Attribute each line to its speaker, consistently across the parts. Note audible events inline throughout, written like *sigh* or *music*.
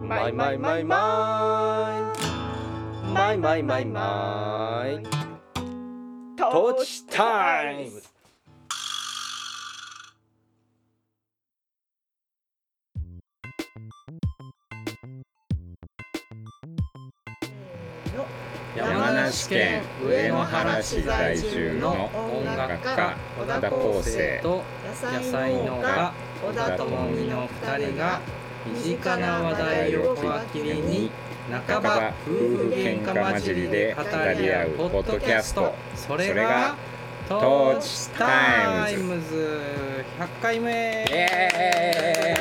Speaker 1: マイマイマイマイマイマイマイマイトーチタイム
Speaker 2: 山梨県上野原市在住の音楽家小田康生と野菜農家小田智美の2人が身近な話題を皮切りに半ば夫婦喧嘩混じりで語り合うポッドキャストそれが「トーチタイムズ」100回目
Speaker 1: イエ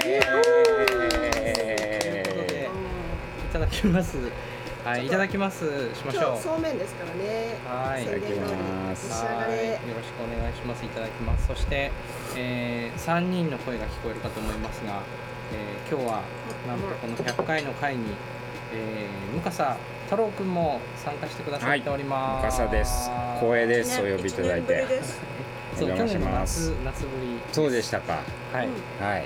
Speaker 2: ということで
Speaker 1: ーイ
Speaker 2: いただきますはいいただきますしまし
Speaker 3: 今
Speaker 2: ょ
Speaker 3: 日そうめんですからね
Speaker 2: うはい
Speaker 3: 宣伝通り
Speaker 1: いただきます
Speaker 3: 召し上が
Speaker 2: はい
Speaker 3: れ
Speaker 2: よろしくお願いしますいただきますそして、えー、3人の声が聞こえるかと思いますが、えー、今日はなんとこの100回の回に、えー、向笠太郎くんも参加してくださっております、
Speaker 1: 笠です光栄ですお呼びいただい
Speaker 3: 一年ぶり
Speaker 1: て
Speaker 3: です
Speaker 2: そう
Speaker 1: お
Speaker 2: 去
Speaker 1: 邪魔し
Speaker 2: 年の
Speaker 1: ます
Speaker 2: 夏夏ぶり
Speaker 1: そうでしたか
Speaker 2: はい、
Speaker 3: うん
Speaker 1: はい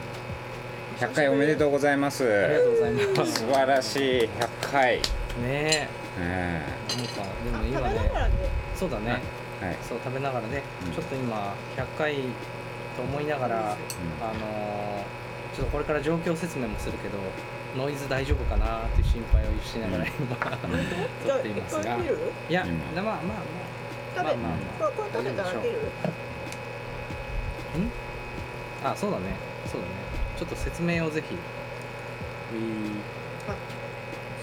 Speaker 1: 100回おめでとうございます
Speaker 2: ありがとうございます
Speaker 1: 素晴らし
Speaker 2: ね
Speaker 1: い100回
Speaker 2: え
Speaker 1: うん
Speaker 2: なん
Speaker 3: あ食べな
Speaker 2: かでも今ね
Speaker 3: がらね
Speaker 2: そうだね、
Speaker 1: はい
Speaker 2: そう食べながらね、
Speaker 1: うん
Speaker 2: ちょっと今100回と思いながら、あのーちょっとこれから状況説明もするけどノイズ大丈夫かなっていう心配をしながら今、
Speaker 1: うんうん
Speaker 3: じゃ
Speaker 2: 撮
Speaker 3: あ
Speaker 2: っています
Speaker 3: っぱ
Speaker 2: が
Speaker 3: い
Speaker 2: い
Speaker 3: 切る
Speaker 2: や
Speaker 1: 今
Speaker 2: まあまあまあ
Speaker 3: 食
Speaker 2: まあ
Speaker 3: べ
Speaker 2: まあ
Speaker 3: これこれ食べたら出る
Speaker 2: まああそうだねそうだねちょっと説明をぜひ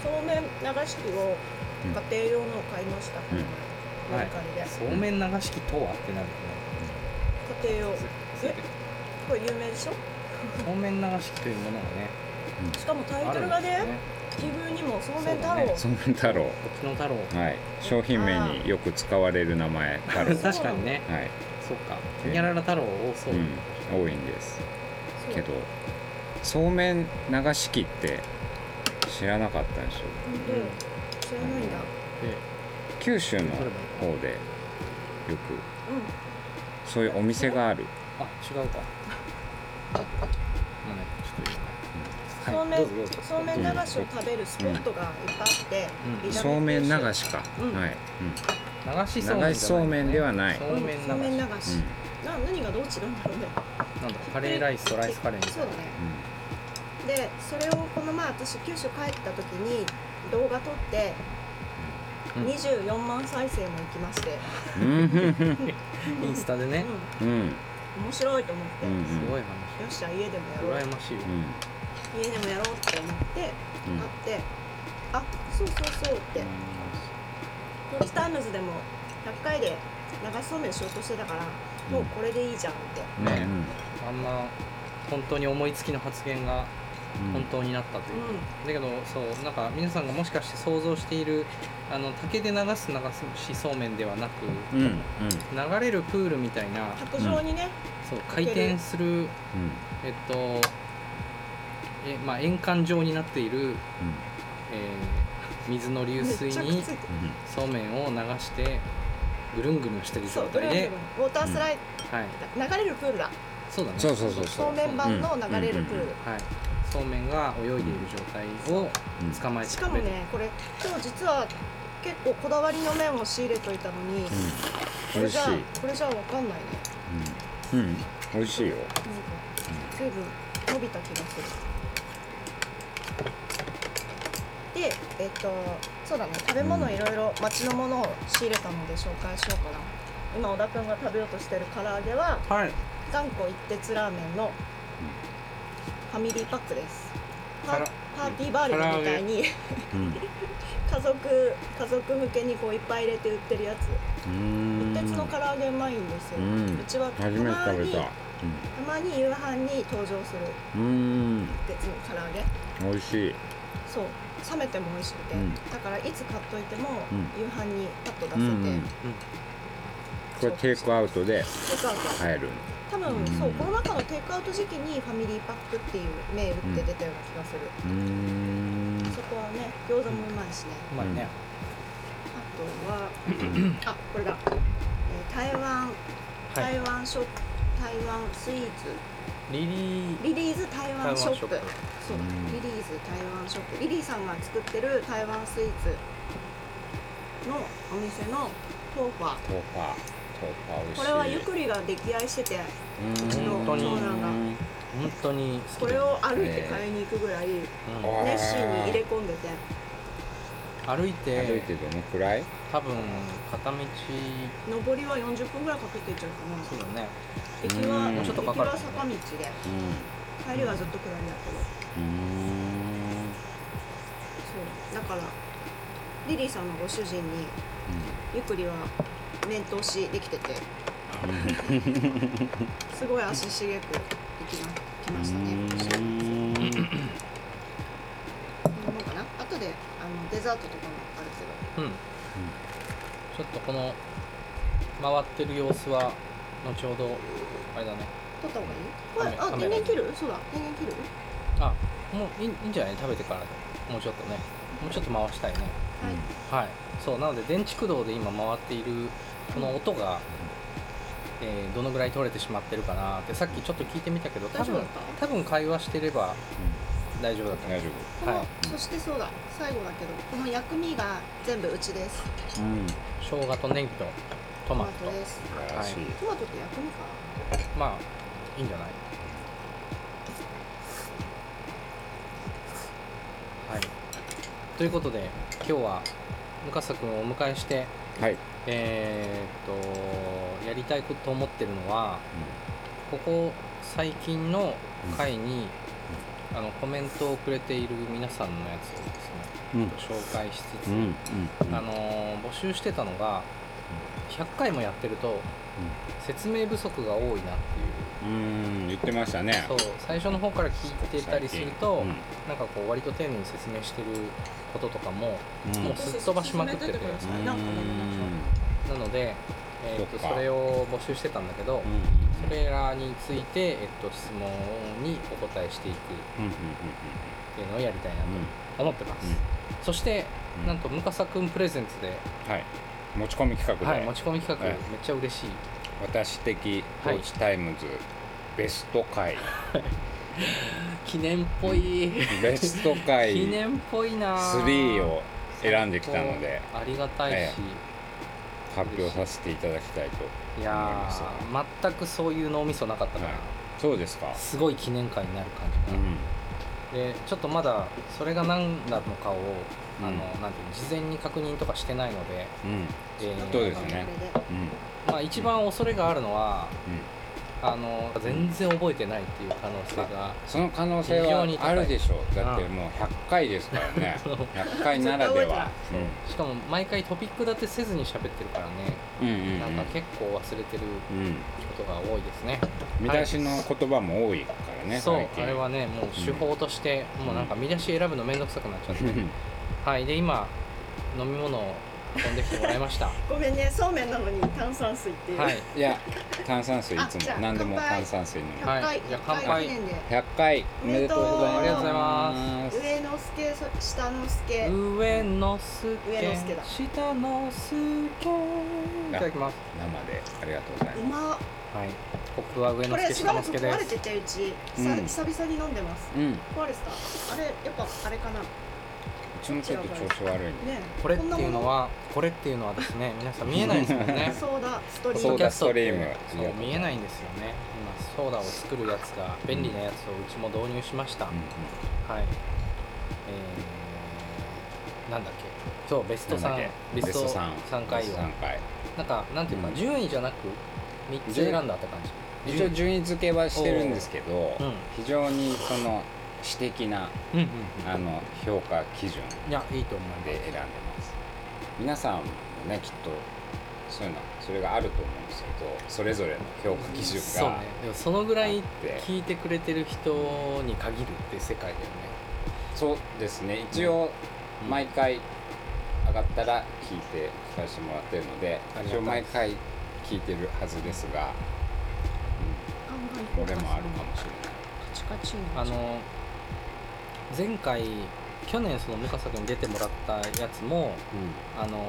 Speaker 3: そうめん流し器を家庭用のを買いました
Speaker 1: うん
Speaker 3: メ
Speaker 2: は
Speaker 3: ー
Speaker 2: い
Speaker 3: カーで
Speaker 2: そうめん流し器とはってなる
Speaker 3: 家庭用
Speaker 2: よね
Speaker 3: えこれ有名でしょ
Speaker 2: そうめん流し器というものがね
Speaker 3: しかもタイ
Speaker 2: あ
Speaker 3: ト
Speaker 2: る
Speaker 3: ル
Speaker 2: んで
Speaker 3: が
Speaker 2: す
Speaker 3: ね
Speaker 2: よね
Speaker 3: 奇遇にもそうめん太
Speaker 2: そうだ
Speaker 3: 郎
Speaker 2: ね
Speaker 1: そうめん太郎
Speaker 2: こっちの太郎
Speaker 1: はい商品名によく使われる名前太郎
Speaker 2: 確かにね
Speaker 1: はい
Speaker 2: そうかほにゃらら太郎をそう、
Speaker 1: うん多いんです
Speaker 3: そう
Speaker 1: けどそうめん流し器って知らなかったんでしょ
Speaker 3: うん
Speaker 2: うん
Speaker 3: 知らないんだ
Speaker 2: で
Speaker 1: 九州の
Speaker 2: そればいい
Speaker 1: 方でよく
Speaker 3: うん
Speaker 1: そういうお店がある
Speaker 2: あ
Speaker 1: *laughs*
Speaker 2: 違うかもう
Speaker 3: そうめ
Speaker 2: ねちょっといいかはい
Speaker 3: ん
Speaker 2: どうぞどうぞ
Speaker 3: そうめん流しを食べるスポットがいっぱいあっ
Speaker 2: うん
Speaker 3: て、
Speaker 1: そうめん流しか、
Speaker 3: うん
Speaker 1: はい、
Speaker 2: 流しそうめんじゃない
Speaker 1: 流しそうめんではない
Speaker 2: そう
Speaker 3: うん、
Speaker 2: めん流し
Speaker 3: そうめん流し、
Speaker 1: うん
Speaker 3: な何がどう違うんだろうね
Speaker 2: なんだカレーライスとライスカレーみた
Speaker 3: そうだねでそれをこの前私九州帰った時に動画撮って
Speaker 2: うん
Speaker 3: 24万再生もいきまして、
Speaker 1: うん、うん、
Speaker 2: いなインスタでね
Speaker 3: う
Speaker 1: うん、うん、
Speaker 3: ん、面白いと思って、
Speaker 1: う
Speaker 3: よ
Speaker 1: ん
Speaker 2: すごい
Speaker 3: っしゃ家でもやろう
Speaker 2: 話羨ましいよ
Speaker 1: うん、
Speaker 3: 家でもやろうって思って買って、あそうそうそうって「トーチタイムズ」でも100回で流しそうめんしようとしてたからもうこれでいいじゃんって
Speaker 1: うん、
Speaker 2: ね
Speaker 1: うん、
Speaker 2: あんな本当に思いつきの発言が
Speaker 1: うん
Speaker 2: 本当になったという、
Speaker 3: うん
Speaker 2: だけどそうなんか皆さんがもしかして想像しているあの竹で流す流しそうめんではなく
Speaker 1: うん、うん、
Speaker 2: 流れるプールみたいな
Speaker 3: 卓上にね、
Speaker 2: そう回転する
Speaker 1: うん、
Speaker 2: えっとえ、まあ、円環状になっている、
Speaker 1: うん
Speaker 2: えー水の流水
Speaker 3: めちゃく
Speaker 2: に
Speaker 3: ちゃいて
Speaker 2: そうめんを流してぐるんぐるんしてる
Speaker 3: そ
Speaker 2: 状
Speaker 3: う、ブル
Speaker 2: 態
Speaker 3: ー
Speaker 2: で、
Speaker 3: ウォータースライ
Speaker 2: はい、
Speaker 3: ダー、流れるプールだ。
Speaker 2: そうだね
Speaker 1: そうそうそう
Speaker 3: そうめん版の流れるプー
Speaker 1: うんうん
Speaker 3: ル。
Speaker 2: はい、そうめんが泳いでいる状態を
Speaker 1: うん、
Speaker 2: 捕まえて
Speaker 3: し
Speaker 2: 食
Speaker 3: かも
Speaker 2: べる
Speaker 3: ね、これ今日実は結構こだわりの麺を仕入れといたのに、こ
Speaker 1: 美
Speaker 3: れ
Speaker 1: 味
Speaker 3: じ
Speaker 1: しい
Speaker 3: ゃ、これじゃわかんないね。
Speaker 1: うん、うん、美味しいよ。
Speaker 3: なんか随分伸びた気がする。で、えっとそうだね、食べ物いろいろ町のものを仕入れたので紹介しようかな。今小田くんが食べようとしてる唐揚げは
Speaker 2: はい
Speaker 3: 頑固一徹ラーメンのファミリーパックですパ
Speaker 2: から
Speaker 3: パーティーバーレルみたいに
Speaker 1: うん、
Speaker 3: 家族家族向けにこういっぱい入れて売ってるやつ
Speaker 1: うーん
Speaker 3: 鉄の唐揚げうまいんですよ、
Speaker 1: う
Speaker 3: うんちはたま
Speaker 1: 初めて食べ
Speaker 3: に
Speaker 1: た
Speaker 3: た。まに夕飯に登場す
Speaker 1: う
Speaker 3: る
Speaker 1: ん、うん、
Speaker 3: 鉄の唐揚げ
Speaker 1: 美味しい。
Speaker 3: そう冷めても美味しくて、
Speaker 1: うん
Speaker 3: だからいつ買っといても
Speaker 1: うん
Speaker 3: 夕飯にパッと
Speaker 1: う
Speaker 3: 出せて、
Speaker 1: ん、うん、これテイクアウトで
Speaker 3: テイクアウト
Speaker 1: 買える。
Speaker 3: 多分、そうコロナ禍のテイクアウト時期にファミリーパックっていう銘打って出たような気がする、
Speaker 1: うーん、
Speaker 3: そこはね餃子もうまいしね、
Speaker 2: うまいね、
Speaker 3: あとは、あ、これだ。えー台湾、
Speaker 2: はい
Speaker 3: 台湾食、台湾スイーツ、
Speaker 2: リリー
Speaker 3: リリーズ台湾湾ショップ
Speaker 2: 台湾ショップ
Speaker 3: そう
Speaker 1: うん
Speaker 3: リリーズ台湾ショップリリーさんが作ってる台湾スイーツのお店のトーファー
Speaker 1: トーパートーパー美味しい
Speaker 3: これはゆくりが出来合いしててうちの
Speaker 2: 本当に
Speaker 3: 長男が
Speaker 2: 本当に好
Speaker 3: こ
Speaker 2: きだ
Speaker 3: れ
Speaker 2: よ
Speaker 3: を歩いて買いに行くぐらい
Speaker 2: うん
Speaker 3: 熱心に入れ込んでて
Speaker 2: 歩
Speaker 1: う
Speaker 2: い
Speaker 1: ん歩
Speaker 2: て
Speaker 1: いてどのくらい
Speaker 2: 多分片道
Speaker 3: 上りは40分ぐらいかけてっちゃうかな
Speaker 2: そうだね
Speaker 3: 行きは
Speaker 1: うん
Speaker 3: 行
Speaker 1: ちょっ
Speaker 2: とかか
Speaker 3: き
Speaker 2: る
Speaker 3: は坂道で
Speaker 1: う
Speaker 3: 帰りはずっと下りだけ
Speaker 1: ん
Speaker 3: ど
Speaker 1: うん
Speaker 3: そうだからリリーさんのご主人にゆくりは面通しできててすごい足しげく行きま来ましたね今年こんなもんかな後であのデザートとかもあるけ
Speaker 2: うん、ちょっとこの回ってる様子は後ほどあれだね
Speaker 3: ど撮った方がいいこれあ
Speaker 2: カメ
Speaker 3: 電
Speaker 2: ラ
Speaker 3: 源切るそうだ電源切る
Speaker 2: あもういいいいんじゃない食べてからでもうちょっとねもうちょっと回したいね
Speaker 3: はい
Speaker 2: はいそうなので電池駆動で今回っているこの音が、えーどのぐらい取れてしまってるかなってさっきちょっと聞いてみたけど多
Speaker 3: 大丈夫
Speaker 2: 分
Speaker 3: だった
Speaker 2: 多分会話してれば大丈夫だと思う
Speaker 1: 大丈
Speaker 3: この、
Speaker 2: はい
Speaker 3: そしてそうだ最後だけどこの薬味が全部うちです
Speaker 1: 夫うん
Speaker 2: 生姜とネギとト
Speaker 3: ト
Speaker 2: マ
Speaker 3: マ
Speaker 2: ト
Speaker 3: トです
Speaker 1: 素晴らしい
Speaker 3: トマトって薬味か
Speaker 2: まあいいんじゃないはいということで今日は向笠君をお迎えして
Speaker 1: はい
Speaker 2: えーっとやりたいこと思ってるのはここ最近の回に、あのコメントをくれている皆さんのやつをですね
Speaker 1: うん
Speaker 2: 紹介しつつ、
Speaker 1: うんうん
Speaker 2: あのー募集してたのが100回もやってると、説明不足が多いなっていう
Speaker 1: うん言ってましたね
Speaker 2: そう最初の方から聞いてたりすると、
Speaker 1: うん
Speaker 2: なんかこう割と丁寧に説明してることとかも、
Speaker 1: うん
Speaker 2: もうすっ飛ばしまくって
Speaker 1: う
Speaker 2: て
Speaker 1: ん
Speaker 3: なんかね
Speaker 2: なので、えーっと
Speaker 1: そっか
Speaker 2: それを募集してたんだけど、
Speaker 1: うん
Speaker 2: それらについて、えっと、質問にお答えしていくっ
Speaker 1: うんうん
Speaker 2: ていうのをやりたいな
Speaker 1: うんうん
Speaker 2: と思ってます、
Speaker 1: うん
Speaker 2: そして、
Speaker 1: うん
Speaker 2: なんとムカサくんプレゼンツで、
Speaker 1: はい持ち込み企画
Speaker 2: はい、
Speaker 1: で
Speaker 2: 持ち込み企画、
Speaker 1: はい
Speaker 2: めっちゃ嬉しい
Speaker 1: 私的トーチタイムズベスト回
Speaker 2: 記念っぽい、
Speaker 1: ベスト回
Speaker 2: 記念っぽいなぁ
Speaker 1: 3を選んできたので
Speaker 2: ありがたいし、
Speaker 1: え発表させていただきたいと
Speaker 2: いや
Speaker 1: 思
Speaker 2: ー全くそういう脳みそなかったから、
Speaker 1: はいそうですか
Speaker 2: すごい記念会になる感じ
Speaker 1: う
Speaker 2: が、
Speaker 1: ん
Speaker 2: でちょっとまだそれが何なのかをあの、
Speaker 1: うん
Speaker 2: なんていうの事前に確認とかしてないので、
Speaker 1: うん
Speaker 2: えー
Speaker 1: そうですね
Speaker 3: これで
Speaker 1: うん
Speaker 2: まあ、一番恐れがあるのは
Speaker 1: うん
Speaker 2: あの全然覚えてないっていう可能性が、
Speaker 1: その可能性はあるでしょうだってもう100回ですから *laughs* ね100回ならでは
Speaker 2: しかも毎回トピック立てせずに喋ってるからね、
Speaker 1: うんうんうん
Speaker 2: なんか結構忘れてる
Speaker 1: うん
Speaker 2: ことが多いですね
Speaker 1: 見出しの言葉も多いからね
Speaker 2: そう
Speaker 1: 最近
Speaker 2: あれはねもう手法として、もうなんか見出し選ぶの面倒くさくなっちゃって、
Speaker 1: うん
Speaker 2: はいで今飲み物を運んできてもらいましたは
Speaker 3: ごめんねそうめんなのに炭酸水っていう、
Speaker 2: い
Speaker 1: *laughs* いや炭酸水いつ
Speaker 3: あじゃ
Speaker 1: も
Speaker 3: あ
Speaker 1: 何でも
Speaker 3: 乾杯
Speaker 1: 炭酸水飲む
Speaker 3: 100
Speaker 2: は
Speaker 3: 回
Speaker 2: いじゃ
Speaker 3: 100
Speaker 2: あ乾
Speaker 3: 回
Speaker 2: 杯
Speaker 3: 記念で
Speaker 1: 100回おめでとうございます
Speaker 3: おめでとうありがとうござい
Speaker 2: ま
Speaker 3: 上の助下の助
Speaker 2: 上のす
Speaker 3: 上
Speaker 2: け
Speaker 3: のすけだ
Speaker 2: 下のすけいただきます
Speaker 1: 生でありがとうございうま
Speaker 3: ま
Speaker 2: はい僕は上
Speaker 3: こ
Speaker 2: のす
Speaker 3: れ
Speaker 2: け
Speaker 3: しば
Speaker 2: 下の
Speaker 3: らく
Speaker 2: すけで
Speaker 3: 壊れ
Speaker 2: す
Speaker 3: ててうち、
Speaker 1: うん
Speaker 3: さ久々に飲んでます
Speaker 1: すうんう
Speaker 3: 壊れてたあれやっぱあれかなね
Speaker 1: ちもちょっと調子悪いんで
Speaker 3: え
Speaker 2: これっていうのはこれっていうのはで
Speaker 1: *laughs*
Speaker 2: すね皆さん見えないですもんね
Speaker 3: ソーダストリ
Speaker 1: そ
Speaker 3: ー
Speaker 1: うだソー
Speaker 3: ム
Speaker 1: ダストリーム
Speaker 2: そう見えないんですよね今ソーダを作るやつが便利なやつをうちも導入しました、
Speaker 1: うん
Speaker 2: はいえー、なんだっけそうベスト
Speaker 1: なんだ
Speaker 2: 3
Speaker 1: っけ
Speaker 2: ベスト
Speaker 1: ベスト三
Speaker 2: 3回を
Speaker 1: 3回
Speaker 2: なんかなんていうか、
Speaker 1: うん
Speaker 2: 順位じゃなく3つ選んだって感じ
Speaker 1: 一応順位付けはしてるんですけど
Speaker 2: うん
Speaker 1: 非常にその私的な
Speaker 2: うんうん
Speaker 1: あの評価基準
Speaker 2: いやいいと思うん
Speaker 1: で選んでます皆さんもねきっとそういうのそれがあると思うんですけどそれぞれの評価基準
Speaker 2: そう
Speaker 1: が
Speaker 2: ねでもそのぐらい
Speaker 1: あって
Speaker 2: 聞いてくれてる人に限るって世界だよね
Speaker 1: そうですね一応
Speaker 2: うん
Speaker 1: 毎回上がったら聞いて聞かせてもらってるので
Speaker 2: あり
Speaker 1: 一
Speaker 2: がた
Speaker 1: 応
Speaker 2: い
Speaker 1: 毎回聞いてるはずですが
Speaker 3: ガンガン
Speaker 1: これもあるか
Speaker 3: も
Speaker 1: もしれない
Speaker 3: カチカチにな
Speaker 2: あ
Speaker 3: っちゃう
Speaker 2: の前回去年そのムカサ君に出てもらったやつもあの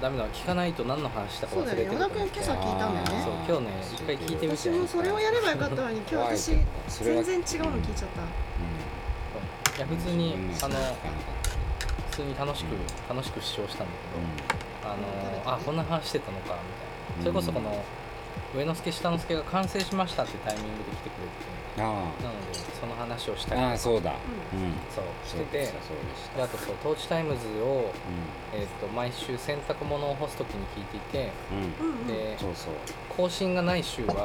Speaker 2: ダメだ聞かないと何の話したか
Speaker 4: そう
Speaker 2: 忘
Speaker 4: だ
Speaker 2: れ
Speaker 4: よ
Speaker 2: て
Speaker 4: ね小
Speaker 2: る
Speaker 4: 田君今朝聞いたんだよ
Speaker 1: あー
Speaker 2: そう
Speaker 4: ね
Speaker 2: 今日ね一回聞いてみて
Speaker 3: 私もそれをやればよかったのに今日
Speaker 1: 怖い
Speaker 3: 私
Speaker 1: けどそれは
Speaker 3: 全然違うの聞いちゃった
Speaker 2: いや普通に
Speaker 1: うん
Speaker 2: あの
Speaker 1: なかなか
Speaker 2: 普通に楽しく、
Speaker 1: うん
Speaker 2: 楽しく視聴したんだけ
Speaker 1: う
Speaker 2: ど、
Speaker 1: ん
Speaker 2: あ
Speaker 3: うん
Speaker 2: のーあこんな話してたのかみたいなそれこそこの、上之助下之助が完成しましたってタイミングで来てくれて
Speaker 1: あ
Speaker 2: なのでその話をし
Speaker 1: あ
Speaker 2: た
Speaker 1: あ
Speaker 2: り
Speaker 1: あそうだうん
Speaker 2: そうし
Speaker 1: そ
Speaker 2: て
Speaker 1: うで
Speaker 2: て
Speaker 1: したそうでした
Speaker 2: であとそうトーチタイムズを、
Speaker 1: う
Speaker 2: えー、と毎週洗濯物を干す時に聞いていて
Speaker 1: んう
Speaker 3: うんうん
Speaker 2: で
Speaker 1: んそうそう
Speaker 2: 更新がない週は
Speaker 1: う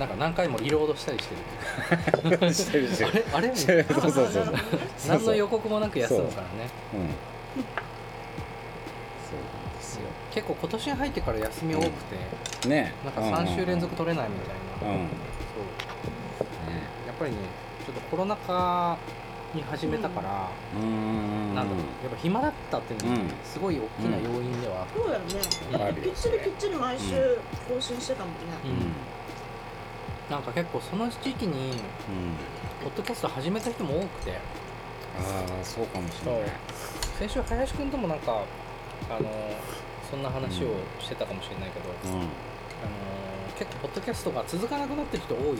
Speaker 2: なんか何回もリロードしたりしてる
Speaker 1: んしてるして
Speaker 2: あ
Speaker 1: る
Speaker 2: れあ *laughs* れ
Speaker 1: してる *laughs* そうそうそう
Speaker 3: あなるほどね
Speaker 1: そう
Speaker 2: 何
Speaker 1: そ
Speaker 2: の
Speaker 1: う
Speaker 2: 予告もなく休むからね
Speaker 1: うんそうなんですよ
Speaker 2: 結構今年に入ってから休み多くて、
Speaker 1: ねえ
Speaker 2: なんか3週連続取れないみたい
Speaker 1: うんう
Speaker 2: な、
Speaker 1: んうんね
Speaker 2: そうやっぱりねちょっとコロナ禍に始めたから、
Speaker 1: うんうんうん
Speaker 2: なんだろうやっぱ暇だったっていうの
Speaker 1: うん
Speaker 2: がすごい大きな要因では、
Speaker 3: そうだよね
Speaker 2: うん
Speaker 1: ある
Speaker 3: き
Speaker 1: よ
Speaker 3: っちりきっちり毎週更新してたもんね
Speaker 2: う
Speaker 1: うんん
Speaker 2: なんか結構その時期に
Speaker 1: うん
Speaker 2: ポッドキャスト始めた人も多くて
Speaker 1: ああそうかもしれない
Speaker 2: 先週林くんともなんかあのそんな話をしてたかもしれないけど、
Speaker 1: うん
Speaker 2: あの結構ポッドキャストが続かなくなってる人多いんだよ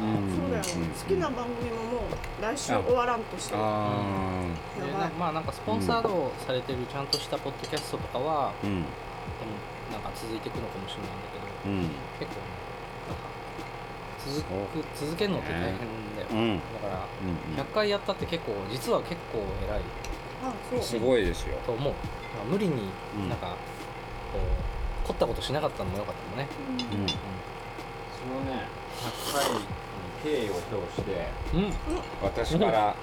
Speaker 1: うん
Speaker 2: ね、
Speaker 3: そうだよ
Speaker 1: ん
Speaker 3: 好きな番組ももう来週終わらんとしてるや
Speaker 1: あ
Speaker 2: で
Speaker 3: ば
Speaker 2: ないまあなんかスポンサードされてるちゃんとしたポッドキャストとかは、
Speaker 1: あうん
Speaker 2: うんなんか続いていくのかもしれないんだ
Speaker 1: う
Speaker 2: けど
Speaker 1: ん
Speaker 2: 結構ねなんか続く続けるのって大変だよ、
Speaker 1: うんうん
Speaker 2: だから
Speaker 1: うん
Speaker 2: 100回やったって結構実は結構偉い
Speaker 3: あそう
Speaker 1: すごいですよ
Speaker 2: と思うまあ無理になんかこう凝ったことしなかったのも良かったもんね、
Speaker 3: う
Speaker 1: うんんそのね100回に敬意を表して
Speaker 2: うん、
Speaker 1: 私から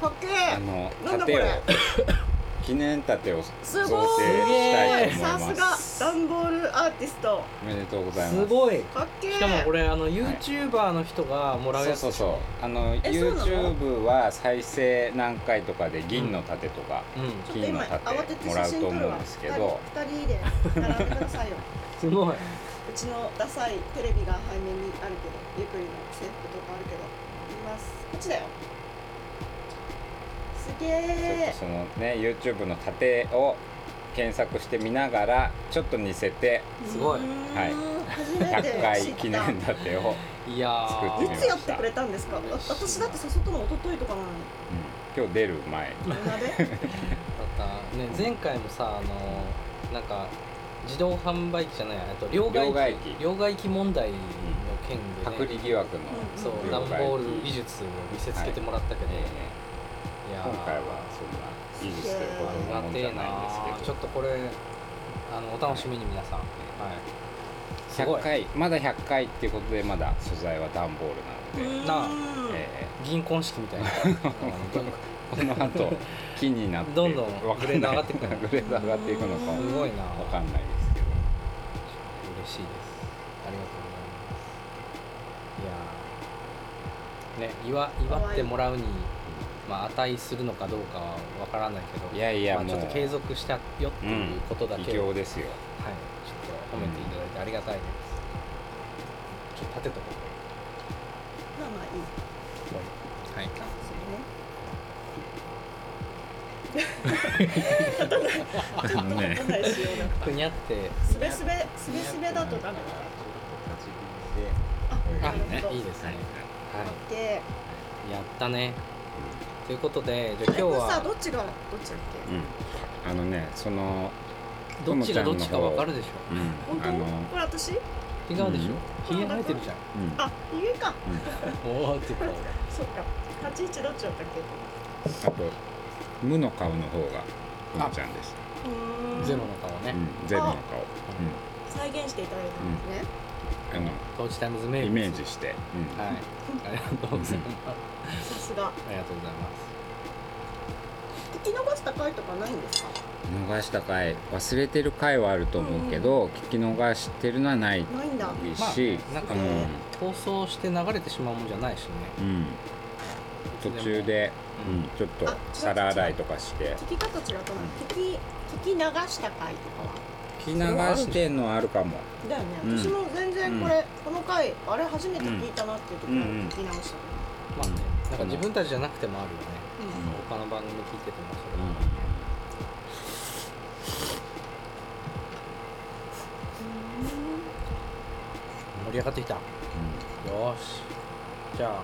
Speaker 3: かっけ
Speaker 1: あ
Speaker 3: え
Speaker 1: の
Speaker 3: なんだこ
Speaker 1: 盾を
Speaker 3: れ
Speaker 1: 記念盾を贈
Speaker 3: す
Speaker 1: 呈
Speaker 3: ご
Speaker 1: したい
Speaker 3: ーい
Speaker 1: と思いま
Speaker 3: さ
Speaker 1: す
Speaker 3: すがダンボールアーティスト
Speaker 1: おめでとうございます
Speaker 2: すごい
Speaker 3: かっけえ
Speaker 2: しかもこれあの YouTuber の人がもらう
Speaker 1: そう
Speaker 2: やつ
Speaker 1: そうそうあの
Speaker 3: えそうなの
Speaker 1: YouTube は再生何回とかで銀の盾とか
Speaker 2: うん
Speaker 3: ちょっと今慌てて写真撮るわ
Speaker 1: もらうと思うんですけど
Speaker 3: 2人で並んでくださいよ
Speaker 2: すごいう
Speaker 3: ちのダサいテレビが背面にあるけどゆっくりの制服とかあるけどいますこっちだよすげ
Speaker 1: ちょっ
Speaker 3: え
Speaker 1: とそのね YouTube の盾を検索してみながらちょっと似せて
Speaker 2: すごい
Speaker 1: はい
Speaker 3: 初めて
Speaker 1: 100回
Speaker 3: 知
Speaker 1: 記
Speaker 3: った
Speaker 1: 念盾を、うん、
Speaker 2: いやー
Speaker 1: 作
Speaker 3: いつやってくれたんですかわ
Speaker 2: 嬉しい
Speaker 3: 私だって誘ったの一昨日とかなのに
Speaker 1: 今日出る前に
Speaker 3: お鍋
Speaker 2: だったね前回もさあのなんか自動販売機じゃないえっと両
Speaker 1: 両
Speaker 2: 替
Speaker 1: 替
Speaker 2: 機
Speaker 1: 機
Speaker 2: 両替機問題の件
Speaker 1: 隔
Speaker 2: で、ね
Speaker 1: 離疑惑の、
Speaker 3: うん
Speaker 2: そう
Speaker 1: 両
Speaker 2: 段
Speaker 1: 替機
Speaker 2: ボール技術を見せつけてもらったけど、い
Speaker 1: え
Speaker 2: や
Speaker 1: ー
Speaker 2: ー
Speaker 1: 今回はそんな技術ということな
Speaker 2: ありが
Speaker 1: もん
Speaker 2: て
Speaker 1: じゃ
Speaker 2: え
Speaker 1: ないん
Speaker 2: な
Speaker 1: です
Speaker 2: ち
Speaker 1: け
Speaker 2: ょっ
Speaker 1: ど
Speaker 2: とこれあのお楽しみに皆さん、はい、すご
Speaker 1: 100
Speaker 2: い
Speaker 1: 回まだ100回っていうことでまだ素材は段ボールなので、
Speaker 2: なあ
Speaker 3: うん
Speaker 1: え
Speaker 2: 銀婚式み *laughs* たいな
Speaker 1: ーこの後木になって
Speaker 2: どんどん
Speaker 1: わか
Speaker 2: グレード上がって
Speaker 1: い
Speaker 2: くる
Speaker 1: グレード上がっていくのか
Speaker 2: す
Speaker 1: わ
Speaker 2: ごいな
Speaker 1: かんないですけど
Speaker 2: 嬉しいですありがとうございますいやーね祝祝ってもらうにまあ値するのかどうかはわからないけど
Speaker 1: いやいや
Speaker 2: まあ、ちょっ
Speaker 1: も
Speaker 2: と
Speaker 1: う
Speaker 2: 継続したよっていうことだ
Speaker 1: 偉
Speaker 2: けを、
Speaker 1: 業ですよ
Speaker 2: はい、ちょっと褒めていただいてありがたいです。ちょっと立てとこ。
Speaker 3: まあまあいいう
Speaker 2: はい。
Speaker 3: あそ
Speaker 1: あのね
Speaker 3: うね立たない仕様だ
Speaker 2: ふにゃって。
Speaker 3: すべすべすべすべだとダメだあ
Speaker 2: あ
Speaker 3: なるほど
Speaker 2: いいですね。は
Speaker 3: で
Speaker 2: い。やったね。ということで、じゃあ
Speaker 3: 今
Speaker 2: 今日
Speaker 3: さど
Speaker 2: は
Speaker 3: っちがどっちだっけ
Speaker 1: うんあのねその
Speaker 2: どっちがどっちかわかるでし
Speaker 1: う
Speaker 3: 本
Speaker 1: ん
Speaker 3: 当
Speaker 1: あの
Speaker 3: これ私
Speaker 2: ょ。違うでしょ。
Speaker 3: うん
Speaker 2: ひげ生えてるじゃん。
Speaker 1: うん
Speaker 3: あひげか
Speaker 2: もうってこ
Speaker 3: そっか立ち位置どっちだったっけ
Speaker 1: あと無の顔の方がこのちゃんです
Speaker 3: うーん
Speaker 2: うゼロの顔
Speaker 1: う
Speaker 2: ね。
Speaker 1: んゼロの顔
Speaker 3: 再現していただいたんですね、
Speaker 1: うん
Speaker 2: トーチタイムズ
Speaker 1: あ
Speaker 2: 名
Speaker 1: の
Speaker 2: 物
Speaker 1: イメージ。して
Speaker 2: はい。ありがとうございま
Speaker 3: さ
Speaker 2: す。
Speaker 3: すが
Speaker 2: ありがとうございま
Speaker 3: 聞
Speaker 2: す。
Speaker 3: き逃した回とかないんですか
Speaker 1: うん逃した回忘れてる回はあると思うけど聞き逃してるのはない
Speaker 3: ないんだ
Speaker 1: し
Speaker 2: まあなんか
Speaker 1: うん
Speaker 2: 放送して流れてしまうもんじゃないしね。
Speaker 1: うん途中で
Speaker 2: うん
Speaker 1: うんちょっと皿洗いとかして
Speaker 3: 聞き方違ったな聞き聞き流した回とかは
Speaker 1: 聞き流してんのあるかも
Speaker 3: だよね、
Speaker 1: うん
Speaker 3: 私も全然これ、この回あれ初めて聞いたなっていう時は聞き直したけど、
Speaker 2: まあね、なんか自分たちじゃなくてもあるよね
Speaker 3: うん
Speaker 2: 他の番組聞いててもそれ
Speaker 1: うん
Speaker 2: 盛り上がってきたよーしじゃ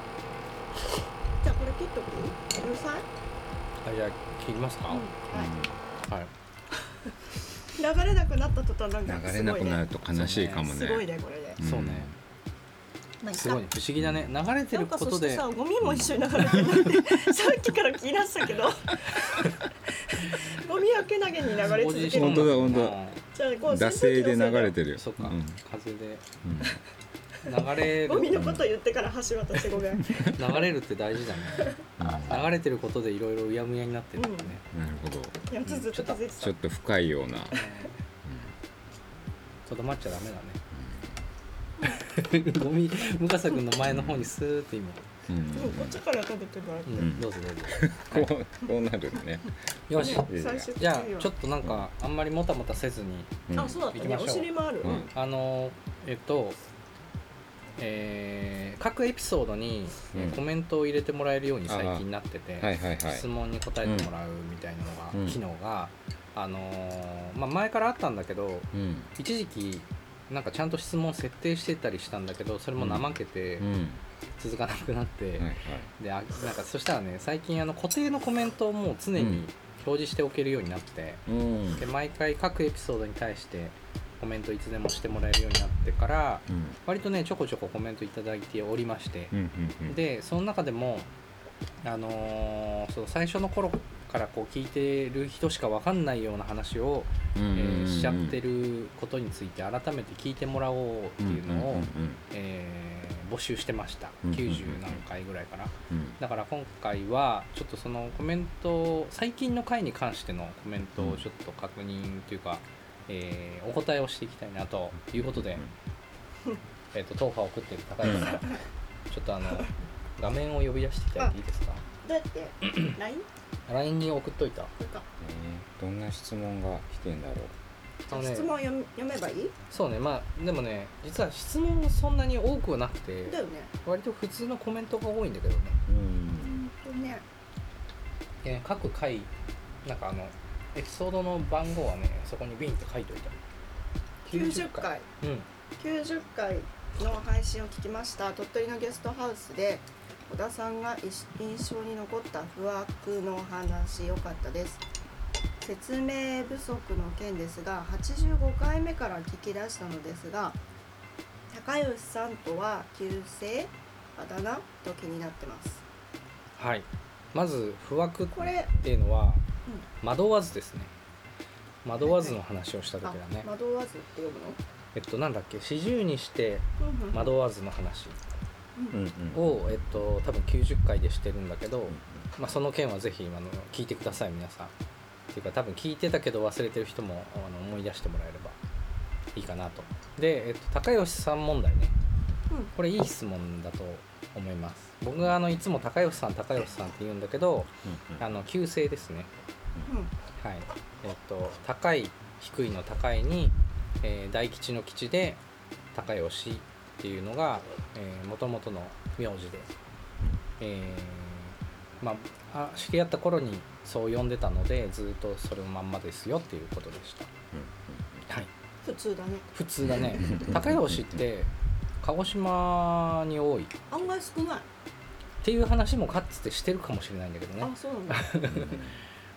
Speaker 3: じゃあこれ切っとくうるさい、
Speaker 2: ああじゃあ切りますか、はい
Speaker 3: はい、流れなくなった途端なん
Speaker 4: うん
Speaker 3: か
Speaker 4: 流れ
Speaker 3: す
Speaker 4: な
Speaker 3: ごい
Speaker 4: くな
Speaker 3: ね
Speaker 4: ると悲しいかもね
Speaker 3: すごいねこれで、
Speaker 4: うん
Speaker 2: そうね
Speaker 3: まあ
Speaker 2: すごいね不思議だね流れて
Speaker 3: な
Speaker 2: る
Speaker 3: んか
Speaker 2: こ
Speaker 3: そ
Speaker 2: と
Speaker 3: して
Speaker 2: で
Speaker 3: さゴミも一緒に流れてるって *laughs* さっきから気になってた *laughs* けどゴミはけなげに流れ続け
Speaker 4: てる
Speaker 3: る
Speaker 4: 本当だ本当だ
Speaker 3: じゃあこう
Speaker 4: 惰性で流れ
Speaker 3: る
Speaker 4: てるよ
Speaker 2: そっか、
Speaker 4: うん
Speaker 2: 風で
Speaker 4: うん
Speaker 2: 流れ
Speaker 3: ゴ
Speaker 2: る
Speaker 3: ミのこと言ってから橋渡してごめん、うん、
Speaker 2: 流れるって大事だね
Speaker 4: うん
Speaker 2: 流れてることでいろいろうやむやになってるんだよね、
Speaker 4: なるほど
Speaker 3: いやずっと気づいて
Speaker 4: ち
Speaker 3: た
Speaker 4: ょっと深いような
Speaker 2: とどまっちゃダメだねゴミムカサ君の前の方にスーッて今、
Speaker 4: うん
Speaker 3: うんこっちから食べてもらって、
Speaker 2: うん
Speaker 4: うん
Speaker 2: どうぞどうぞ
Speaker 4: こうこうなるね
Speaker 2: よし
Speaker 4: いいね
Speaker 3: 最終的に
Speaker 2: じゃ
Speaker 3: は
Speaker 2: あちょっとなんかあんまりもたもたせずに
Speaker 4: うん
Speaker 3: あそうだったね
Speaker 2: 行き
Speaker 3: お
Speaker 2: ましょう
Speaker 3: 尻もある、
Speaker 4: うん
Speaker 2: あのえっとえー各エピソードにえ
Speaker 4: うん
Speaker 2: コメントを入れてもらえるように最近なってて、
Speaker 4: はいはいはい
Speaker 2: 質問に答えてもらうみたいなのが、
Speaker 4: うん
Speaker 2: 機能が、あのーまあ、前からあったんだけど
Speaker 4: うん
Speaker 2: 一時期なんかちゃんと質問設定してたりしたんだけどそれも怠けて
Speaker 4: うん
Speaker 2: 続かなくなって、
Speaker 4: はいはい
Speaker 2: であなんかそしたらね最近あの固定のコメントをもう常に表示しておけるようになって、
Speaker 4: うん
Speaker 2: で毎回各エピソードに対してコメントいつでもしてもらえるようになってから
Speaker 4: うん
Speaker 2: 割とねちょこちょこコメントいただいておりまして
Speaker 4: う、んうんうん
Speaker 2: でその中でも、あのーそう最初の頃からこう聞いてる人しか分かんないような話を、
Speaker 4: うんう
Speaker 2: え
Speaker 4: んうん
Speaker 2: ー
Speaker 4: うん
Speaker 2: しちゃってることについて改めて聞いてもらおうっていうのを、
Speaker 4: んん
Speaker 2: えー募集してました
Speaker 4: うんうんうん
Speaker 2: 90何回ぐらいかな
Speaker 4: うん
Speaker 2: だから今回はちょっとそのコメントを最近の回に関してのコメントをちょっと確認というか、えーお答えをしていきたいなということで、えー、とトーファーを送っている高橋さん、ちょっとあの画面を呼び出していただいていいですか
Speaker 3: どうやって *laughs* LINE? こ
Speaker 2: LINE に送っといた
Speaker 3: れか
Speaker 4: えーどんな質問が来てんだろ
Speaker 2: あのね
Speaker 3: 質問読め読めばいい
Speaker 2: そうねまあでもね実は質問もそんなに多くはなくて
Speaker 3: だよね
Speaker 2: 割と普通のコメントが多いんだけどね、
Speaker 4: うう
Speaker 3: うんんとね
Speaker 2: えー各回なんかあのエピソードの番号はねそこにビンって書いておいた
Speaker 3: 90回
Speaker 2: うん
Speaker 3: 90回の配信を聞きました鳥取のゲストハウスで小田さんが印印象に残った不惑のお話良かったです説明不足の件ですが85回目から聞き出したのですが高吉さんとは旧姓あだ名と気になってます
Speaker 2: はい、まず不惑っ
Speaker 3: これ
Speaker 2: ていうのは惑わずですね惑わずの話をした
Speaker 3: あ
Speaker 2: 時だね、
Speaker 3: 惑わずって読むの
Speaker 2: えっとなんだっけ四十にして
Speaker 3: うんうんうん
Speaker 2: 惑わずの話
Speaker 4: うん
Speaker 2: を、えっと、多分90回でしてるんだけど、
Speaker 4: うん
Speaker 2: まあ、その件はぜひ今の聞いてください皆さんっていうか多分聞いてたけど忘れてる人もあの思い出してもらえればいいかなとで、えっと、高吉さん問題ね、
Speaker 3: うん
Speaker 2: これいい質問だと思います僕があのいつも高吉さん高吉さんって言うんだけどあの旧姓ですねはいえっと高い低いの高いに、えー大吉の吉で高吉っていうのがもともとの名字で、えーまあ、あ知り合った頃にそう呼んでたのでずっとそれのまんまですよっていうことでした、はい、
Speaker 3: 普通だね
Speaker 2: 普通だ
Speaker 4: *laughs*
Speaker 2: ね高吉って鹿児島に多いっ
Speaker 3: 案外少ない、
Speaker 2: ていう話もかつてしてるかもしれないんだけどね
Speaker 3: あそうなんだ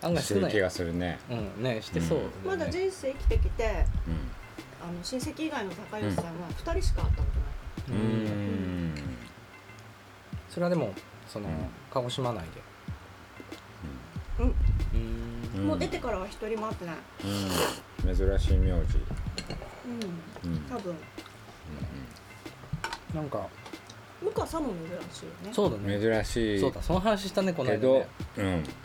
Speaker 2: 案外
Speaker 4: して
Speaker 2: 少
Speaker 4: る
Speaker 2: ない
Speaker 4: 気がするね
Speaker 2: うんねしてそう、ね
Speaker 3: まだ人生生きてきて
Speaker 4: うん
Speaker 3: あの親戚以外の高吉さんは2人しか会ったことない、
Speaker 2: う
Speaker 4: うんん
Speaker 2: それはでもその、
Speaker 4: うん
Speaker 2: 鹿児島内で
Speaker 3: うん
Speaker 2: う
Speaker 4: うん
Speaker 2: ん
Speaker 3: もう出てからは一人も会ってない。
Speaker 4: うん珍しい名字
Speaker 3: うん。
Speaker 4: うん
Speaker 3: 多分。
Speaker 2: なんか
Speaker 3: 向川さんも珍しいよね。う。
Speaker 2: そうだ
Speaker 4: う
Speaker 2: ね
Speaker 4: ん珍しい
Speaker 2: そうだその話したねこの
Speaker 4: け
Speaker 2: 間
Speaker 4: ど
Speaker 2: ね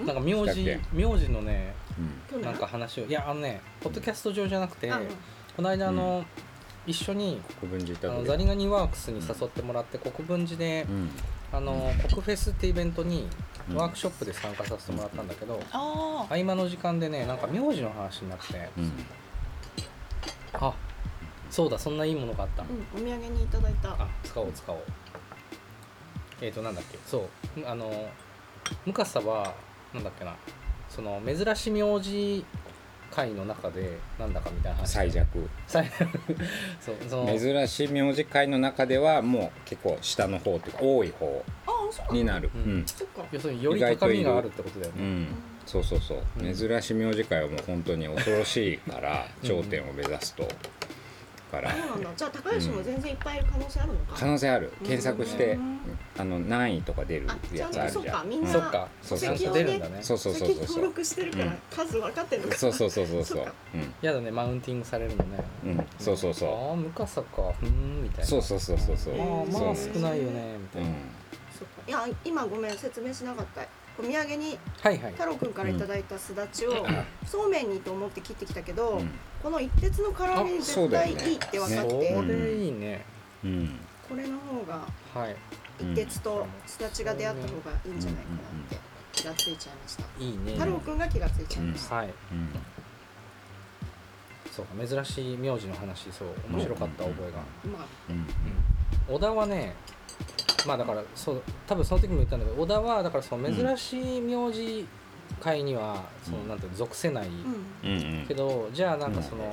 Speaker 4: うん
Speaker 2: なんか名字
Speaker 4: したっ
Speaker 2: 名字のね
Speaker 4: うん
Speaker 3: 去年。
Speaker 2: なんか話をいやあのねポッドキャスト上じゃなくて
Speaker 3: あうん
Speaker 2: この間あの、一緒に
Speaker 4: 国分寺行った
Speaker 2: あの
Speaker 4: 時
Speaker 2: ザリガニワークスに誘ってもらって国分寺で
Speaker 4: うん
Speaker 2: あの国フェスってイベントに
Speaker 4: うん
Speaker 2: ワークショップで参加させてもらったんだけど
Speaker 3: あ
Speaker 2: 合間の時間でねなんか名字の話になって
Speaker 4: うん
Speaker 2: あそうだそんないいものがあった
Speaker 3: あ。うん。お土産にいただいた。
Speaker 2: あ使おう使おうえっ、となんだっけそうあの昔さはなんだっけなその珍し名字会の中でなんだかみたいな話
Speaker 1: 最弱
Speaker 2: 最悪 *laughs* そうその
Speaker 1: 珍しい名字会の中ではもう結構下の方っていうか多い方
Speaker 3: ああそうなの
Speaker 1: になる
Speaker 2: う
Speaker 1: うんん、
Speaker 3: そっか
Speaker 2: 要するにより高みがあるってことだよ
Speaker 1: う
Speaker 2: ね
Speaker 1: ん、そうそうそう、
Speaker 2: うん
Speaker 1: 珍しい名字会はもう本当に恐ろしいから
Speaker 2: うん
Speaker 1: 頂点を目指すとから
Speaker 3: そうなんだじゃあ高橋も全然いっぱいいる可能性あるの
Speaker 1: 可
Speaker 3: か、
Speaker 1: 能性ある検索して、
Speaker 3: うん
Speaker 1: あの何位とか出る
Speaker 3: あちゃ
Speaker 1: や
Speaker 3: ん
Speaker 1: つあ
Speaker 3: と
Speaker 1: る
Speaker 3: そう
Speaker 1: じゃ
Speaker 3: か
Speaker 1: ん
Speaker 3: みんな
Speaker 2: そっか
Speaker 1: そう
Speaker 2: ち
Speaker 1: そ
Speaker 2: ゃ
Speaker 1: うんそ
Speaker 2: と
Speaker 1: う
Speaker 2: 出るんだね
Speaker 1: そうそうそう
Speaker 3: 先に
Speaker 1: そうそ
Speaker 3: 登
Speaker 1: う
Speaker 3: 録してるから
Speaker 1: うん
Speaker 3: 数分かってるのか、
Speaker 1: そうそうそうそうそ
Speaker 3: そうっか
Speaker 1: うん
Speaker 2: やだねマウンティングされるのね
Speaker 1: うんそうそうそう
Speaker 2: ああ昔さかうーんみたいな
Speaker 1: そうそうそうそうそう
Speaker 2: ああまあ
Speaker 1: そ
Speaker 2: 少
Speaker 1: う
Speaker 2: ないよねみた
Speaker 1: う
Speaker 2: いな、
Speaker 1: ん
Speaker 3: そっかいや今ごめん説明しなかったお土産に
Speaker 2: はいはい
Speaker 3: 太郎くんからいただいたすだちを、そうめんにと思って切ってきたけど、
Speaker 1: うん
Speaker 3: この一徹の唐揚げに絶対いいって分かっ
Speaker 2: そ
Speaker 3: て、
Speaker 1: ね
Speaker 2: れいいね、
Speaker 1: うん
Speaker 3: これの方が
Speaker 2: はい
Speaker 3: 一徹とすだちが出会った方がいいんじゃないかなって気がついちゃいました
Speaker 2: いいね
Speaker 3: 太郎くんが気がついちゃいました、
Speaker 2: はい
Speaker 1: うん
Speaker 2: そうか珍しい名字の話そう面白かった覚えが、
Speaker 3: まあ
Speaker 1: うん
Speaker 2: 小田はねまあだからそう多分その時も言ったんだけど小田はだからその珍しい名字会には、その
Speaker 1: うん
Speaker 2: なんていうの属せない、
Speaker 3: うん
Speaker 1: うんうん
Speaker 2: けどじゃあなんかその、
Speaker 1: うん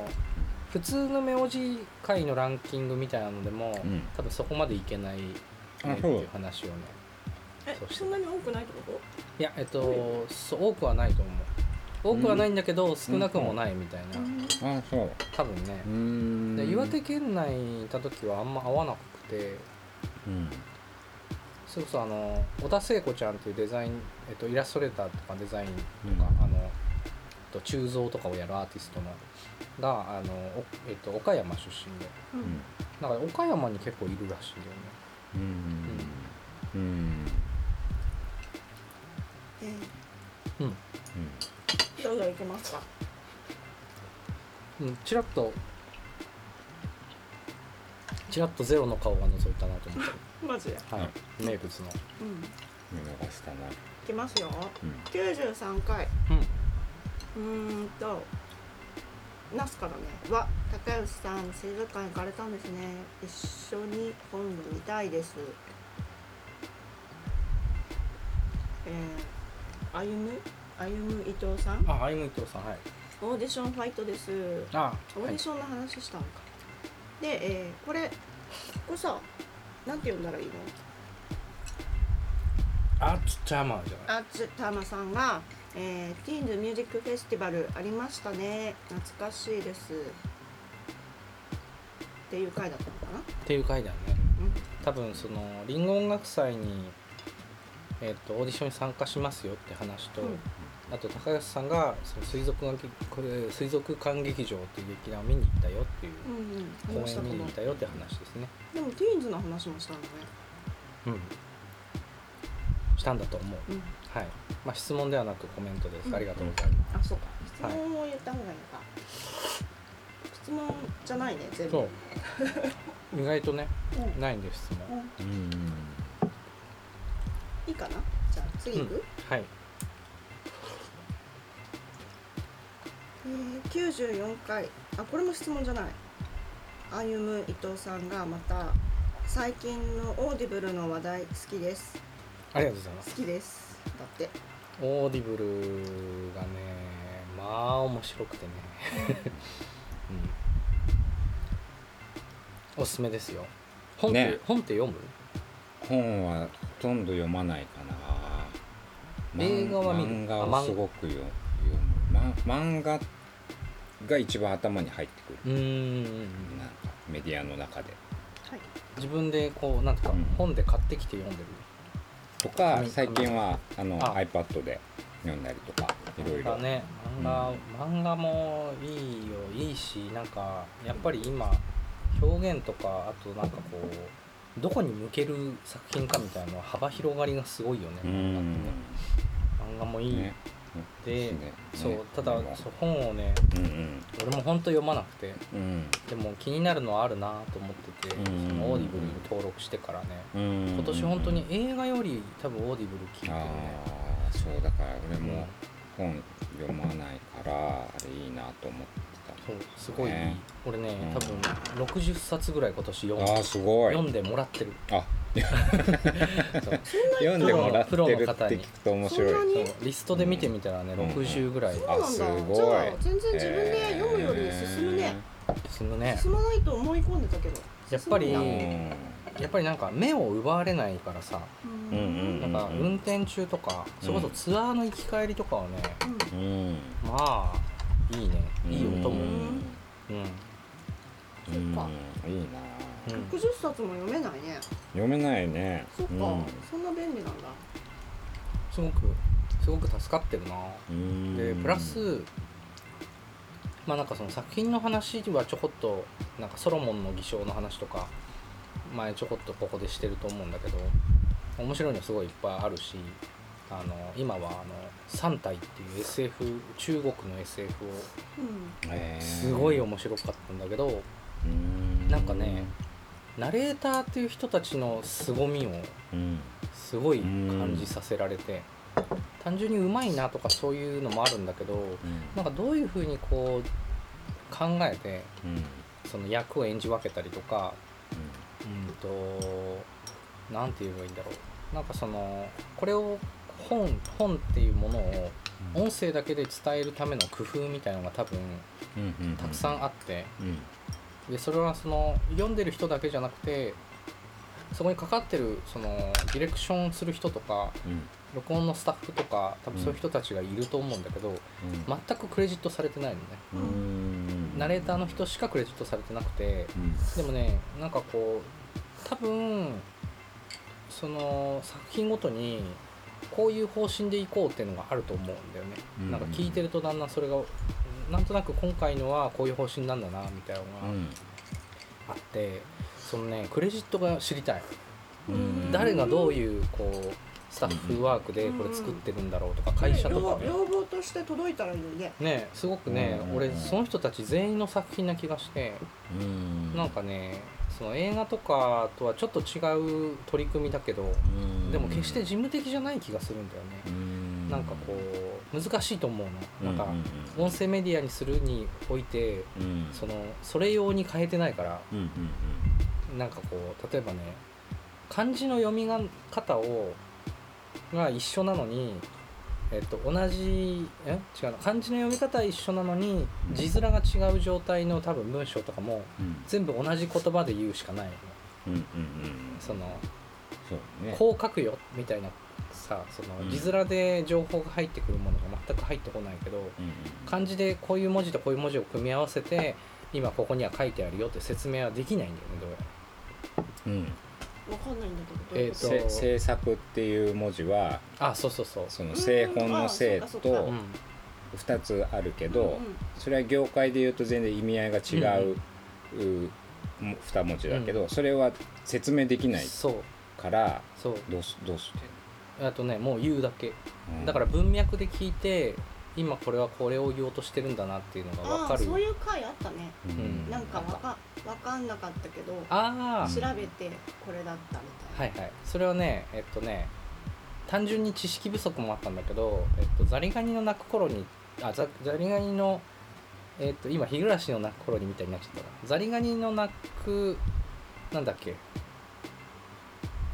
Speaker 2: 普通の名字会のランキングみたいなのでも、
Speaker 1: うん
Speaker 2: 多分そこまでいけないね
Speaker 1: あ
Speaker 2: って
Speaker 1: そう
Speaker 2: いう話をね
Speaker 3: え
Speaker 2: そうして
Speaker 3: そんなに多くないってこと
Speaker 2: いやえっとそう多くはないと思う多くはないんだけど、少なくもないみたいな、
Speaker 1: あそう
Speaker 2: 多分ね
Speaker 1: う、ん
Speaker 2: で岩手県内にいた時はあんま合わなくて
Speaker 1: うん
Speaker 2: それこそあの小田聖子ちゃんっていうデザイン、えっと、イラストレーターとかデザインとか、
Speaker 1: うん
Speaker 2: あのえっと鋳造とかをやるアーティストのがあの、おえっと、岡山出身で
Speaker 3: う
Speaker 1: う
Speaker 3: ん
Speaker 1: ん
Speaker 2: だから岡山に結構いるらしいよね
Speaker 1: うんうん
Speaker 3: え
Speaker 2: うん
Speaker 3: ーどんどん行きますか
Speaker 2: うん、ちらっとちらっとゼロの顔が覗いたなと思っ
Speaker 3: マジで
Speaker 2: て、はい、名物の、
Speaker 3: うん行
Speaker 1: 見逃したな
Speaker 3: きますよ
Speaker 1: うん
Speaker 3: 93回
Speaker 2: うん、
Speaker 3: うーんとナスからねは高吉さん水族館行かれたんですね一緒に今度見たいですえー、歩む歩む伊藤さん
Speaker 2: ああいむ伊藤さんはい
Speaker 3: オーディションファイトです
Speaker 2: あ
Speaker 3: オー
Speaker 2: は
Speaker 3: デ
Speaker 2: い
Speaker 3: ィションの話したのか、で、えー、これこれさなんて呼んだらいいの
Speaker 2: あちっちゃまじゃない
Speaker 3: アーツタマさんが、えー、ティーンズミュージックフェスティバルありましたね懐かしいですっていう回だったのかな
Speaker 2: っていう回だよね多分そのリンゴ音楽祭に、えっとオーディションに参加しますよって話と、
Speaker 3: うん
Speaker 2: あと高橋さんがその水族館これ水族館劇場っていう劇団を見に行ったよっていう
Speaker 3: う、んうん
Speaker 2: 公
Speaker 3: 話した
Speaker 2: 演
Speaker 3: か
Speaker 2: 見に行
Speaker 3: な
Speaker 2: ったよって話ですね、
Speaker 3: でもティーンズの話もしたんだね
Speaker 2: うん、したんだと思う
Speaker 3: うん
Speaker 2: はい、まあ、質問ではなくコメントで
Speaker 3: う
Speaker 2: す、
Speaker 3: ん
Speaker 2: ありがとうございます
Speaker 3: あそうか質問を言った方がいいのか、質問じゃないね全部
Speaker 2: そう意外とね
Speaker 3: うん
Speaker 2: ないんです質
Speaker 3: う
Speaker 2: 問
Speaker 3: ん
Speaker 1: うん
Speaker 3: いいかなじゃあ次行く、
Speaker 2: はい
Speaker 3: えー94回あこれも質問じゃない歩む伊藤さんがまた最近のオーディブルの話題好きです
Speaker 2: ありがとうございます
Speaker 3: 好きですだって
Speaker 2: オーディブルがねまあ面白くてね、うん、おすすめですよ本って、
Speaker 1: ね
Speaker 2: 本って読む
Speaker 1: 本はほとんど読まないかなまん
Speaker 2: 映画は見る
Speaker 1: 漫画
Speaker 2: あ漫
Speaker 1: を
Speaker 2: 画
Speaker 1: すごく読む読む、ま、漫画が一番頭に入ってくる
Speaker 2: うーん
Speaker 1: なんかメディアの中で
Speaker 3: はい
Speaker 2: 自分でこうなんていうか、
Speaker 1: うん
Speaker 2: 本で買ってきて読んでる
Speaker 1: とか
Speaker 2: うん
Speaker 1: 最近はあの
Speaker 2: あ
Speaker 1: iPad で読んだりとかいろいろ
Speaker 2: 漫画ね漫画、漫画もいいよいいしなんかやっぱり今表現とかあとなんかこうどこに向ける作品かみたいなのは幅広がりがすごいよね
Speaker 1: う
Speaker 2: 漫画って
Speaker 1: ん
Speaker 2: ね漫画もいい、
Speaker 1: ね
Speaker 2: で、
Speaker 1: ね
Speaker 2: そう
Speaker 1: ね
Speaker 2: ただ
Speaker 1: ね
Speaker 2: そう本をね
Speaker 1: うんうん
Speaker 2: 俺も本当読まなくて
Speaker 1: うん
Speaker 2: でも気になるのはあるなと思ってて、
Speaker 1: うん
Speaker 2: そのオーディブルに登録してからね、
Speaker 1: うん
Speaker 2: 今年本当に映画より多分オーディブル聞いてる
Speaker 1: あ
Speaker 2: ね
Speaker 1: あそうだから俺
Speaker 2: う
Speaker 1: も
Speaker 2: ん
Speaker 1: 本読まないからあれいいなと思ってた
Speaker 2: そうすごい、
Speaker 1: ね
Speaker 2: 俺ね
Speaker 1: うん
Speaker 2: 多分60冊ぐらい今年読ん
Speaker 1: あ
Speaker 2: で
Speaker 1: あすごい
Speaker 2: 読んでもらってる
Speaker 1: あ
Speaker 2: そう
Speaker 1: 読んでもらって
Speaker 2: プロ
Speaker 1: るっ
Speaker 2: の
Speaker 1: て
Speaker 2: 方に
Speaker 1: 聞くと面白い
Speaker 3: そんなに
Speaker 2: そうリストで見てみたらね、
Speaker 1: うん
Speaker 2: 60ぐらい
Speaker 3: そうなん
Speaker 1: すご
Speaker 3: だ
Speaker 1: い
Speaker 3: じゃあ全然自分で読むより進むね、
Speaker 2: 進むね
Speaker 3: 進まないと思い込んでたけど
Speaker 2: やっぱり
Speaker 1: え
Speaker 3: 進むんだ
Speaker 1: ー
Speaker 2: やっぱりなんか目を奪われないからさ
Speaker 1: うんうん
Speaker 2: なんか運転中とか、
Speaker 1: うん
Speaker 2: それこそツアーの行き帰りとかはね、
Speaker 1: うんうん
Speaker 2: まあいいねいい音も
Speaker 1: う
Speaker 2: うんん
Speaker 1: うん
Speaker 3: そっか
Speaker 1: いいな
Speaker 2: うん
Speaker 3: 60冊も読めないね
Speaker 1: 読めないね
Speaker 3: そっか、
Speaker 1: うん
Speaker 3: そんな便利なんだ
Speaker 2: すごくすごく助かってるな
Speaker 1: うん
Speaker 2: でプラスまあなんかその作品の話はちょこっとなんかソロモンの偽証の話とか前ちょこっとここでしてると思うんだけど面白いのすごいいっぱいあるしあの今はあの3体っていう SF 中国の SF を
Speaker 3: う
Speaker 1: えー
Speaker 2: すごい面白かったんだけど
Speaker 1: うん
Speaker 2: なんかねナレーターっていう人たちの凄みを
Speaker 1: うん
Speaker 2: すごい感じさせられて単純にうまいなとかそういうのもあるんだけど
Speaker 1: うん
Speaker 2: なんかどういうふうにこう考えて
Speaker 1: うん
Speaker 2: その役を演じ分けたりとかうんと何て言えばいいんだろうなんかそのこれを本本っていうものを
Speaker 1: うん
Speaker 2: 音声だけで伝えるための工夫みたいのが多分
Speaker 1: うんうん
Speaker 2: たくさんあって
Speaker 1: うん
Speaker 2: でそれはその読んでる人だけじゃなくてそこにかかってるそのディレクションする人とか
Speaker 1: うん
Speaker 2: 録音のスタッフとか多分そういう人たちがいると思うんだけど、
Speaker 1: うん
Speaker 2: 全くクレジットされてないのね
Speaker 1: うん
Speaker 2: ナレーターの人しかクレジットされてなくて
Speaker 1: うん
Speaker 2: でもねなんかこう多分その作品ごとにこういう方針でいこうっていうのがあると思うんだよね、
Speaker 1: うん
Speaker 2: なんか聞いてるとだんだんそれがなんとなく今回のはこういう方針なんだなみたいな
Speaker 1: う
Speaker 2: のが
Speaker 1: ん
Speaker 2: あって、そのねクレジットが知りたい
Speaker 1: うん
Speaker 2: 誰がどういうこうスタッフワークでこれ作ってるんだろうとか
Speaker 3: ん
Speaker 2: 会社とか
Speaker 3: ね
Speaker 2: ね
Speaker 3: 要要望として届いたらいいね
Speaker 2: ねすごくね、
Speaker 1: うんうんうん
Speaker 2: 俺その人たち全員の作品な気がして、
Speaker 1: うん
Speaker 2: なんかねその映画とかとはちょっと違う取り組みだけど、
Speaker 1: うん
Speaker 2: でも決して事務的じゃない気がするんだよね、
Speaker 1: うん
Speaker 2: なんかこう難しいと思う
Speaker 1: う
Speaker 2: のなんか音声メディアにするにおいて
Speaker 1: うん
Speaker 2: そのそれ用に変えてないから
Speaker 1: うんうん
Speaker 2: なんかこう例えばね漢字の読みが方をが一緒なのに、えっと、同じえ違うな漢字の読み方は一緒なのに
Speaker 1: うん
Speaker 2: 字面が違う状態の多分文章とかも
Speaker 1: うん
Speaker 2: 全部同じ言葉で言うしかないの
Speaker 1: うんうんうん
Speaker 2: その
Speaker 1: そうね
Speaker 2: こう書くよみたいなさその
Speaker 1: うん
Speaker 2: 字面で情報が入ってくるものが全く入ってこないけど
Speaker 1: うんうん
Speaker 2: 漢字でこういう文字とこういう文字を組み合わせて今ここには書いてあるよって説明はできないんだよねどうやら。
Speaker 1: うん
Speaker 3: わかんないんだけどどういうこと
Speaker 2: え
Speaker 1: せ
Speaker 2: ー
Speaker 1: 制作っていう文字は
Speaker 2: あそうそうそう。
Speaker 1: その製本の製
Speaker 3: うんあそうか
Speaker 2: う
Speaker 1: と
Speaker 2: ん
Speaker 1: 2つあるけ
Speaker 3: うん
Speaker 1: どそれは業界で言うと全然意味合いが違うう2文字だけどそれは説明できない
Speaker 2: そう
Speaker 1: から
Speaker 2: そう
Speaker 1: どうしどうして
Speaker 2: あとねもう言うだけ
Speaker 1: んの
Speaker 2: だから文脈で聞いて今これはこれを言おうとしてるんだなっていうのが分
Speaker 3: あ
Speaker 2: か
Speaker 3: あ
Speaker 2: る
Speaker 3: そういう回あったね
Speaker 1: う
Speaker 2: うん
Speaker 3: なんかわ
Speaker 2: あ
Speaker 3: かわかんなかったけど
Speaker 2: あ
Speaker 1: うん
Speaker 2: ー
Speaker 3: 調べてこれだったみた
Speaker 2: はいいはいそれはねえっとね単純に知識不足もあったんだけど、えっと、ザリガニの鳴く頃にあザザリガニのえっと今日暮らしの鳴く頃にみたいになっちゃったなザリガニの鳴くなんだっけ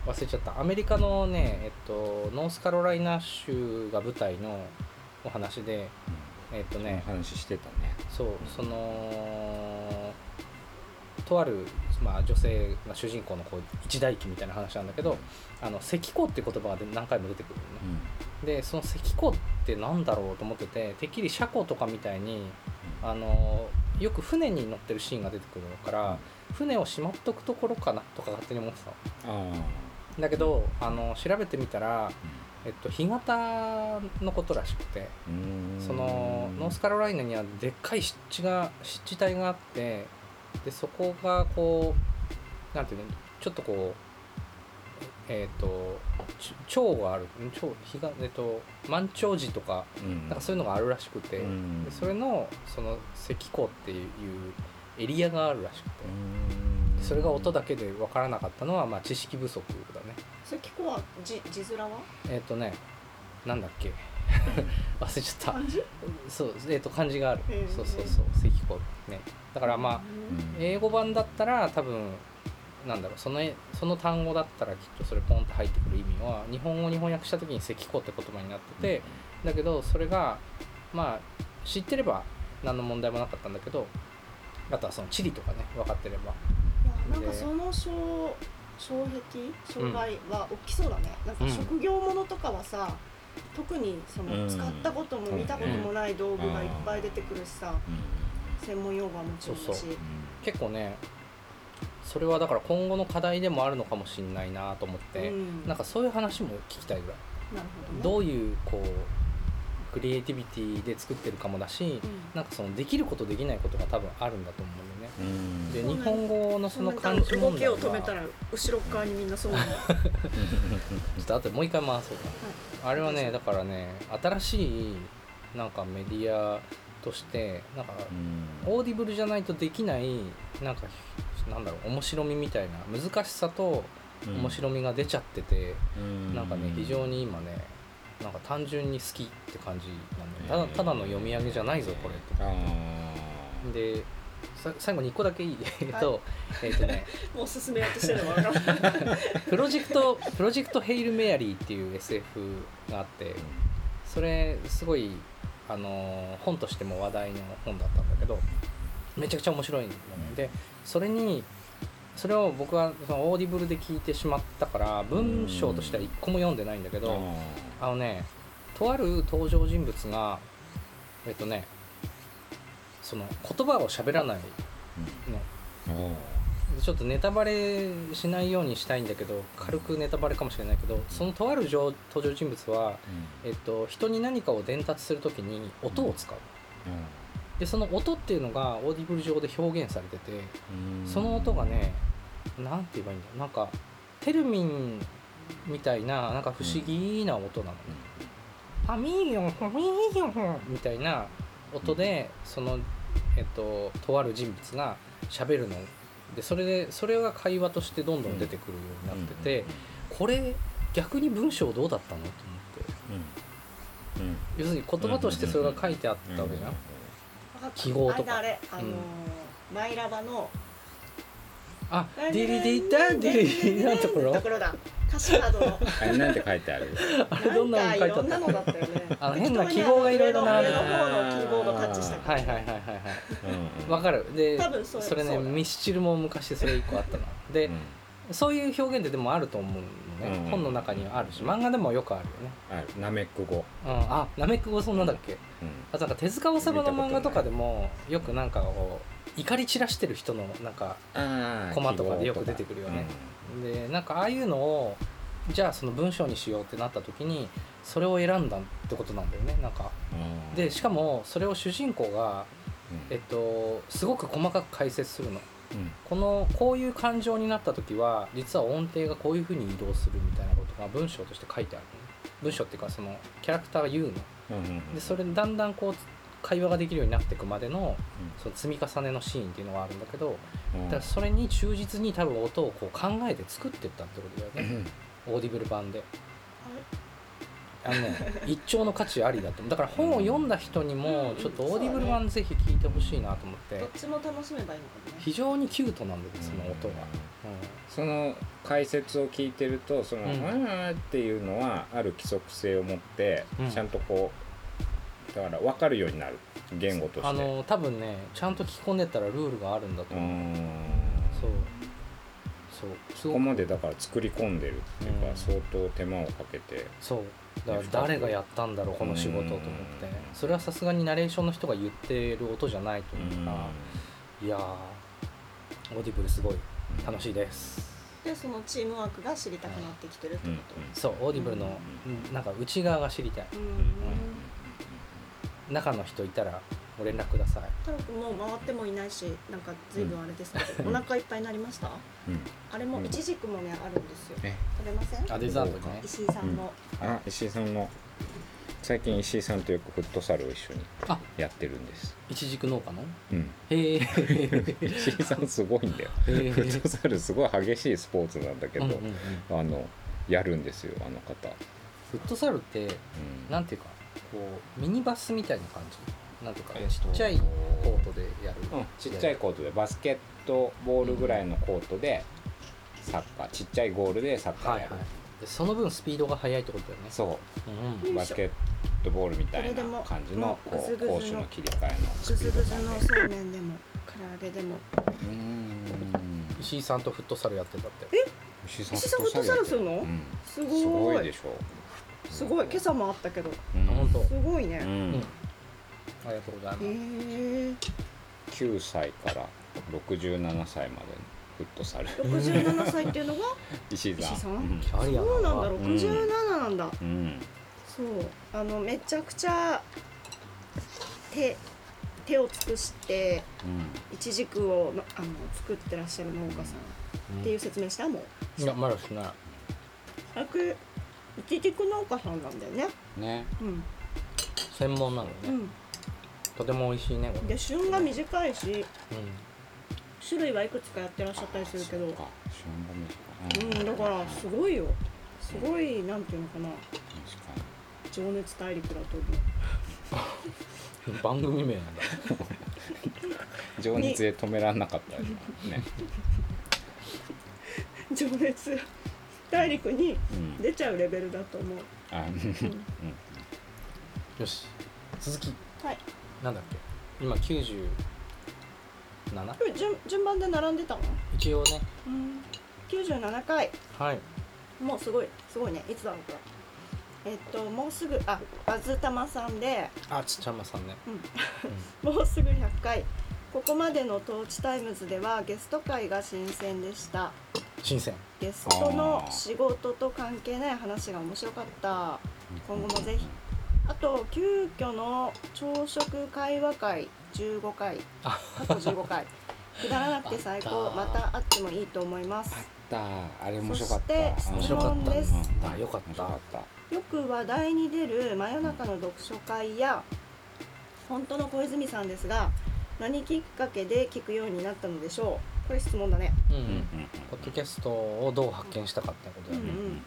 Speaker 2: 忘れちゃったアメリカのねえっとノースカロライナ州が舞台のお話でえっとね
Speaker 1: ね話してたね
Speaker 2: そうそのとある、まあ、女性が主人公のこう一大記みたいな話なんだけど「あの石膏」っていう言葉が何回も出てくるのねでその石膏ってなんだろうと思ってててっきり車庫とかみたいにあのよく船に乗ってるシーンが出てくるから船をしまっとくところかなとか勝手に思ってたの
Speaker 1: あ
Speaker 2: だけどあの調べてみたら、えっと、干潟のことらしくて
Speaker 1: あうん
Speaker 2: そのノースカロライナにはでっかい湿地が湿地帯があってでそこがこうなんていうのちょっとこうえっ、とち蝶があるん蝶日がえっ、と満潮時とか
Speaker 1: うん
Speaker 2: なんかそういうのがあるらしくて、
Speaker 1: うん
Speaker 2: でそれのその石膏っていうエリアがあるらしくて
Speaker 1: うん
Speaker 2: それが音だけで分からなかったのはまあ知識不足だね
Speaker 3: それキコは字字面は
Speaker 2: えっ、とねなんだっけ *laughs* 忘れちゃった
Speaker 3: 漢字
Speaker 2: そう、えー、と漢字がある、
Speaker 3: うん
Speaker 2: そうそうそう関子ねだからまあ
Speaker 3: うん
Speaker 2: 英語版だったら多分なんだろうその絵その単語だったらきっとそれポンって入ってくる意味は日本語に翻訳した時に「石膏」って言葉になっててだけどそれがまあ知ってれば何の問題もなかったんだけどあとはその地理とかね分かってれば
Speaker 3: いやなんかその障障壁障害は大きそうだね、なんか職業ものとかはさ、特にその使ったことも見たこともない道具がいっぱい出てくるしさ、専門用語はもちろんだし
Speaker 2: そう結構ねそれはだから今後の課題でもあるのかもしれないなと思って、
Speaker 3: うん
Speaker 2: なんかそういう話も聞きたいぐらい、
Speaker 3: なるほど,、ね
Speaker 2: どういうこうクリエイティビティで作ってるかもだし、
Speaker 3: うん
Speaker 2: なんかそのできることできないことが多分あるんだと思うんだよね。
Speaker 1: うん
Speaker 2: で
Speaker 3: そうなん
Speaker 2: 日
Speaker 3: だ
Speaker 2: 本語のその漢字
Speaker 3: 動
Speaker 2: 問
Speaker 3: き
Speaker 2: 題
Speaker 3: を止めた
Speaker 2: は
Speaker 3: ら後ろ側にみんなそうなの
Speaker 2: ちょっとあともう一回回そうかな、あれはねだからね新しいなんかメディアとしてなんかオーディブルじゃないとできないなんかなんだろう面白みみたいな難しさと面白みが出ちゃってて、なんかね非常に今ねなんか単純に好きって感じなのよただただの読み上げじゃないぞこれと
Speaker 1: あ
Speaker 2: でさ最後に1個だけいいえっと、えっとね
Speaker 3: もう進めようとしてるの分かる
Speaker 2: プロジェク *laughs* ト「プロジェクトヘイル・メアリー」っていう SF があってそれすごいあの本としても話題の本だったんだけどめちゃくちゃ面白いんだよねでそれにそれを僕はそのオーディブルで聞いてしまったから文章としては1個も読んでないんだけ
Speaker 1: ー
Speaker 2: ど、あのねとある登場人物がえっとねその言葉を喋らないの
Speaker 1: あー
Speaker 2: ちょっとネタバレしないようにしたいんだけど軽くネタバレかもしれないけどそのとある上登場人物は、えっと、人に何かを伝達する時に音を使うでその音っていうのがオーディブル上で表現されてて
Speaker 1: うん
Speaker 2: その音がね何て言えばいいんだろうなんかテルミンみたいななんか不思議な音なのねパミーヨンパミーヨンみたいな音でそのえっととある人物が喋るのでそれでそれが会話としてどんどん出てくるようになっててこれ逆に文章どうだったのと思って
Speaker 1: うんうん
Speaker 2: 要するに言葉としてそれが書いてあったわけじゃん記号とか
Speaker 3: あれだあれあのー
Speaker 2: うん
Speaker 3: マイラバの
Speaker 2: あディリディダンディリディダンのところ
Speaker 3: ところだ歌詞などの
Speaker 1: あれなんて書いてある
Speaker 2: あれどんなの書いてあ
Speaker 3: んかいろ
Speaker 2: った
Speaker 3: んなのだったよね
Speaker 2: あの変な記号がいろいろ並んで
Speaker 3: 上の
Speaker 2: た
Speaker 3: 方のキーボードタッチした
Speaker 2: は
Speaker 3: 感
Speaker 2: い
Speaker 3: じ
Speaker 2: はいはいはいはい
Speaker 1: うん
Speaker 2: わかるで
Speaker 3: 多分そう
Speaker 2: それね
Speaker 3: そうだ
Speaker 2: ミスチルも昔それ一個あったなで、
Speaker 1: うん
Speaker 2: そういう表現ってでもあると思うのね、
Speaker 1: うん
Speaker 2: 本の中にはあるし漫画でもよくあるよね、
Speaker 1: あナメック語
Speaker 2: うん、あナメック語そんなんだっけ、
Speaker 1: うん
Speaker 2: あとなんか手塚治虫の漫画とかでもよくなんかこう怒り散らしてる人のなんか
Speaker 1: あー
Speaker 2: コマとかでよく出てくるよねでなんかああいうのをじゃあその文章にしようってなった時にそれを選んだってことなんだよねなんか
Speaker 1: うん
Speaker 2: でしかもそれを主人公が
Speaker 1: うん
Speaker 2: えっとすごく細かく解説するの
Speaker 1: うん
Speaker 2: このこういう感情になった時は実は音程がこういう風に移動するみたいなことが文章として書いてあるのね文章っていうかそのキャラクターが言うの
Speaker 1: うんうんうん
Speaker 2: でそれだんだんこう会話ができるようになっていくまでの
Speaker 1: う
Speaker 2: その積み重ねのシーンっていうのがあるんだけど
Speaker 1: ん
Speaker 2: だからそれに忠実に多分音をこう考えて作ってったってことだよねオーディブル版であのね *laughs* 一丁の価値ありだと思うだから本を読んだ人にもちょっとオーディブル版ぜひ聞いてほしいなと思っ
Speaker 3: どってちも楽しめばいいのかもね
Speaker 2: 非常にキュートなんだよその音が、
Speaker 1: その解説を聞いてるとその「
Speaker 2: うん
Speaker 1: うん」っていうのはある規則性を持って
Speaker 2: うん
Speaker 1: ちゃんとこうだから分かるようになる言語として
Speaker 2: あの多分ねちゃんと聞き込んでったらルールがあるんだと
Speaker 1: うー
Speaker 2: 思う、
Speaker 1: ん
Speaker 2: そうそうす
Speaker 1: こ
Speaker 2: ご
Speaker 1: こ
Speaker 2: く
Speaker 1: までだから作り込んでるっていう
Speaker 2: う
Speaker 1: か
Speaker 2: ん
Speaker 1: 相当手間をかけて
Speaker 2: そうだから誰がやったんだろうこの仕事と思って
Speaker 1: うん
Speaker 2: それはさすがにナレーションの人が言ってる音じゃないと
Speaker 1: う
Speaker 2: 思うんからいやーオーディブルすごい楽しいです
Speaker 3: でそのチームワークが知りたくなってきてるって
Speaker 1: うん
Speaker 3: こ
Speaker 2: そうオーディブルのなんか内側が知りたい
Speaker 3: とうんうん
Speaker 2: 中の人いたらご連絡ください
Speaker 3: 太郎くんもう回ってもいないしなんか随分あれですけど、
Speaker 1: うん
Speaker 3: お腹いっぱいになりました
Speaker 1: うんうん
Speaker 3: あれもいちじくもねあるんですよ
Speaker 1: ね
Speaker 3: 食べません
Speaker 2: あデザートね
Speaker 3: 石井さんも、
Speaker 1: あ石井さんも最近石井さんとよくフットサルを一緒に
Speaker 2: あ
Speaker 1: やってるんです
Speaker 2: いちじく農家の *laughs*
Speaker 1: うん
Speaker 2: へ
Speaker 1: *laughs*
Speaker 2: え
Speaker 1: 石井さんすごいんだよ
Speaker 2: へ
Speaker 1: フットサルすごい激しいスポーツなんだけ
Speaker 2: え
Speaker 1: ど、
Speaker 2: うんうんうん
Speaker 1: あのやるんですよあの方、
Speaker 2: フットサルって
Speaker 1: うん
Speaker 2: なんていうかこうミニバスみたいな感じなんていうか
Speaker 1: えっと
Speaker 2: ちっちゃいコートでやる、
Speaker 1: うんちっちゃいコートでバスケットボールぐらいのコートで、サッカーちっちゃいゴールでサッカー
Speaker 2: はいは
Speaker 1: や
Speaker 2: い
Speaker 1: る、
Speaker 2: でその分スピードが速いってことだよね
Speaker 1: そ
Speaker 2: うん
Speaker 1: うバスケットボールみたいな感じの
Speaker 3: これ
Speaker 1: こ
Speaker 3: でももう
Speaker 1: う
Speaker 3: ぐずぐず
Speaker 1: 攻
Speaker 3: の
Speaker 1: 守の切り替えの
Speaker 3: ぐ
Speaker 1: スピ
Speaker 3: ず
Speaker 1: ー
Speaker 3: ぐず
Speaker 1: ド
Speaker 3: の
Speaker 1: なんで
Speaker 3: そうめんでも唐揚げでも
Speaker 1: うーん
Speaker 2: 石井さんとフットサルやってたって
Speaker 1: 石井さん
Speaker 3: 石さんフットサルするの
Speaker 1: うん
Speaker 3: す
Speaker 1: す
Speaker 3: ご
Speaker 1: ご
Speaker 3: い
Speaker 1: いでしょ
Speaker 3: すごい今朝もあったけど
Speaker 1: うん
Speaker 2: あ本当
Speaker 3: すごいうね
Speaker 2: うん
Speaker 1: ん
Speaker 2: ありがとうございます、
Speaker 3: へえ
Speaker 1: 9歳から67歳までフットサル
Speaker 3: 67歳っていうのが
Speaker 1: 石井さん
Speaker 3: 石井さん
Speaker 1: うん
Speaker 2: キャリア
Speaker 3: そうなんだ
Speaker 2: ろ
Speaker 3: 67なんだ
Speaker 1: うん
Speaker 3: そうあのめちゃくちゃ手手を尽くして
Speaker 1: うん
Speaker 3: いちじくをのあの作ってらっしゃる農家さんっていう説明したもん
Speaker 2: いやまだしない
Speaker 3: あくいちじく農家さんなんだよね
Speaker 1: ね
Speaker 3: うん
Speaker 2: 専門なのね、とても美味しいねこ
Speaker 3: うん
Speaker 2: れ
Speaker 3: で旬が短いし
Speaker 2: うん
Speaker 3: 種類はいくつかやってらっしゃったりするけど
Speaker 1: そっか旬が短
Speaker 3: う
Speaker 1: い
Speaker 3: んだからす
Speaker 1: 確か
Speaker 3: ごいよすごいなんていうのかな
Speaker 1: に
Speaker 3: 情熱大陸だと思
Speaker 2: 番組名な
Speaker 3: *laughs*
Speaker 2: んだ
Speaker 1: 情熱で止められなかったよね。
Speaker 3: う *laughs* 情熱大陸に
Speaker 1: うん。
Speaker 3: 出ちゃうレベルだと思う
Speaker 1: あ、うんうん。
Speaker 2: よし続き
Speaker 3: はい
Speaker 2: なんだっけ今 97?
Speaker 3: これ順順番で並んでたの
Speaker 2: 一応ね
Speaker 3: うん97回
Speaker 2: はい
Speaker 3: もうすごいすごいねいつだろうこれえっともうすぐああずたまさんで
Speaker 2: あちっちゃまさんね
Speaker 3: もうすぐ100回ここまでの「トーチタイムズ」ではゲスト会が新鮮でした
Speaker 2: 新鮮
Speaker 3: ゲストの仕事と関係ない話が面白かった今後もぜひあと急遽の朝食会話会15回過去15回くだらなくて最 *laughs* 高また会ってもいいと思います
Speaker 1: だ、あれ面白かった。
Speaker 3: そして
Speaker 1: うん
Speaker 2: 質問
Speaker 3: です
Speaker 2: あよかった
Speaker 1: 面白かった。
Speaker 3: よく話題に出る真夜中の読書会や本当の小泉さんですが何きっかけで聞くようになったのでしょうこれ質問だね
Speaker 2: うん、う
Speaker 1: うん
Speaker 2: ん、ポッドキャストをどう発見したかってことだよ
Speaker 1: うん
Speaker 2: ね、
Speaker 1: うんうん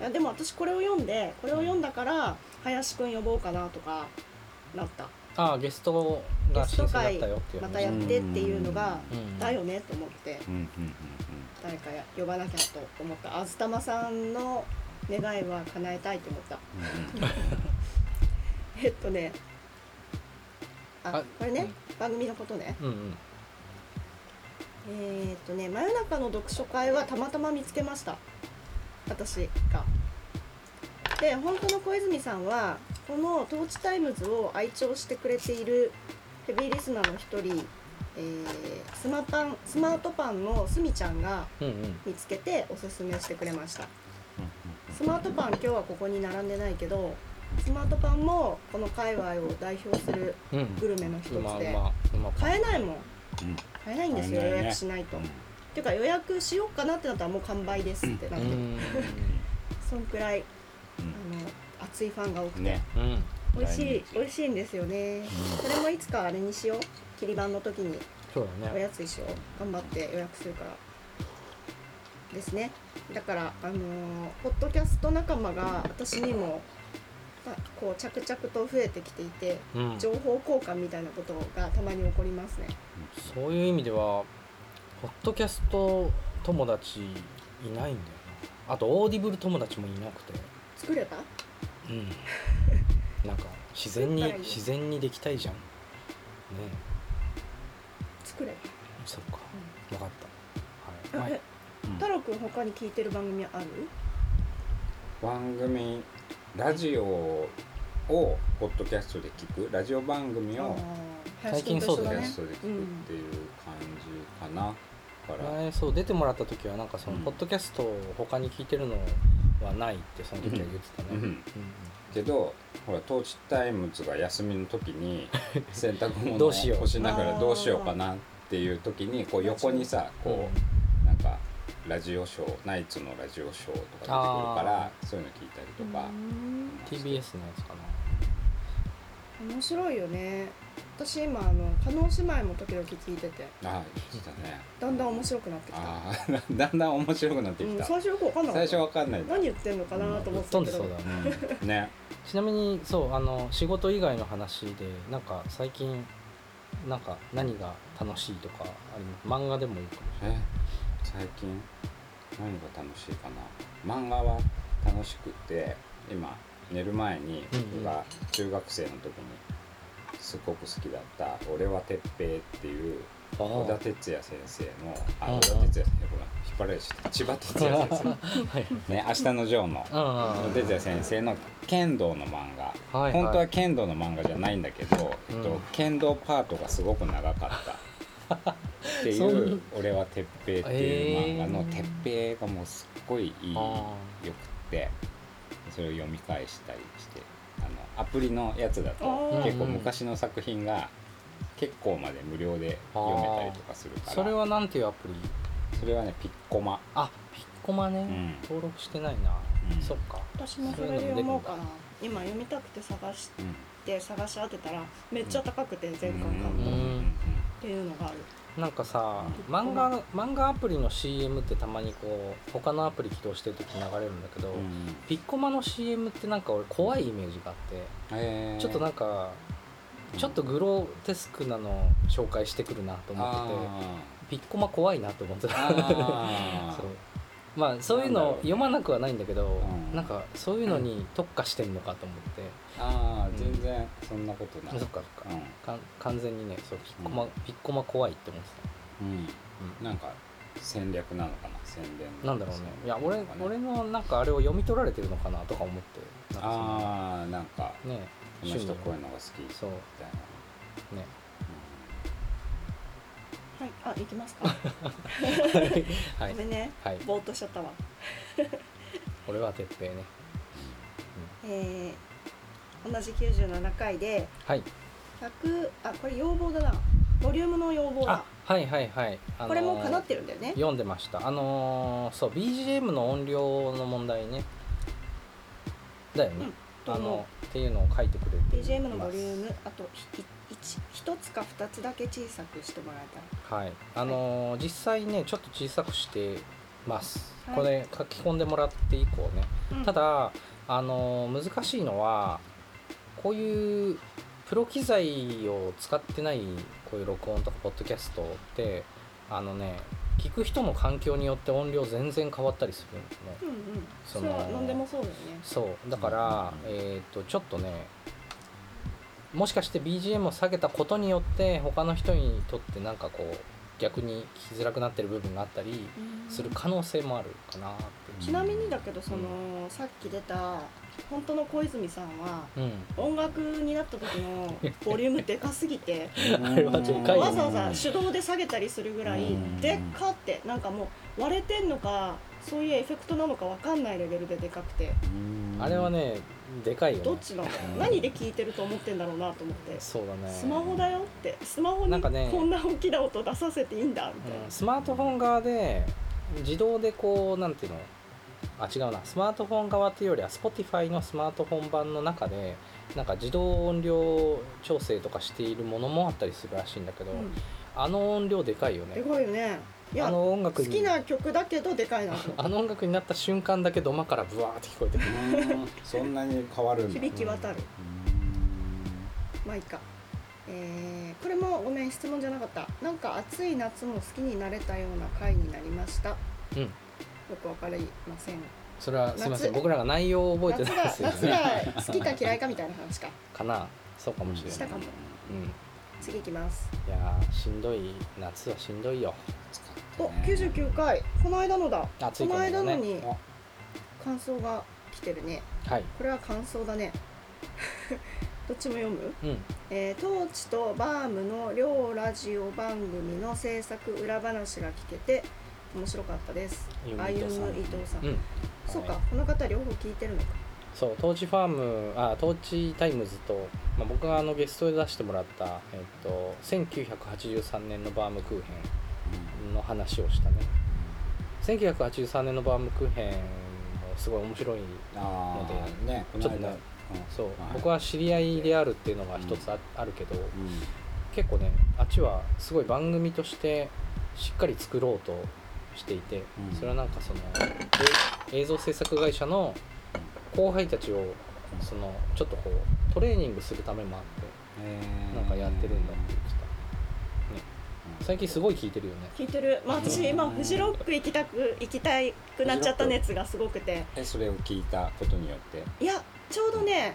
Speaker 3: いやでも私これを読んでこれを読んだから林くん呼ぼうかなとかなった
Speaker 2: ああゲストが新鮮だったよっていう
Speaker 3: ま
Speaker 2: 話
Speaker 3: たやってっていうのが
Speaker 2: うん
Speaker 3: だよねと思って
Speaker 1: うんうんうん
Speaker 3: 誰かや呼ばなきゃと思ったあずたまさんの願いは叶えたいと思った
Speaker 1: うんうん
Speaker 3: えっとねあ
Speaker 2: あ
Speaker 3: これね、番組のことね
Speaker 2: うんうん
Speaker 3: えーっとね真夜中の読書会はたまたま見つけました私がで本当の小泉さんはこの「トーチタイムズ」を愛聴してくれているヘビーリスナーの一人、えースマパンスマートパンのすみちゃんが
Speaker 2: うんうん
Speaker 3: 見つけておすすめしてくれましたスマートパン今日はここに並んでないけどスマートパンもこの界隈を代表する
Speaker 2: うん
Speaker 3: グルメの一つ
Speaker 2: うまう
Speaker 3: で
Speaker 2: まうま
Speaker 3: 買えないも
Speaker 1: う
Speaker 3: ん
Speaker 1: ん
Speaker 3: 買えないんですよ
Speaker 1: 買え
Speaker 3: 予
Speaker 1: ないね
Speaker 3: 約しないと、
Speaker 1: うん
Speaker 3: っていうか予約しようかなってなったらもう完売ですってな
Speaker 2: う
Speaker 3: って、
Speaker 2: ん
Speaker 3: そんくらいあ
Speaker 1: う
Speaker 3: の熱いファンが多くて、
Speaker 1: んね。
Speaker 2: うん
Speaker 3: 美味し
Speaker 1: 大
Speaker 3: い
Speaker 1: 人気
Speaker 3: 美味しいんですよね、それもいつかあれにしよう切り板の時に
Speaker 2: そうだ
Speaker 3: お
Speaker 2: ね
Speaker 3: やつにしよう頑張って予約するからですねだからあのーポッドキャスト仲間が私にもあこう着々と増えてきていて
Speaker 2: うん
Speaker 3: 情報交換みたいなことがたまに起こりますね
Speaker 2: そういう意味ではポッドキャスト友達いないんだよなあとオーディブル友達もいなくて
Speaker 3: 作れた
Speaker 2: うんなんか自然に
Speaker 3: 作ったらいいよ
Speaker 2: 自然にできたいじゃんね
Speaker 3: 作れ
Speaker 2: えそっか分かった
Speaker 3: た、
Speaker 2: はい、
Speaker 3: え
Speaker 1: うん
Speaker 3: 太郎くん他に聞いてる番組ある
Speaker 1: 番組ラジオをポッドキャストで聞くラジオ番組
Speaker 3: あ
Speaker 1: を
Speaker 3: ー
Speaker 2: 最近
Speaker 3: 林くん
Speaker 1: ポ
Speaker 3: と
Speaker 1: ッドキャ
Speaker 3: 一緒
Speaker 2: そうだね
Speaker 1: ストで聞くっていう感じかな。だから。
Speaker 2: 前そう出てもらった時はなんかその、
Speaker 1: うん
Speaker 2: ポッドキャストを他に聞いてるのはないってその時は言ってたね、
Speaker 1: うんけどほらトーチタイムズが休みの時
Speaker 2: *laughs*
Speaker 1: に洗濯物
Speaker 2: ど
Speaker 1: を
Speaker 2: うしよう
Speaker 1: 干しなが
Speaker 3: あ
Speaker 1: ら
Speaker 3: ー
Speaker 1: どうしようかなっていう時にこう横にさこ
Speaker 2: う
Speaker 1: うなんかラジオショーナイツのラジオショーとか出てくるからそういうの聞いたりと
Speaker 3: う
Speaker 1: か
Speaker 3: ん
Speaker 2: TBS のやつか
Speaker 3: 面白いよね私今あの加納姉妹も時々聞いてて
Speaker 1: ああ言ってたね
Speaker 3: だんだん面
Speaker 1: い
Speaker 3: 白くなってきた、
Speaker 1: ああだんだん面白くなって
Speaker 3: う
Speaker 1: き
Speaker 3: ん、
Speaker 1: た
Speaker 3: 最初よくわかんなか
Speaker 1: 最
Speaker 3: った
Speaker 1: 初わかんないんだ
Speaker 3: 何言ってんのかなと
Speaker 2: なぶ
Speaker 3: 思
Speaker 2: っ
Speaker 3: ってた
Speaker 2: 飛ん
Speaker 3: け
Speaker 2: で
Speaker 3: ど、
Speaker 2: そうだね
Speaker 1: うんね
Speaker 2: ちなみにそうあの仕事以外の話でなんか最近なんか何が楽しいとかあります漫画でもいいかもし
Speaker 1: え最近何が楽しいかな漫画は楽しくて今寝る前に
Speaker 2: うんうん
Speaker 1: 僕が中学生の時にすごく好きだった「俺は鉄平」っていう
Speaker 2: あ
Speaker 1: 小田
Speaker 2: ー
Speaker 1: 哲也先生のあ
Speaker 2: あ
Speaker 1: 小
Speaker 2: あ
Speaker 1: 田哲也先生ほら引っ張られちゃった千葉哲也先
Speaker 2: *laughs* はい
Speaker 1: 生ね「明日のジョー」の
Speaker 2: あ
Speaker 1: 小
Speaker 2: ー
Speaker 1: 田哲也先生の剣道の漫画
Speaker 2: はい
Speaker 1: 本当は剣道の漫画じゃないんだけど、えっ
Speaker 2: う
Speaker 1: と
Speaker 2: ん、
Speaker 1: 剣道パートがすごく長か
Speaker 2: *laughs*
Speaker 1: ったってい
Speaker 2: そん
Speaker 1: う「俺は鉄平」っていう漫画の
Speaker 2: えー
Speaker 1: 鉄平がもうすっごいいい
Speaker 2: あ
Speaker 1: よくってそれを読み返したりしてあのアプリのやつだと
Speaker 3: あー
Speaker 1: 結構昔の作品が結構まで無料で読めたりとかするから
Speaker 2: それはなんていうアプリ
Speaker 1: それはねピッコマ、
Speaker 2: あピッコマね、
Speaker 1: うん
Speaker 2: 登録してないな、
Speaker 1: うん
Speaker 2: そっか
Speaker 3: 私もそれで読もうかな今読みたくて探し
Speaker 1: うん
Speaker 3: て探し当てたらめっちゃ高くて全巻買
Speaker 1: うん
Speaker 3: った
Speaker 2: う
Speaker 3: っ
Speaker 2: ん
Speaker 3: ていうのがある
Speaker 2: なんかさ
Speaker 3: うん
Speaker 2: 漫画の漫画アプリの CM ってたまにこう他のアプリ起動してる時に流れるんだけど、
Speaker 1: うん
Speaker 2: ピッコマの CM ってなんか俺怖いイメージがあって
Speaker 1: えー
Speaker 2: ちょっとなんかちょっとグロテスクなの紹介してくるなと思ってて
Speaker 1: あ
Speaker 2: ピッコマ怖いなと思って
Speaker 1: ー
Speaker 2: た
Speaker 1: あ
Speaker 2: *laughs* そ
Speaker 1: ー
Speaker 2: うまあそういうの
Speaker 1: なんだろう
Speaker 2: を
Speaker 1: ね
Speaker 2: 読まなくはないんだけど
Speaker 1: うん
Speaker 2: なんかそういうのに特化してんのかと思って、
Speaker 1: ああ、
Speaker 2: うん
Speaker 1: 全然そんなことない。
Speaker 2: そっかそっか,、か完全にねそうピッコマ、
Speaker 1: うん
Speaker 2: ピッコマ怖いって思って
Speaker 1: うん、
Speaker 2: た、
Speaker 1: うん、なんか戦略なのかな、宣伝
Speaker 2: うん、なんだろうねいや俺俺
Speaker 1: あ
Speaker 2: のなんかあれを読み取られてるのかなとか思ってなんかその
Speaker 1: あー、なんか、
Speaker 2: ね
Speaker 1: この人こういう
Speaker 2: の
Speaker 1: のが好きみた
Speaker 2: *laughs* そう
Speaker 1: い
Speaker 2: ね
Speaker 3: はいあ行きますか
Speaker 2: は
Speaker 3: ご
Speaker 2: い
Speaker 3: めんね
Speaker 2: はい
Speaker 3: ぼーっとしちゃったわ
Speaker 2: 俺は鉄平ね
Speaker 3: えー同じ97回で
Speaker 2: はい
Speaker 3: 100あこれ要望だなボリュームの要望だ
Speaker 2: あはいはいはい、あのー
Speaker 3: これも叶ってるんだよね
Speaker 2: 読んでましたあのーそう BGM の音量の問題ねだよね、
Speaker 3: うん
Speaker 2: あのっていうのを書いてくれて
Speaker 3: BGM のボリュー
Speaker 2: ム
Speaker 3: ムあとひい一一つか二つだけ小さくしてもらえたら
Speaker 2: はいあのー実際ねちょっと小さくしてます、
Speaker 3: はい
Speaker 2: これ書き込んでもらって以降ね、
Speaker 3: うん
Speaker 2: ただあのー難しいのはこういうプロ機材を使ってないこういう録音とかポッドキャストってあのね聞く人の環境によって音量全然変わったりするのね
Speaker 3: うんうん
Speaker 2: そ
Speaker 3: そ
Speaker 2: の
Speaker 3: れは飲んでもそうだよね
Speaker 2: そうだから、
Speaker 1: うん
Speaker 2: えっ、とちょっとねもしかして BGM を下げたことによって他の人にとってなんかこう逆に聞きづらくなってる部分があったりする可能性もあるかなって
Speaker 3: ちなみにだけどそのさっき出た本当の小泉さんは
Speaker 2: うん、
Speaker 3: 音楽になった時のボリュームでかすぎ
Speaker 2: *laughs*
Speaker 3: て
Speaker 1: な。
Speaker 2: あれはでかいよね
Speaker 3: わざわざ手動で下げたりするぐらい
Speaker 1: うん
Speaker 3: でっかってなんかもう割れてんのかそういうエフェクトなのかわかんないレベルででかくて
Speaker 1: うん
Speaker 2: あれは、ねでかいよね
Speaker 3: どっちなんだろう何で聞いてると思ってんだろうなと思って
Speaker 2: そうだね
Speaker 3: スマホだよってスマホに
Speaker 2: なん
Speaker 3: こ
Speaker 2: かね
Speaker 3: んな大きな音出させていいんだみたい
Speaker 2: うんスマートフォン側で自動でこうなんていうのあ違うなスマートフォン側っていうよりは Spotify のスマートフォン版の中でなんか自動音量調整とかしているものもあったりするらしいんだけど、
Speaker 3: な、うん
Speaker 2: あの音量でかいよね
Speaker 3: でかいよねい
Speaker 2: あ
Speaker 3: や
Speaker 2: の音
Speaker 3: 好
Speaker 2: 楽
Speaker 3: き
Speaker 2: に
Speaker 3: な曲だけどでかいなと
Speaker 2: あの音楽になった瞬間だけ土間からブワーって聞こえてくる
Speaker 1: うんそんなに変わるんだ。
Speaker 3: 響き渡るまあいいか、えーこれもごめん質問じゃなかったなんか暑い夏も好きになれたような回になりましたよ
Speaker 2: うん
Speaker 3: くわかりません
Speaker 2: それはすいません
Speaker 3: 夏
Speaker 2: 僕らが内容を覚え
Speaker 3: 夏
Speaker 2: てない
Speaker 3: が
Speaker 2: ですよ
Speaker 3: 夏
Speaker 2: ね
Speaker 3: が好きか嫌いかみたいな話
Speaker 2: *laughs*
Speaker 3: か
Speaker 2: かなそうかもしれ
Speaker 3: し
Speaker 2: な
Speaker 3: た
Speaker 2: い
Speaker 3: かも
Speaker 2: うん
Speaker 3: 次いきます
Speaker 2: いやーしんどい夏はしんどいよ
Speaker 3: お99回この間のだ
Speaker 2: 暑
Speaker 3: こ
Speaker 2: いか
Speaker 3: の間の
Speaker 2: らね
Speaker 3: に感想が来てるね
Speaker 2: はい
Speaker 3: これは感想だね *laughs* どっちも読む
Speaker 2: うん
Speaker 3: えー、トーチとバームの両ラジオ番組の制作裏話が聞けて面白かったです。あ
Speaker 2: 歩
Speaker 3: ゆむ
Speaker 2: 伊藤さん
Speaker 3: 伊藤さん。
Speaker 2: うん
Speaker 3: そうか、この方両方聞いてるのか。
Speaker 2: そう、トーチファーム、あ、トーチタイムズと、まあ、僕があのゲストで出してもらった、えっと、1983年のバームクーヘンの話をしたね。1983年のバームクーヘンもすごい面白い。
Speaker 1: ああ、ね、この
Speaker 2: ちょっと
Speaker 1: 間
Speaker 2: ね。そう、
Speaker 1: はい
Speaker 2: 僕は知り合いであるっていうのが一つあ,、るけど、
Speaker 1: うん
Speaker 2: 結構ね、あっちはすごい番組としてしっかり作ろうとしていて、
Speaker 1: うん
Speaker 2: それはなんかその、え映像制作会社の後輩たちをそのちょっとこうトレーニングするためもあってなんかやってるんだって言ってた、
Speaker 1: う
Speaker 2: 最近すごい聞いてるよね
Speaker 3: 聞いてる、まあ、私今フジロック行きたく行きたいくなっちゃった熱がすごくて
Speaker 1: えそれを聞いたことによって
Speaker 3: いやちょうどね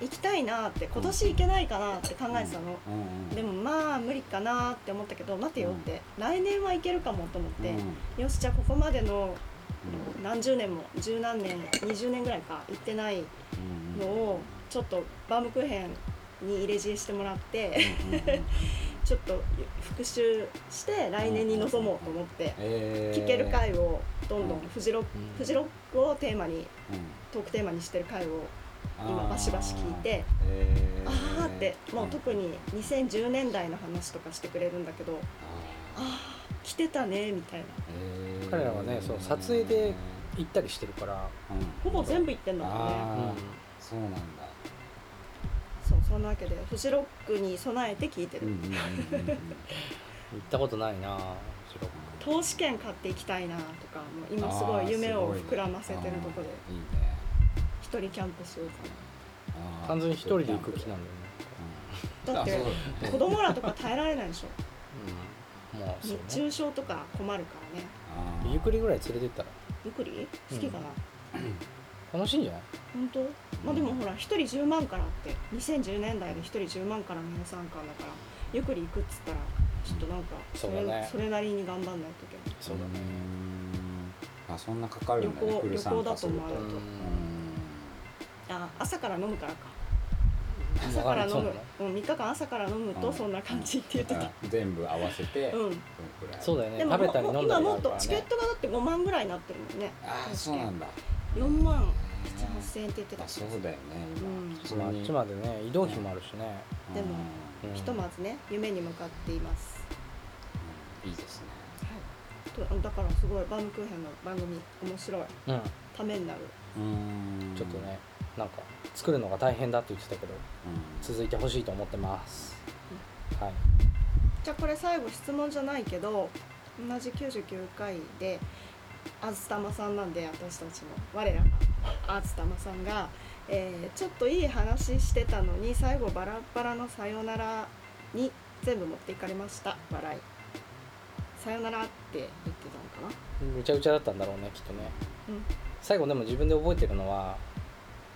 Speaker 3: 行きたいなって今年行けないかなって考えてたの、
Speaker 1: うんうん
Speaker 3: でもまあ無理かなって思ったけど待てよって、来年は行けるかもと思って、よしじゃあここまでの何十年も十何年20年ぐらいか行ってない
Speaker 1: うん
Speaker 3: のをちょっとバームクーヘンに入れ知恵してもらって
Speaker 1: うんうんうん
Speaker 3: ちょっと復習して来年に臨もうと思って
Speaker 1: えー
Speaker 3: 聴ける回をどんどんフジロック
Speaker 2: うん
Speaker 3: フジロックをテーマに
Speaker 1: うん
Speaker 3: トークテーマにしてる回を
Speaker 1: あー
Speaker 3: 今バシバシ聞いて
Speaker 1: えー
Speaker 3: あーってもう特
Speaker 1: に
Speaker 3: に2010年代の話とかしてくれるんだけどああ来てたねみたいな
Speaker 2: 彼らはねその撮影で行ったりしてるから、
Speaker 3: ほぼ全部
Speaker 1: 行っ
Speaker 3: 言ってん
Speaker 1: た
Speaker 3: のかね
Speaker 2: うん
Speaker 1: そうなんだ
Speaker 3: そうそんなわけでフジロックに備えて聞いて
Speaker 1: う
Speaker 3: る、
Speaker 1: んうんうんうんうん
Speaker 2: 行ったことないなもちろん
Speaker 3: 投資券買っていきたいなとかもう今すごい夢を膨らませてるところで
Speaker 1: あーすごいね
Speaker 3: 一人キャンプしようか
Speaker 1: あーいいね
Speaker 2: 完全に一人で行く気なんだよね、
Speaker 1: うん
Speaker 3: なだっ
Speaker 1: あ
Speaker 3: *laughs*
Speaker 1: そう
Speaker 3: て子供らとか耐えられないでしょ
Speaker 2: うん、も *laughs* うそう
Speaker 3: 熱
Speaker 2: ね
Speaker 3: 中症とか困るからね
Speaker 1: あー
Speaker 2: ゆっくりぐらい連れてったら
Speaker 3: ゆっくり好きかな、
Speaker 2: 楽しいんじゃない
Speaker 3: 本当まあでもほら1人10万からって2010年代で1人10万からの予算感だからゆっくり行くっつったらちょっとなんかそれ
Speaker 2: そうだね
Speaker 3: それなりに頑張んないといけない
Speaker 2: そうだね
Speaker 1: うんあそんなかかるんだね
Speaker 3: 旅行
Speaker 1: フル参加すると
Speaker 3: 旅行だと思われるあ朝から飲むからか
Speaker 2: うん
Speaker 3: 朝から飲
Speaker 2: そう
Speaker 3: む
Speaker 2: なの
Speaker 3: うん、3日間朝から飲むとそんな感じって言ってた、
Speaker 1: あ全部合わせて
Speaker 3: うん、
Speaker 1: どんくらい
Speaker 2: そうだよね
Speaker 3: でも
Speaker 2: 食べたり飲んだ
Speaker 3: 今
Speaker 2: り
Speaker 3: も
Speaker 2: あ
Speaker 3: っ
Speaker 2: る
Speaker 3: と
Speaker 2: から
Speaker 3: チケッ
Speaker 2: ね
Speaker 3: トがだって5万ぐらいになってるもんね
Speaker 1: ああそうなんだ
Speaker 3: 4万7 8千円って言ってた
Speaker 1: あそうだよね
Speaker 3: うん
Speaker 1: 今普通
Speaker 2: まああっ
Speaker 1: に
Speaker 2: ちまでね移動費もあるしね、
Speaker 3: でも
Speaker 1: う
Speaker 2: うん
Speaker 3: ひとまずね夢に向かっています、
Speaker 1: んいいですね
Speaker 3: はい、とだからすごいバームクーヘンの番組面白い
Speaker 2: うん
Speaker 3: ためになる
Speaker 1: うん
Speaker 2: ちょっとねなんか作るのが大変だって言ってたけど
Speaker 1: うん
Speaker 2: 続いてほしいと思ってます、はい
Speaker 3: じゃあこれ最後質問じゃないけど同じ99回であずたまさんなんで私たちの我らがあずたまさんが、えーちょっといい話してたのに最後バラッバラの「さよなら」に全部持っていかれました笑い「さよなら」って言ってたのか
Speaker 2: ぐちゃぐちゃだったんだろうねきっとね
Speaker 3: なうん
Speaker 2: 最後でも自分で覚えてるのは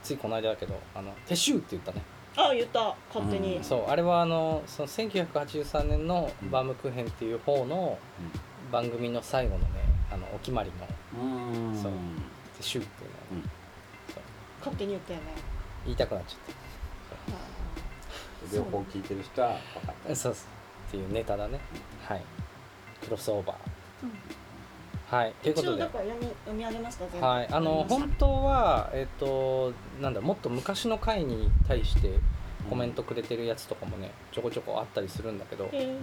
Speaker 2: ついこの間だけど「あの撤収」って言ったね
Speaker 3: あ言った勝手に、
Speaker 1: うん
Speaker 2: そうあれはあのその1983年の「バームクーヘン」っていう方の番組の最後のねあのお決まりの
Speaker 1: うん
Speaker 2: そう「撤収」っていうのをね
Speaker 3: 勝手に言ったよね
Speaker 2: 言いたくなっちゃ
Speaker 1: 両方聞いてる人は分かっ
Speaker 2: ったそうそうっていうネタだねはいクロスオーバ
Speaker 3: うん
Speaker 2: ーはいというこ
Speaker 3: 一
Speaker 2: と
Speaker 3: 応だ
Speaker 2: で
Speaker 3: から読み読み上げました全部
Speaker 2: はい、あの
Speaker 3: 読みまし
Speaker 2: 本当は、えっとなんだもっと昔の回に対して
Speaker 1: た
Speaker 2: コメントくれてるやつとかもねちょこちょこあったりするんだけど
Speaker 3: たへー
Speaker 1: うん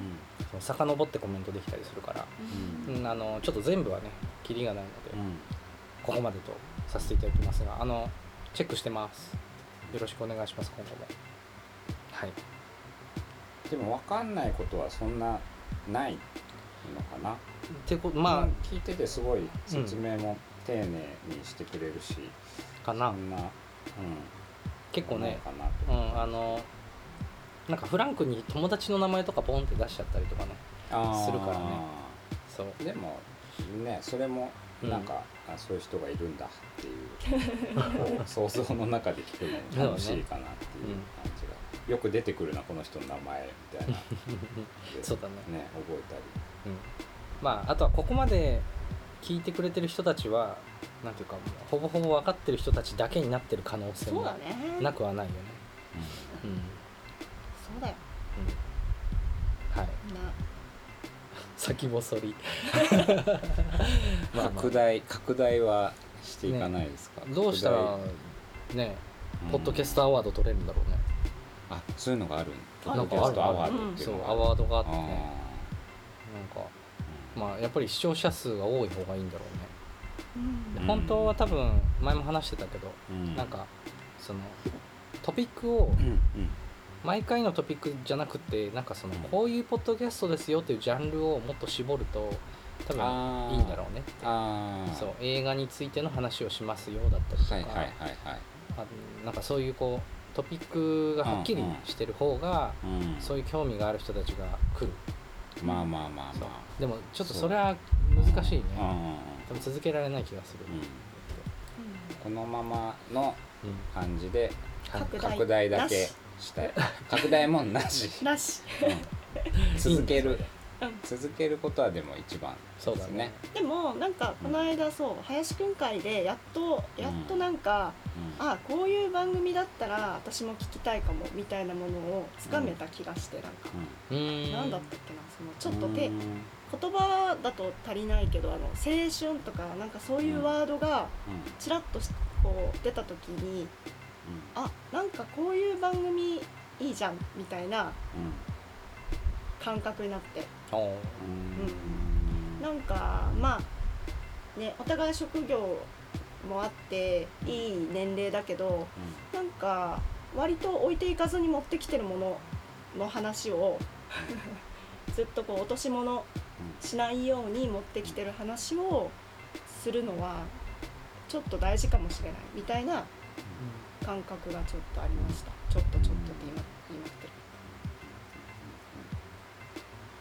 Speaker 2: その遡ってコメントできたりするから、
Speaker 3: うん
Speaker 2: うん、あのちょっと全部はねキリがないので、
Speaker 1: うん
Speaker 2: ここまでとさせていただきますがあのチェックしてますよろしくお願いします今後もはい
Speaker 1: でも分かんないことはそんなないのかな
Speaker 2: てこ
Speaker 1: ま
Speaker 2: ま
Speaker 1: あ聞いててすごい説明も丁寧にしてくれるし、
Speaker 2: あかな
Speaker 1: そんな、うん、
Speaker 2: 結構ね
Speaker 1: かな
Speaker 2: う
Speaker 1: と、
Speaker 2: んあのなんかフランクに友達の名前とかボンって出しちゃったりとかね
Speaker 1: あー
Speaker 2: するからねそう
Speaker 1: でもねそれもなんか、あそういう人がいるんだっていうこう想像の中で聞くのも楽しいかなっていう感じが、よく出てくるなこの人の名前みたいな
Speaker 2: *laughs* そうだね
Speaker 1: ね覚えたり
Speaker 2: うん、まああとはここまで聞いてくれてる人たちはなんていうかもうほぼほぼ分かってる人たちだけになってる可能性
Speaker 3: そう
Speaker 2: も
Speaker 3: だね
Speaker 2: なくはないよねうん、
Speaker 3: そうだよ
Speaker 2: はい
Speaker 3: な
Speaker 2: 先細 *laughs* りまあまあ
Speaker 1: 拡大拡大はしていかないですか、
Speaker 2: どうしたら
Speaker 1: 拡
Speaker 2: ね
Speaker 1: 大
Speaker 2: ポッドキャス
Speaker 1: うん
Speaker 2: トアワード取れるんだろうね、
Speaker 1: あそういうのがあるんポ
Speaker 3: あ
Speaker 1: ッ
Speaker 3: る
Speaker 1: ドキャストアワードってい
Speaker 2: そうう
Speaker 1: のが
Speaker 2: ア
Speaker 1: ある
Speaker 2: ワードがあ
Speaker 1: あ
Speaker 2: ってねなんか
Speaker 1: ー
Speaker 2: まあやっぱり視聴者数が多い方がいいんだろうね
Speaker 3: うん
Speaker 2: で
Speaker 1: うん
Speaker 2: 本当は多分前も話してたけど、
Speaker 1: うん
Speaker 2: なんかそのトピックを
Speaker 1: うんうん
Speaker 2: 毎回のトピックじゃなくてなんかそのこういうポッドキャストですよっていうジャンルをもっと絞ると多分
Speaker 1: あー
Speaker 2: いいんだろうね
Speaker 1: ああ
Speaker 2: そう映画についての話をしますよだったりとか、
Speaker 1: はいはいはいはい、
Speaker 2: あなんかそういうこうトピックがはっきりしてる方が、
Speaker 1: うん、
Speaker 2: そういう興味がある人たちが来る
Speaker 1: まあまあまあまあ
Speaker 2: でもちょっとそれは難しいね
Speaker 1: うんうん
Speaker 2: 多分続けられない気がする、
Speaker 1: うんこのままの
Speaker 2: うん
Speaker 1: 感じで
Speaker 3: 拡大
Speaker 1: 拡大だけしたい拡大もな
Speaker 3: *laughs*
Speaker 1: し、
Speaker 3: なし
Speaker 1: うん続ける
Speaker 3: うん
Speaker 1: 続けることはでも一番
Speaker 2: そうだね、
Speaker 3: でもなんかこの間そう林くん会でやっとやっとなんか、
Speaker 1: うん
Speaker 3: あこういう番組だったら私も聞きたいかもみたいなものをつかめた気がしてなんか、
Speaker 2: うーん
Speaker 3: なんだったっけなそのちょっと
Speaker 1: うん
Speaker 3: 手言葉だと足りないけどあの青春とかなんかそういうワードが
Speaker 1: うん
Speaker 3: ちらっとしこう出た時にあなんかこういう番組いいじゃんみたいな感覚になって
Speaker 2: おー
Speaker 1: うんうん
Speaker 3: なんかまあねお互い職業もあっていい年齢だけどなんか割と置いていかずに持ってきてるものの話をずっとこう落とし物しないように持ってきてる話をするのはちょっと大事かもしれないみたいな感覚がちょっとありましたちょっとちょっとって今言いまってる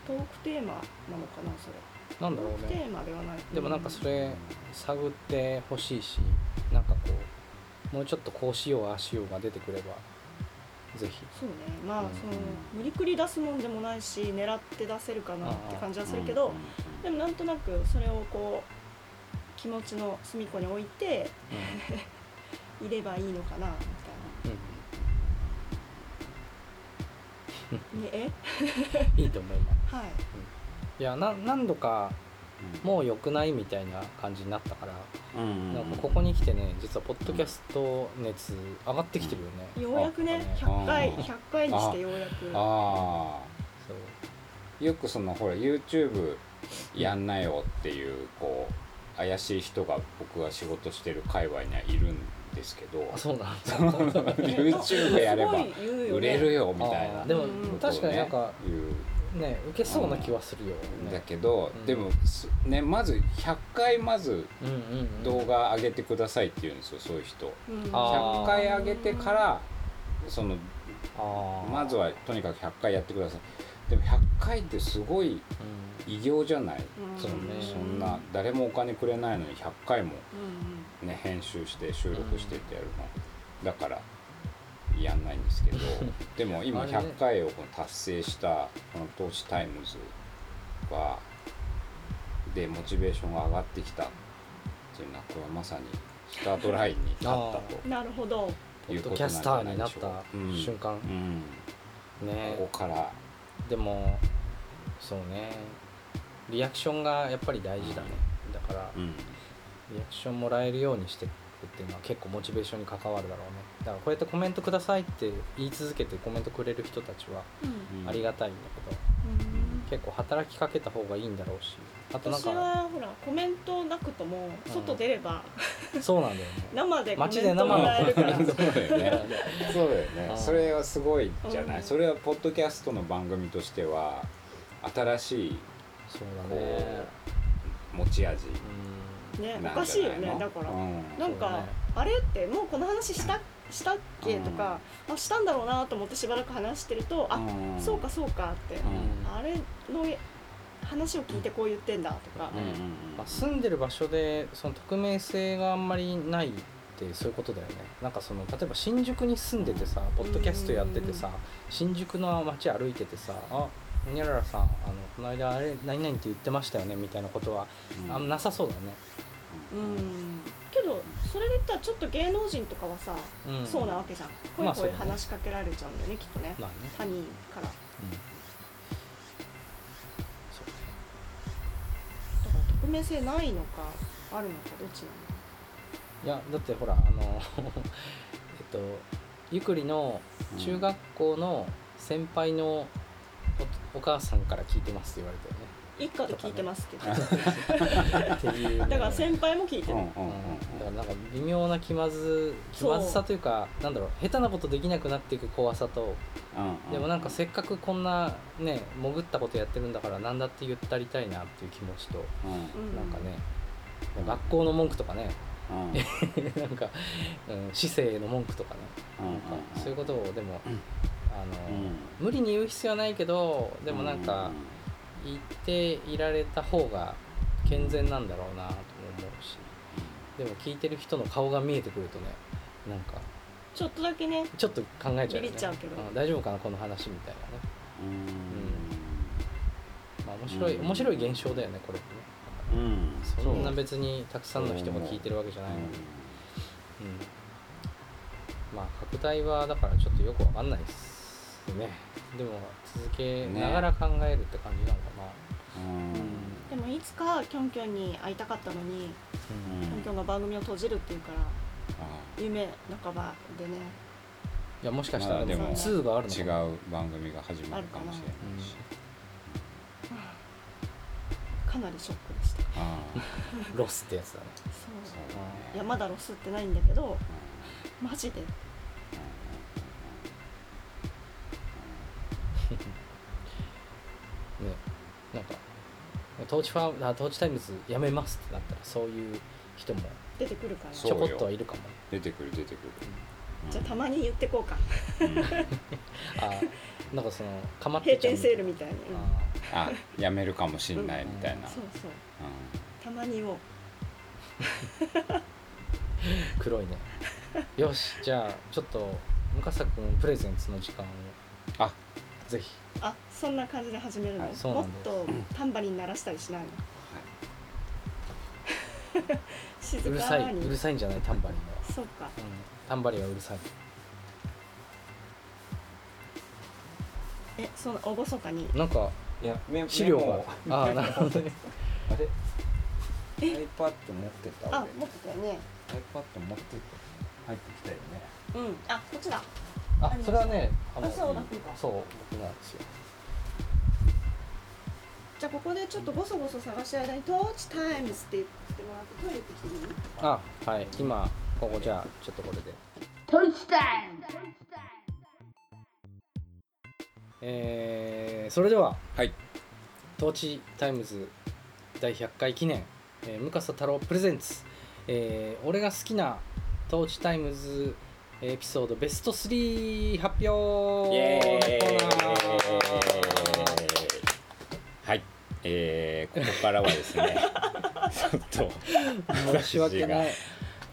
Speaker 3: トークテーマなのかなそれ
Speaker 2: なんだ
Speaker 3: ト
Speaker 2: ろ
Speaker 3: ーク
Speaker 2: う
Speaker 3: テ
Speaker 2: ね
Speaker 3: ーマではない
Speaker 2: でもなんかそれ探ってほしいしなんかこうもうちょっとこうしようああしようが出てくればぜひ
Speaker 3: そうねまあ
Speaker 1: うん
Speaker 3: その無理くり出すもんでもないし狙って出せるかなって感じはするけ
Speaker 1: う
Speaker 3: ど
Speaker 1: ん
Speaker 3: でもなんとなくそれをこう気持ちの隅っこに置いて *laughs* いればいいのかなみ
Speaker 2: う
Speaker 3: たいなねえ
Speaker 2: んいいと思
Speaker 1: *laughs*
Speaker 2: う今
Speaker 3: はい
Speaker 2: いやな何度かもう良くないみたいな感じになったから、
Speaker 1: うんうん
Speaker 2: なんかここに来てね実はポッドキャスト熱上がってきてるよ
Speaker 3: よ
Speaker 2: ね、
Speaker 3: うやくね
Speaker 2: あ
Speaker 3: 100回
Speaker 1: あ
Speaker 3: 100回にしてようやく
Speaker 1: あ
Speaker 2: そう
Speaker 1: あよくそのほら YouTube やんなよっていうこう怪しい人が僕が仕事してる界隈にはいるんですけど
Speaker 2: あそうなんだ *laughs*
Speaker 1: YouTube やれば売れる
Speaker 3: よ
Speaker 1: よみたい
Speaker 2: あ
Speaker 1: な
Speaker 2: ーでも
Speaker 3: うん
Speaker 2: 確かになんか
Speaker 1: いう
Speaker 2: ね受けそうな気はするよ、
Speaker 1: だ
Speaker 2: ね、
Speaker 1: けど、
Speaker 2: うん
Speaker 1: でもすねまず100回まず
Speaker 2: うんうんうん
Speaker 1: 動画上げてくださいって言うんですよそういう人
Speaker 2: あー
Speaker 1: 100回上げてからその
Speaker 2: あー
Speaker 1: まずはとにかく100回やってくださいでも100回ってすごい
Speaker 2: うん
Speaker 1: 偉業じゃない、
Speaker 2: そうね
Speaker 1: そんな誰もお金くれないのに100回も、ね、編集して収録してってやるの、だからやんないん
Speaker 2: *laughs*
Speaker 1: ですけどでも今
Speaker 2: あれね
Speaker 1: 100回をこの達成したこの投資タイムズはでモチベーションが上がってきたっていうのはこれはまさにスタートラインに立った
Speaker 3: なるほど
Speaker 1: と
Speaker 2: ポ
Speaker 1: い
Speaker 2: ッ
Speaker 1: う
Speaker 2: ド
Speaker 1: こ
Speaker 2: キ
Speaker 1: とな
Speaker 2: ャ
Speaker 1: んじ
Speaker 2: スタ
Speaker 1: ゃ
Speaker 2: ー
Speaker 1: ない
Speaker 2: に
Speaker 1: で
Speaker 2: なっ
Speaker 1: しょうか
Speaker 2: た。瞬間、
Speaker 1: うんうん
Speaker 2: ね
Speaker 1: ここから
Speaker 2: でもそうねリアクションがやっぱり大事だねだから
Speaker 1: うん
Speaker 2: リアクションもらえるようにしていくっていうのは結構モチベーションに関わるだろうねだからこうやってコメントくださいって言い続けてコメントくれる人たちは
Speaker 1: うん
Speaker 2: ありがたいんだけど、結構働きかけた方がいいんだろうしあとなん
Speaker 3: 私
Speaker 2: か
Speaker 3: はほらコメントなくとも外出れば
Speaker 2: そうなんだよね
Speaker 3: 生でコメ
Speaker 2: 街で
Speaker 3: ン
Speaker 2: 生
Speaker 3: ト
Speaker 2: の
Speaker 3: もらえるから
Speaker 1: そうだよねそうだよね
Speaker 2: うん
Speaker 1: それはすごいじゃな
Speaker 3: う
Speaker 1: い
Speaker 3: ん
Speaker 1: それはポッドキャストの番組としては新しい
Speaker 2: そうだね
Speaker 1: こう持ち味
Speaker 3: ね
Speaker 1: な
Speaker 3: お
Speaker 1: ん
Speaker 3: かし
Speaker 1: じ
Speaker 3: い
Speaker 1: ゃ
Speaker 3: よ
Speaker 1: ないの
Speaker 3: ねだから
Speaker 1: うん
Speaker 3: なんか、
Speaker 2: そうね
Speaker 3: あれってもうこの話したしたっけとか、あしたんだろうなと思ってしばらく話してると、あ
Speaker 1: ん
Speaker 3: そうかそうかって、
Speaker 1: うん
Speaker 3: あれの話を聞いてこう言ってんだとか
Speaker 1: う、んうんうん
Speaker 2: うんまあ、住んでる場所でその匿名性があんまりないってそういうことだよねなんかその例えば新宿に住んでてさポッドキャストやっててさ新宿の街歩いててさあにゃららさんあのこの間あれ何々って言ってましたよねみたいなことはあんまなさそうだね、
Speaker 3: うんけどそれで言ったらちょっと芸能人とかはさ、
Speaker 2: うん、
Speaker 3: そうな
Speaker 2: ま
Speaker 3: わ
Speaker 2: あ
Speaker 3: けじゃんこう
Speaker 2: ま
Speaker 3: いう
Speaker 2: あ
Speaker 3: こういう
Speaker 2: そうだね
Speaker 3: 話しかけられちゃうんだよねきっとね
Speaker 2: ね、
Speaker 3: 他人から
Speaker 2: うんそうね
Speaker 3: だから匿名性ないのかあるのかどっちなのか
Speaker 2: いやだってほらあの *laughs* えっとゆくりの中学校の先輩のおお母さんから聞いてますって言
Speaker 3: *laughs*
Speaker 2: われ
Speaker 3: 一家で聞いてますけど、
Speaker 2: たよねっていうのを
Speaker 3: だから先輩も聞いて
Speaker 1: うん
Speaker 3: る、
Speaker 1: うんうん
Speaker 2: うんだからなんか微妙な気まず気まずさというかなんだろう下手なことできなくなっていく怖さと
Speaker 1: うん
Speaker 2: でもなんかせっかくこんなね潜ったことやってるんだから何だって言ったりたいなっていう気持ちと
Speaker 1: うんうん
Speaker 3: うん
Speaker 2: なんかね
Speaker 1: うん
Speaker 2: 学校の文句とかね *laughs*
Speaker 1: うんうん
Speaker 2: なんか、うん、市政の文句とかねなんかそういうことをでも、あの
Speaker 1: うん
Speaker 2: 無理に言う必要はないけどでもなんか、いていられた方が健全なんだろうなとも思うしでも聞いてる人の顔が見えてくるとねなんか
Speaker 3: ちょっとだけね
Speaker 2: ちょっと考えちゃうよね
Speaker 3: ビビっちゃうけど
Speaker 2: ん大丈夫かなこの話みたいなね、まあ、面白い
Speaker 1: うん
Speaker 2: 面白い現象だよねこれってね
Speaker 1: うんうん
Speaker 2: そんな別にたくさんの人が聞いてるわけじゃ
Speaker 1: う
Speaker 2: ないので、
Speaker 1: ん
Speaker 2: うん、まあ拡大はだからちょっとよくわかんないですねでも続けながら考えるって感じなのかな、
Speaker 1: うん
Speaker 3: でもいつかキョンキョンに会いたかったのにキョンキョンが番組を閉じるっていうから
Speaker 1: あ
Speaker 3: 夢半ばでね
Speaker 2: いやもしかしたらで
Speaker 3: まあ
Speaker 2: も
Speaker 3: でも
Speaker 2: 2があるの
Speaker 1: 違
Speaker 2: か
Speaker 1: う
Speaker 2: な
Speaker 1: 番組が始まるかもしれないし、
Speaker 3: かなりショックでした
Speaker 1: ああ
Speaker 2: ロスってやつだね
Speaker 3: そう
Speaker 1: そう
Speaker 3: い
Speaker 1: だ
Speaker 3: や
Speaker 1: ね
Speaker 3: まだロスってないんだけど
Speaker 1: うん
Speaker 3: マジで
Speaker 2: ねなんかトーチファーあトーチタイムズやめますってなったらそういう人も
Speaker 3: 出てくるから
Speaker 1: そう
Speaker 2: ちょこっとはいるかも
Speaker 1: 出てくる出てくる、
Speaker 3: じゃあたまに言ってこうか
Speaker 1: うん
Speaker 3: *laughs*
Speaker 2: あーなんかそのかまって
Speaker 3: 閉
Speaker 2: ちゃ
Speaker 3: 店
Speaker 2: うみた
Speaker 3: セ
Speaker 2: い
Speaker 3: ールみたいに、うん
Speaker 2: な
Speaker 1: あやめるかもしんないみたいな、
Speaker 3: そうそ
Speaker 1: う
Speaker 3: う
Speaker 1: ん
Speaker 3: たまにを
Speaker 2: あー黒いねよしじゃあちょっと向坂君プレゼンツの時間を
Speaker 1: あ
Speaker 2: ぜひ
Speaker 3: あそんな感じで始めるの、
Speaker 2: はいそうな
Speaker 3: もっ
Speaker 2: んです
Speaker 3: とタンバリン鳴らしたりしないの静
Speaker 2: うるさ
Speaker 3: か
Speaker 2: いう
Speaker 3: に
Speaker 2: るさいんじゃないタンバリンは、
Speaker 3: そうか
Speaker 2: うん、タンバリンはうるさい
Speaker 3: えその厳かに
Speaker 2: なんか
Speaker 1: いやメ
Speaker 2: 資料がああなる
Speaker 3: *laughs*
Speaker 2: ほどね
Speaker 1: あれ iPad 持ってた
Speaker 3: あ
Speaker 1: 俺 iPad
Speaker 3: 持ってたよね
Speaker 1: 持ってた入ってきたよね
Speaker 3: うんあこっちだ
Speaker 2: あそれはねあ
Speaker 3: あそうだそうか
Speaker 2: そう僕なんですよ
Speaker 3: じゃあここでちょっとボソボソ探し間に「トーチタイムズ」って言ってもらってトイレ行ってきていい
Speaker 2: あはい今ここじゃあちょっとこれでえーそれでは
Speaker 1: はい
Speaker 2: トーチタイムズ第100回記念、えー、向笠太郎プレゼンツ、えー俺が好きなトーチタイムズエピソードベスト3発表
Speaker 1: イエーイ
Speaker 2: コーナー
Speaker 1: はいえー、ここからはですねちょっと
Speaker 2: 申し訳ない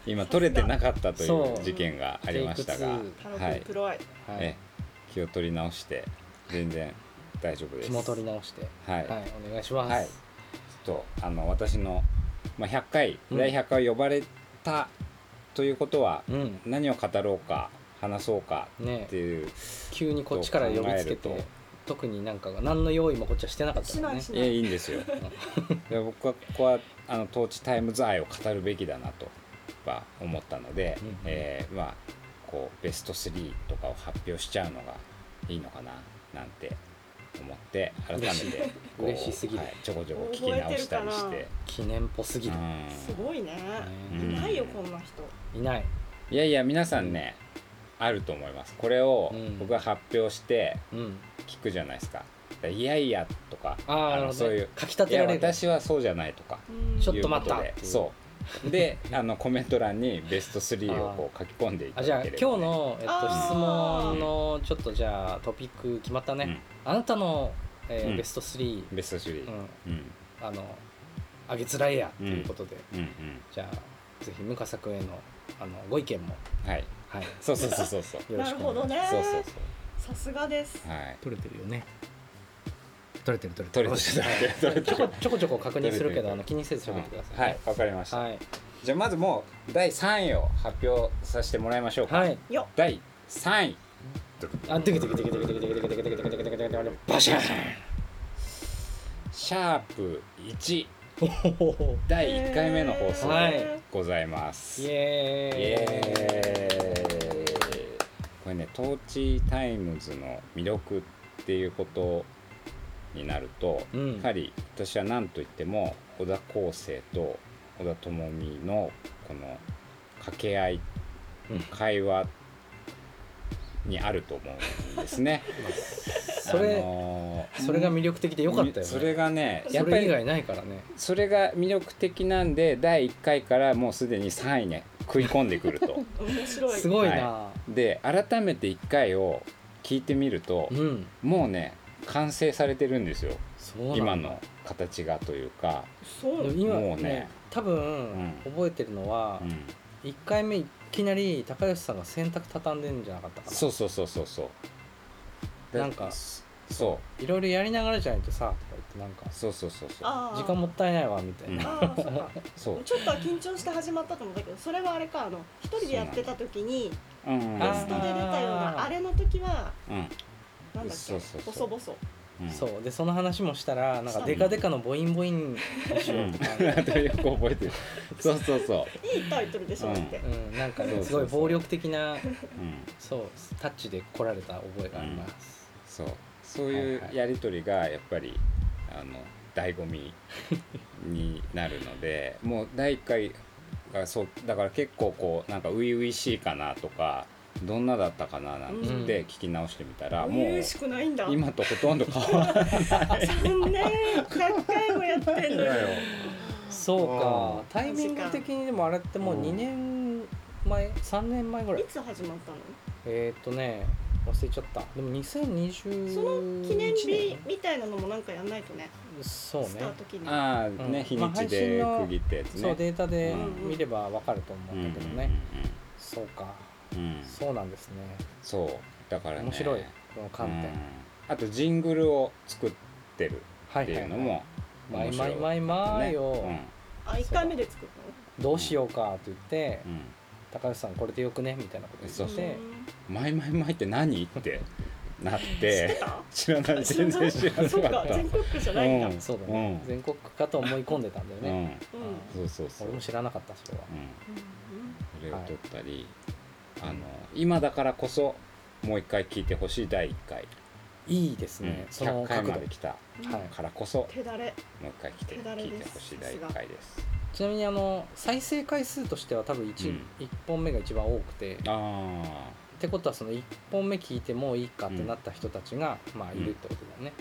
Speaker 1: 今撮れてなかったとい
Speaker 2: そう
Speaker 1: う事件がありましたが、
Speaker 2: テ
Speaker 1: は
Speaker 2: イク
Speaker 3: タロ君
Speaker 1: い
Speaker 3: プロイ
Speaker 2: はい
Speaker 1: え気を取り直して全然大丈夫です。
Speaker 2: 紐取り直して
Speaker 1: はい、
Speaker 2: はい、お願いします、
Speaker 1: はいちょっとあの私の、まあ、100回
Speaker 2: うん
Speaker 1: 第100回呼ばれたということは、
Speaker 2: うん
Speaker 1: 何を語ろうか話そうか
Speaker 2: ね
Speaker 1: っていう、
Speaker 2: 急にこっちから呼びつけ
Speaker 1: 考える
Speaker 2: て
Speaker 1: と
Speaker 2: 特になんか何の用意もこっちはしてなかったからね
Speaker 3: し
Speaker 1: い
Speaker 3: ない
Speaker 1: や
Speaker 3: し
Speaker 1: いいん
Speaker 2: *laughs*
Speaker 1: ですよいや僕はここはあのトーチタイムズ愛を語るべきだなとは思ったので、
Speaker 2: うんうん
Speaker 1: えーまあこうベスト3とかを発表しちゃうのがいいのかななんて思って改めて
Speaker 2: 嬉しい
Speaker 1: こう
Speaker 2: 嬉しすぎる
Speaker 1: はい、ちょこちょこ聞き直したりし
Speaker 3: 覚え
Speaker 1: て
Speaker 2: 記念っぽすぎる、
Speaker 1: うん
Speaker 3: ないすごいね
Speaker 1: う
Speaker 3: い
Speaker 1: ん
Speaker 3: ないよこんな人
Speaker 2: いない
Speaker 1: いやいや皆さんね、あると思いますこれを
Speaker 2: うん
Speaker 1: 僕が発表して
Speaker 2: うん
Speaker 1: 聞くじゃないですか「いやいや」とか
Speaker 2: ああなるほど、
Speaker 1: の
Speaker 2: ね、
Speaker 1: そういう
Speaker 2: 書き
Speaker 1: 「
Speaker 2: 立
Speaker 1: い
Speaker 2: てら
Speaker 1: や
Speaker 2: れる
Speaker 1: 私はそうじゃない」とか
Speaker 3: うん
Speaker 2: ちょっと待った
Speaker 1: いうことでそう
Speaker 2: *laughs*
Speaker 1: であのコメント欄にベスト3をこう書き込んでいた
Speaker 2: あじゃ
Speaker 1: だ
Speaker 2: あ
Speaker 1: け
Speaker 2: 今
Speaker 1: れば、ね、
Speaker 2: 日の、えっと、
Speaker 3: あー
Speaker 2: 質問のちょっとじゃあトピック決まったね、あなたの、えー
Speaker 1: うん
Speaker 2: ベスト3、
Speaker 1: うんベスト3、
Speaker 2: う
Speaker 1: うん
Speaker 2: ん
Speaker 1: うん
Speaker 2: あのあげつらえやということで、
Speaker 1: うん
Speaker 2: じゃあぜひ向笠君へのあのご意見も、
Speaker 1: はい
Speaker 2: はい、
Speaker 1: そうそうそうそう
Speaker 2: *laughs*
Speaker 1: そう
Speaker 2: よろし
Speaker 3: な
Speaker 2: く
Speaker 3: る
Speaker 2: お
Speaker 3: ほ
Speaker 2: 願
Speaker 3: ど
Speaker 2: いします
Speaker 3: ね
Speaker 1: そうそう
Speaker 3: さすがです
Speaker 1: そうはい
Speaker 2: 取れてるよね取れてる取れ
Speaker 1: 取れてる
Speaker 2: はい
Speaker 1: 取れてる
Speaker 2: ちょこちょこちょこ確認する
Speaker 1: 取れ
Speaker 2: け
Speaker 1: て
Speaker 2: ど
Speaker 1: る
Speaker 2: あの気にせず喋ってくださ
Speaker 1: はいい、わかりました、
Speaker 2: はい
Speaker 1: じゃあまずもう第3位を発表させてもらいましょうか、
Speaker 2: はい
Speaker 3: よ
Speaker 1: 第3位
Speaker 2: あテクテクテクテクテクテクテクテクテクテクテクテクテクテクバシャ
Speaker 1: シャープ1
Speaker 2: ン
Speaker 1: 第1回目の放送
Speaker 2: はい
Speaker 1: でございます、
Speaker 2: イエーイ
Speaker 1: イエーイこれね「トーチタイムズ」の魅力っていうことになると、
Speaker 2: うん
Speaker 1: やはり私は何といっても小田康生と小田智美のこの掛け合い、
Speaker 2: うん
Speaker 1: 会話にあると思うんですね。
Speaker 2: *laughs* それ
Speaker 1: あのー
Speaker 2: それが魅力的でよかったよね
Speaker 1: それがねや
Speaker 2: そ
Speaker 1: っぱ
Speaker 2: れ以
Speaker 1: り
Speaker 2: 外ないからね
Speaker 1: それが魅力的なんで第1回からもうすでに3位に食い込んでくる
Speaker 2: *laughs*
Speaker 1: と。
Speaker 3: 面白い
Speaker 2: すごいな
Speaker 1: で改めて1回を聞いてみると
Speaker 2: う、ん
Speaker 1: もうね完成されてるんですよ
Speaker 2: そうなんだ
Speaker 1: 今の形がというか、
Speaker 3: そう
Speaker 2: でも今
Speaker 1: もうね
Speaker 2: 多分覚えてるのは、
Speaker 1: うん、
Speaker 2: 一1回目いきなり高吉さんが洗濯畳んでんじゃなかったかな
Speaker 1: そうそうそうそうそうで
Speaker 2: なんか
Speaker 1: そそ
Speaker 2: いろいろやりながらじゃないとさとか言ってなんか
Speaker 1: うそうそうそうそう
Speaker 3: あー
Speaker 2: 時間もったいないわみたいな、
Speaker 3: あーそう
Speaker 2: *laughs*
Speaker 3: か
Speaker 1: そう
Speaker 3: ちょっとは緊張して始まったと思うんだけどそれはあれかあの一人でやってた時に
Speaker 1: うんうん
Speaker 3: ゲストで出たような
Speaker 2: あー
Speaker 3: あれの時は
Speaker 1: うん
Speaker 3: なんだっ
Speaker 1: そうそう
Speaker 3: け
Speaker 1: そう
Speaker 3: 細々そう
Speaker 1: うん *laughs*
Speaker 2: そうでその話もしたらなん
Speaker 3: した
Speaker 2: か
Speaker 3: の
Speaker 2: デカデカのボインボインでし
Speaker 1: う
Speaker 2: ょ
Speaker 1: ん
Speaker 2: とかなんか
Speaker 1: よく覚えてるそうそうそ
Speaker 3: いいタイトルでしょだって
Speaker 2: うんなんか
Speaker 1: そ
Speaker 2: ね
Speaker 1: う
Speaker 2: す
Speaker 1: そう
Speaker 2: ご
Speaker 1: そう
Speaker 2: い暴力的な
Speaker 1: う、うん、
Speaker 2: そうタッチで来られた覚えがあります、
Speaker 1: そうそういうやり取りがやっぱりあの醍醐味になるので
Speaker 2: *laughs*
Speaker 1: もう第1回がそうだから結構こうなんか初々しいかなとかどんなだったかななんて言って
Speaker 2: うん
Speaker 1: 聞き直してみたら、も
Speaker 3: 初
Speaker 1: う
Speaker 3: 々しくないんだ
Speaker 1: 今とほとんど変わらない
Speaker 3: 3年100回もやってんの
Speaker 1: *laughs*
Speaker 3: よ
Speaker 1: よ
Speaker 2: そう
Speaker 1: う
Speaker 2: か
Speaker 1: ん
Speaker 2: タイミング的にでもあれってもう2年前3年前ぐらい
Speaker 3: いつ始まったの
Speaker 2: えーっとね忘れちゃったでも
Speaker 3: そ
Speaker 2: 2020
Speaker 3: の記念日みたいなのもなんかやんないとね
Speaker 2: *laughs* そう
Speaker 3: ス
Speaker 2: ね
Speaker 3: タート記念
Speaker 1: ああね、
Speaker 2: うん
Speaker 1: 日にちで
Speaker 2: まあ配信の
Speaker 1: 区切ってやつね
Speaker 2: そうデータで
Speaker 3: うん
Speaker 2: 見ればわかると思うんだけどね、そうか
Speaker 1: うんうんうんうん
Speaker 2: そうなんですね
Speaker 1: そうだからね
Speaker 2: 面白いこの観
Speaker 1: う
Speaker 2: 点
Speaker 1: んあとジングルを作ってる
Speaker 2: は
Speaker 1: って
Speaker 2: い
Speaker 1: い
Speaker 2: は
Speaker 1: う
Speaker 2: い
Speaker 1: の
Speaker 2: は
Speaker 1: も
Speaker 2: いマイ
Speaker 1: 面
Speaker 2: マ
Speaker 1: 白
Speaker 2: イ
Speaker 1: い
Speaker 2: マイマイを
Speaker 1: ね
Speaker 3: あ1回目で作っ
Speaker 2: どうしようかって言って
Speaker 1: うん
Speaker 2: 高橋さんこれでよくねみたいなこと
Speaker 1: そ
Speaker 3: た
Speaker 2: 言
Speaker 1: う
Speaker 2: っ
Speaker 3: の
Speaker 2: て
Speaker 1: うんマイマイマイって何ってなっ
Speaker 3: 知って *laughs*
Speaker 1: て
Speaker 3: た
Speaker 1: 知らない全然知らな
Speaker 3: そっ
Speaker 1: か
Speaker 3: か
Speaker 1: った
Speaker 3: 全国区じゃないんだ
Speaker 1: う
Speaker 3: うんん
Speaker 2: そうだね
Speaker 1: うん
Speaker 2: 全国区かと思い込んでたんだよね
Speaker 1: うんそうそうそう
Speaker 2: 俺も知らなかったそれは
Speaker 1: うんそれを撮ったりあの今だからこそもう一回聞いてほしい第一回
Speaker 2: いいです
Speaker 1: うん
Speaker 2: ねその
Speaker 1: 100回
Speaker 2: 角
Speaker 1: ま
Speaker 2: 度
Speaker 1: で来た
Speaker 3: うん
Speaker 2: はい
Speaker 1: からこそ
Speaker 3: 手だれ
Speaker 1: もう一回来て
Speaker 3: 手だれ
Speaker 1: 聞い
Speaker 3: で
Speaker 1: て
Speaker 3: す
Speaker 1: ほしい第一回です
Speaker 2: ちなみにあの再生回数としては多分 1,、
Speaker 1: うん
Speaker 2: 一本目が一番多くてっ
Speaker 1: あ
Speaker 2: てことはその1本目聞いてもういいかってなった人たちが、まあいるってことだよね、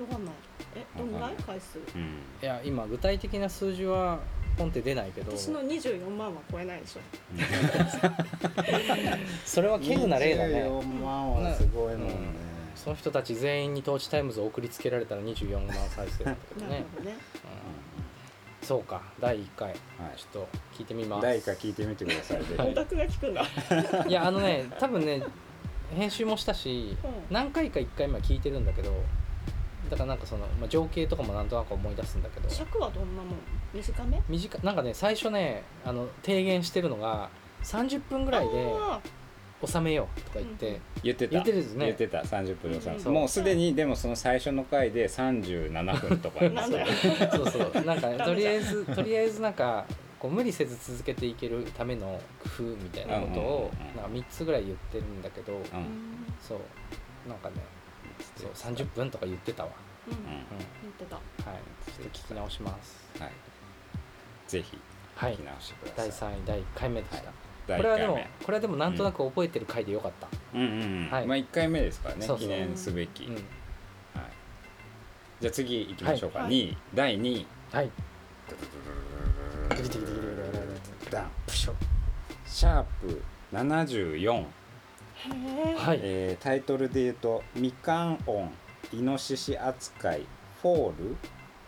Speaker 3: わかんないえどんぐらい回数
Speaker 1: あうん
Speaker 2: いや今具体的な数字はポンって出ないけど
Speaker 3: 私の24万は超えないでしょ
Speaker 2: それは稀有な例だね
Speaker 5: 24万はすごいもんね、
Speaker 2: その人たち全員にトーチタイムズを送りつけられたら24万再生だったけど
Speaker 3: なる
Speaker 2: ね、
Speaker 3: ほどね
Speaker 2: *laughs* うん
Speaker 1: う
Speaker 2: そうか第1回ち
Speaker 1: んはい
Speaker 2: ょっと聞いてみます
Speaker 1: 第一回聞いてみてくださいぜひ
Speaker 3: オタクが聞
Speaker 1: *laughs*
Speaker 3: くんだ
Speaker 2: いやあのね多分ね編集もしたし、
Speaker 3: うん
Speaker 2: 何回か1回目は聞いてるんだけどだからなんかその、まあ、情景とかもなんとなく思い出すんだけど
Speaker 3: 尺はどんなもん短め
Speaker 2: 短いなんかね最初ねあの提言してるのが30分ぐらいで
Speaker 3: あ
Speaker 2: 収めようとか言って、
Speaker 1: 言ってた
Speaker 2: 言ってるんですね
Speaker 1: 言ってた30分のさ、
Speaker 2: うん
Speaker 1: もうすでにでもその最初の回で37分
Speaker 2: *laughs*
Speaker 1: とか
Speaker 3: ーなんだよ
Speaker 2: そうそうなんか
Speaker 3: ダメじゃん
Speaker 2: とりあえずとりあえずなんかこう無理せず続けていけるための工夫みたいなこと
Speaker 1: うん
Speaker 2: を
Speaker 1: うんうんうん
Speaker 2: なんか3つぐらい言ってるんだけど、
Speaker 1: うん
Speaker 2: そうなんかね
Speaker 1: そ
Speaker 2: そうう30分とか言ってたわ、
Speaker 3: うん
Speaker 1: うん
Speaker 2: うんは
Speaker 3: 言ってた
Speaker 2: いちょっと聞き直します
Speaker 1: はいぜひ
Speaker 2: は
Speaker 1: 聞
Speaker 2: い
Speaker 1: き直してください、
Speaker 2: 第3位第1回目でした、
Speaker 1: は
Speaker 2: こ
Speaker 1: 第一
Speaker 2: れはで
Speaker 1: 回
Speaker 2: も
Speaker 1: 目
Speaker 2: これはでもなんとなく覚えてる回でよかった、
Speaker 1: うんうんうん、
Speaker 2: はい
Speaker 1: まあ1回目ですからね
Speaker 2: そうそう
Speaker 1: 記念すべき、
Speaker 2: うん
Speaker 1: はい、じゃあ次行きましょうか、
Speaker 3: はい
Speaker 1: 2位第2位
Speaker 2: はい
Speaker 1: ダン
Speaker 2: プシュ
Speaker 1: シャープ74、
Speaker 3: へ
Speaker 2: はい、
Speaker 1: えータイトルで言うと「みかん音イノシシ扱いフォール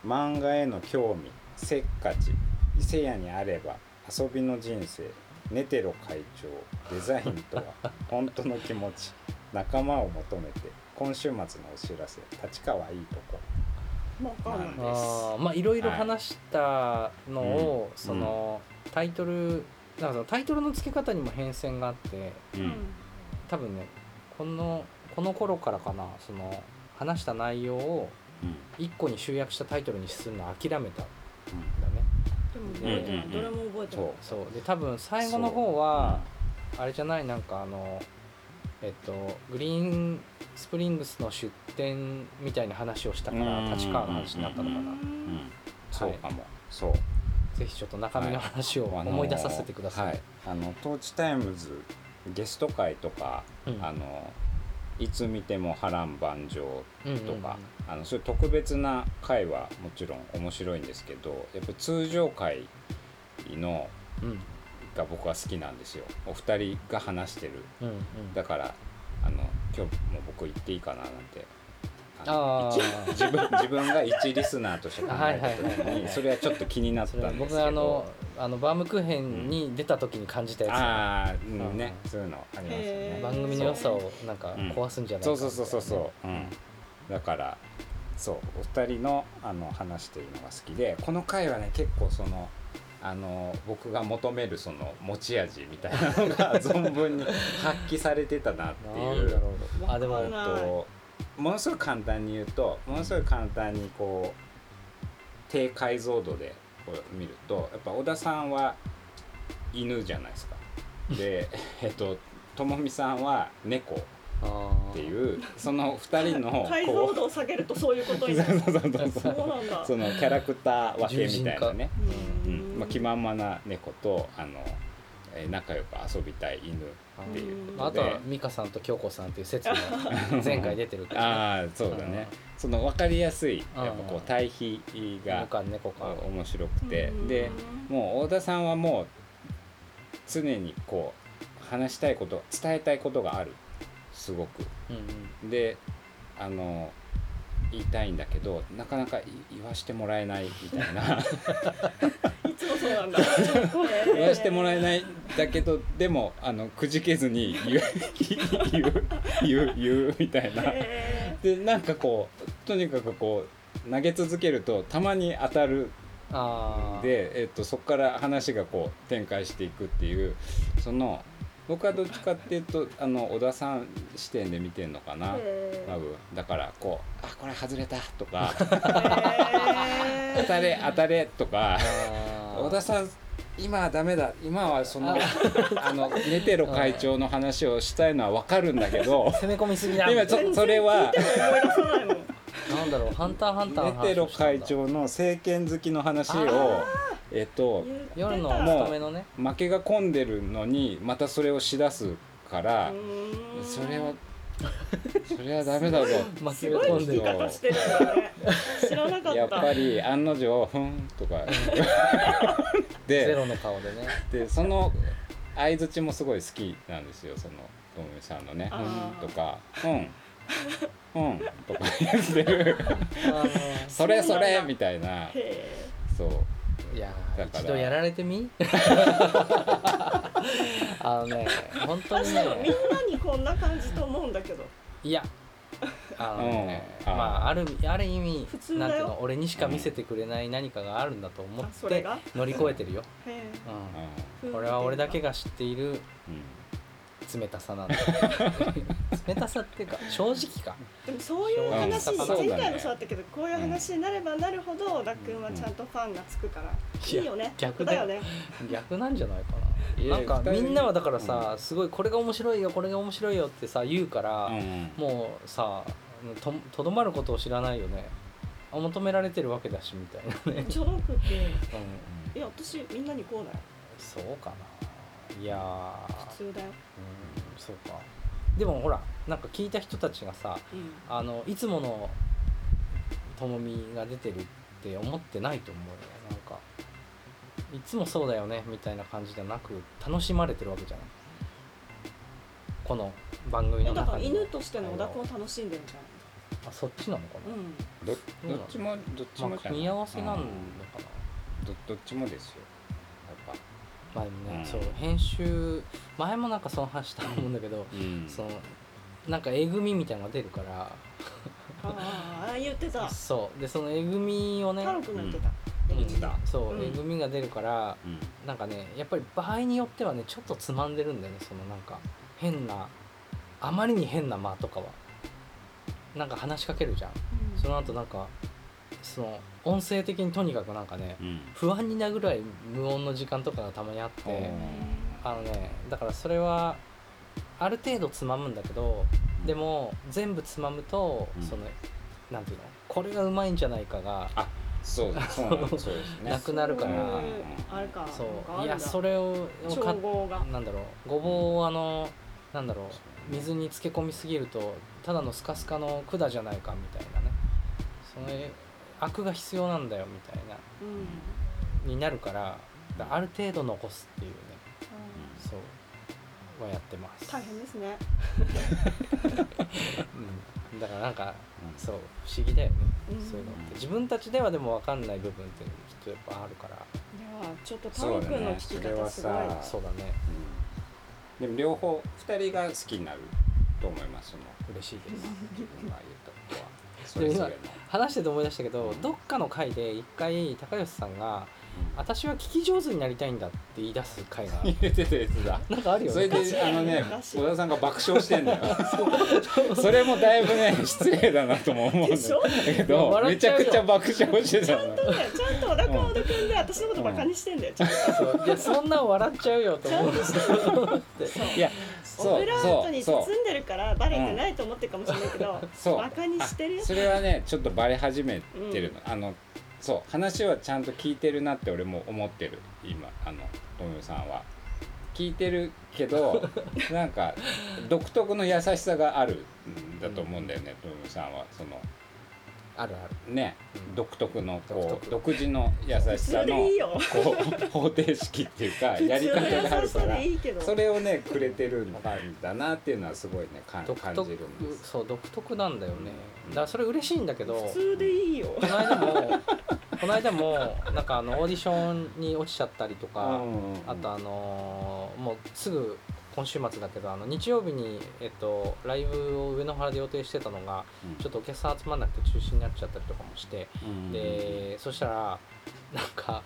Speaker 1: 漫画への興味せっかち伊勢屋にあれば遊びの人生ネテロ会長デザインとは
Speaker 2: *laughs*
Speaker 1: 本当の気持ち仲間を求めて今週末のお知らせ立川いいとこ
Speaker 3: えわかんない
Speaker 1: まです
Speaker 2: あーまあいろいろ話したのを、
Speaker 1: うん
Speaker 2: そのタイトルなんかそのタイトルの付け方にも変遷があって」
Speaker 1: う
Speaker 3: うん
Speaker 1: ん
Speaker 2: 多分ねこのこの頃からかなその話した内容を
Speaker 1: うん
Speaker 2: 一個に集約したタイトルにするのを諦めたん
Speaker 1: うん
Speaker 3: でも覚え
Speaker 2: だね
Speaker 3: てない
Speaker 1: うん
Speaker 3: どれも覚えてない
Speaker 1: そう
Speaker 2: そうで多分最後の方は、あれじゃないなんかあのえっとグリーンスプリングスの出店みたいな話をしたか
Speaker 1: うん
Speaker 2: ら立川の話になったのかな
Speaker 1: う
Speaker 3: うん
Speaker 1: んそうかも、そう
Speaker 2: ぜひちょっと中身の話を
Speaker 1: あのー
Speaker 2: 思い出させてください、
Speaker 1: はい、あのトーチタイムズゲスト会とか、
Speaker 2: うん
Speaker 1: あのいつ見ても波乱万丈
Speaker 2: うんうんうん
Speaker 1: とか、あのそういう特別な会はもちろん面白いんですけどやっぱ通常会の
Speaker 2: うん
Speaker 1: が僕は好きなんですよお二人が話してる
Speaker 2: うんうん
Speaker 1: だからあの今日も僕行っていいかななんてあの
Speaker 2: あー
Speaker 1: 自分自分が一リスナーとして考えた時
Speaker 2: はいはいはいは
Speaker 1: に
Speaker 2: い
Speaker 1: それはちょっと気になった
Speaker 2: そ
Speaker 1: ん
Speaker 2: れ
Speaker 1: で
Speaker 2: は
Speaker 1: すけど
Speaker 2: 僕があのあのバームクーヘンに出た時に感じたや
Speaker 1: ああーうんね
Speaker 2: う
Speaker 1: そういうのありますよね
Speaker 2: つ、
Speaker 3: へー
Speaker 2: 番組の良さをなんか壊すんじゃないか
Speaker 1: そうそ
Speaker 2: みたいうな
Speaker 1: そうそうそう、うん、だからそうお二人のあの話しているのが好きでこの回はね結構そのあの僕が求めるその持ち味みたいなのが存分に発揮されてたなってい
Speaker 2: *laughs* なんだ
Speaker 1: う
Speaker 2: ろうあでも
Speaker 3: わか
Speaker 1: え
Speaker 3: ん
Speaker 1: っ
Speaker 3: ない
Speaker 1: とものすごく簡単に言うとものすごい簡単にこう低解像度でこう見るとやっぱ小田さんは犬じゃないですか。
Speaker 2: *laughs*
Speaker 1: でえっとともみさんは猫
Speaker 2: あ
Speaker 1: っていうその2人
Speaker 3: *laughs*
Speaker 1: の
Speaker 3: 解
Speaker 1: こ
Speaker 3: 像
Speaker 1: う
Speaker 3: 度を下げるとそういうことになる。
Speaker 1: そうそうそうそ
Speaker 3: そううなん
Speaker 1: *laughs*
Speaker 3: だ。
Speaker 1: そのキャラクター分けみたいなね、
Speaker 3: う
Speaker 1: うんんまあ、気ままな猫とあの、えー仲良く遊びたい犬っていう
Speaker 2: ー
Speaker 1: こ
Speaker 2: あ
Speaker 1: と
Speaker 2: とは
Speaker 1: で
Speaker 2: 美香さんと京子さんってい
Speaker 1: *laughs*
Speaker 2: う説も前回出てるけど
Speaker 1: ああそうだねその分かりやすいやっぱこ
Speaker 2: あー
Speaker 1: う対比が
Speaker 2: 犬か猫か
Speaker 1: 面白くて
Speaker 3: うん
Speaker 1: でもう太田さんはもう常にこう話したいこと伝えたいことがあるすごく
Speaker 2: うんうん
Speaker 1: であの言いたいんだけどなかなかい言わしてもらえないみたいな
Speaker 3: いつもそうなんだ。
Speaker 1: 言わしてもらえ
Speaker 3: い。
Speaker 1: ないんだけどでもあのくじけずに言う言う言う言うみたいな
Speaker 3: へ
Speaker 1: でなんかこうとにかくこう投げ続けるとたまに当たる
Speaker 2: ああ
Speaker 1: で、えっとそこから話がこう展開していくっていうその僕はどっちかっていうとあの小田さん視点で見てるのかな
Speaker 3: ーへ
Speaker 1: 多
Speaker 3: ー
Speaker 1: 分だからこう「あこれ外れた」とか
Speaker 3: へー
Speaker 1: 当たれ当たれとか小
Speaker 2: 小
Speaker 1: 田さん今はダメだ今はそのあのネテロ会長の話をしたいのは分かるんだけど
Speaker 2: 攻め込みすぎな
Speaker 1: 今ちょっとそれは
Speaker 3: 思い出さないもん。
Speaker 2: なんだろうハンターハンターの
Speaker 1: ネ
Speaker 2: 話を
Speaker 1: テロ
Speaker 2: したん
Speaker 1: 会
Speaker 2: だ
Speaker 1: 長の政権好きの話を
Speaker 2: あ
Speaker 1: えっと
Speaker 3: 言ってた
Speaker 2: 夜の勤めのね
Speaker 1: 負けが込んでるのにまたそれをしだすから
Speaker 3: うーん
Speaker 1: それはそれはダメだぞ
Speaker 2: 負け
Speaker 3: す
Speaker 2: が
Speaker 3: ごい
Speaker 2: 込ん
Speaker 3: 聞
Speaker 2: で
Speaker 3: き
Speaker 2: る
Speaker 3: 方してるんだね。知らなかった。
Speaker 1: やっぱり案の定「ふん」と
Speaker 2: *laughs*
Speaker 1: かで
Speaker 2: ゼロの顔でね
Speaker 1: でその相づちもすごい好きなんですよそのともみさんのね「
Speaker 3: あ
Speaker 1: う
Speaker 3: ー
Speaker 1: ん」とか「
Speaker 3: *laughs*
Speaker 1: うん」「うん」とか言ってる
Speaker 2: あ
Speaker 1: 「それそ
Speaker 3: そうなんだ
Speaker 1: れ」みたいな
Speaker 3: へ
Speaker 1: そう
Speaker 2: のいや
Speaker 1: だ
Speaker 2: ー
Speaker 1: から
Speaker 2: 一度やられ
Speaker 1: *laughs*
Speaker 2: てみあのね本当に
Speaker 3: ーみん
Speaker 2: ね
Speaker 3: なにこんな感じと思うんだけど。
Speaker 2: いやあのね、
Speaker 1: うんあー
Speaker 2: まああるある意味
Speaker 3: 普通だ
Speaker 2: な
Speaker 3: よ
Speaker 2: んていうの俺にしか見せてくれない何かがあるんだと思っ
Speaker 3: あそれ
Speaker 2: て
Speaker 3: が
Speaker 2: 乗り越えてるよ、
Speaker 3: へう
Speaker 2: う
Speaker 3: ん
Speaker 2: ん、これは俺だけが知っている
Speaker 1: うん
Speaker 2: 冷たさなんだ冷たさっていうか正直か
Speaker 3: ーでもそういう話、
Speaker 2: うん
Speaker 3: 前回もそうだったけど、こういう話になればなるほど、ダックンはちゃんとファンがつくから、いいよね。
Speaker 2: 逆だ
Speaker 3: だ
Speaker 2: よ
Speaker 3: よね。
Speaker 2: 逆なんじゃないか
Speaker 1: い
Speaker 2: な
Speaker 1: や
Speaker 2: なんか
Speaker 1: 二
Speaker 2: み
Speaker 1: 人
Speaker 2: んなはだからさ、すごいこれが面白いよこれが面白いよってさ言うから、
Speaker 1: うん
Speaker 2: もうさととどまることを知らないよねあ求められてるわけだしみたいなね、
Speaker 3: じゃなくて、い
Speaker 2: うん、
Speaker 3: や、私、みんなにこうだよ。
Speaker 2: そうかないやー
Speaker 3: 普通だよ。
Speaker 2: うんそうかでもほらなんか聞いた人たちがさ
Speaker 3: うん。
Speaker 2: あのいつものともみが出てるって思ってないと思うよなんかいつもそうだよねみたいな感じじゃなく楽しまれてるわけじゃないこの番組の
Speaker 3: だか
Speaker 2: 中
Speaker 3: ら
Speaker 2: で
Speaker 3: 犬としての小田君を楽しんでるじゃ
Speaker 2: あそっちなのか
Speaker 3: ん。う
Speaker 2: な、
Speaker 1: ど
Speaker 3: ん。
Speaker 1: どっちもどっちもじゃな
Speaker 2: まあ、
Speaker 1: い
Speaker 2: 組み合わせなの
Speaker 1: う
Speaker 2: かな、
Speaker 1: どどっちもですよやっぱ
Speaker 2: まあでもね、
Speaker 1: うん
Speaker 2: そう編集前もなんかその話したと思うんだけど、
Speaker 1: うん
Speaker 2: そのなんかえぐみみたいなのが出るから
Speaker 3: あーあー、言ってた。
Speaker 2: そうでそのえぐみをね
Speaker 3: 太郎君が言ってた。
Speaker 2: うん
Speaker 1: 言ってた
Speaker 2: そう、
Speaker 3: うん
Speaker 2: えぐみが出るから
Speaker 1: うん
Speaker 2: なんかねやっぱり場合によってはねちょっとつまんでるんだよねそのなんか変なあまりに変な間とかはなんか話しかけるじゃん
Speaker 3: うん
Speaker 2: その後なんかその音声的にとにかくなんかね
Speaker 1: うん
Speaker 2: 不安になるぐらい無音の時間とかがたまにあって、あのねだからそれはある程度つまむんだけどでも全部つまむと、
Speaker 1: うん
Speaker 2: そのなんていうのこれがうまいんじゃないかが
Speaker 1: そうそうなん
Speaker 3: *laughs*
Speaker 1: ですそうですね
Speaker 2: なくなるから
Speaker 3: そういうあれか。なんか
Speaker 2: そ
Speaker 3: ある
Speaker 2: うい
Speaker 3: んだ
Speaker 2: やそれをを
Speaker 3: 調
Speaker 2: か
Speaker 3: 合が。
Speaker 2: なんだろうごぼうをあのなんだろう水に漬け込みすぎるとただのスカスカの管じゃないかみたいなねそれアクが必要なんだよみたいな
Speaker 3: うん。
Speaker 2: になるからだある程度残すっていうねそうはやってます
Speaker 3: 大変ですね。
Speaker 2: うんだからなんか
Speaker 1: うん
Speaker 2: そう不思議だよね、
Speaker 3: うん
Speaker 2: そういうのっ
Speaker 1: うん
Speaker 2: て自分たちではでも分かんない部分ってきっとやっぱあるから、
Speaker 3: いやーちょっとタン君の聞き方す
Speaker 1: そうだねそ
Speaker 3: ごい
Speaker 1: れはさ
Speaker 2: そうだね
Speaker 1: でも両方2人が好きになると思いますその
Speaker 2: 嬉しいです
Speaker 1: 今自分が言ったことはそれぞれの、
Speaker 2: 話してて思い出したけどどっかの回で一回高吉さんが「私は聞き上手になりたいんだ」って言い出す回が
Speaker 1: うん、入れてたやつだ
Speaker 2: なんかあるよ
Speaker 1: それ
Speaker 2: ね
Speaker 1: であのね小田さんが爆笑してんだよそれもだいぶね失礼だなとも思うんだ
Speaker 3: でしょ
Speaker 1: けど
Speaker 2: 笑
Speaker 1: め
Speaker 2: っち
Speaker 1: ち
Speaker 2: ゃ
Speaker 1: ゃ
Speaker 2: うよ
Speaker 1: くちゃ爆笑して
Speaker 3: ち
Speaker 1: た
Speaker 3: ゃん
Speaker 1: の
Speaker 3: とねちゃんと小田君は小田君で私のことバカにしてんだよちゃんと
Speaker 2: そういやそんなん笑っちゃうよと
Speaker 3: ちゃ
Speaker 2: 思
Speaker 3: ん
Speaker 2: う
Speaker 3: として
Speaker 1: いや
Speaker 3: オ
Speaker 1: そ
Speaker 3: ブ
Speaker 1: う
Speaker 3: ラー
Speaker 1: そ
Speaker 3: ト
Speaker 1: う
Speaker 3: に
Speaker 1: そう
Speaker 3: 包んでるからバレてないと思ってるかもしれないけど、
Speaker 1: そう
Speaker 3: バカにしてるよ
Speaker 1: あそれはねちょっとバレ始めてるの、あのそう話はちゃんと聞いてるなって俺も思ってる今あのトムさんは聞いてるけ
Speaker 2: *laughs*
Speaker 1: どなんか独特の優しさがあるんだと思うんだよね、トムさんはその
Speaker 2: あるある
Speaker 1: ね、
Speaker 2: うん
Speaker 1: 独特のこ
Speaker 2: 独
Speaker 1: う
Speaker 2: 特
Speaker 1: 独自の優しさ
Speaker 3: 普通
Speaker 1: の
Speaker 3: でいいよ
Speaker 1: こう *laughs* 方程式っていうか
Speaker 3: 普通の
Speaker 1: やり方があ
Speaker 3: 優
Speaker 1: る
Speaker 3: し
Speaker 1: か
Speaker 3: さ
Speaker 1: ら
Speaker 3: でいいけど
Speaker 1: それをねくれてるんだなっていうのはすごいねかん
Speaker 2: 独
Speaker 1: 感じ
Speaker 2: 特
Speaker 1: るんです。
Speaker 2: そう独特なんだよね
Speaker 1: うん
Speaker 2: だからそれ嬉しいんだけど
Speaker 3: 普通でいいよ
Speaker 2: この間もこの間もなんかあのオーディションに落ちちゃったりとか、あとあのーもうすぐ今週末だけどあの日曜日に、えっと、ライブを上野原で予定してたのがちょっとお客さん集まんなくて中止になっちゃったりとかもして、でそしたらなんか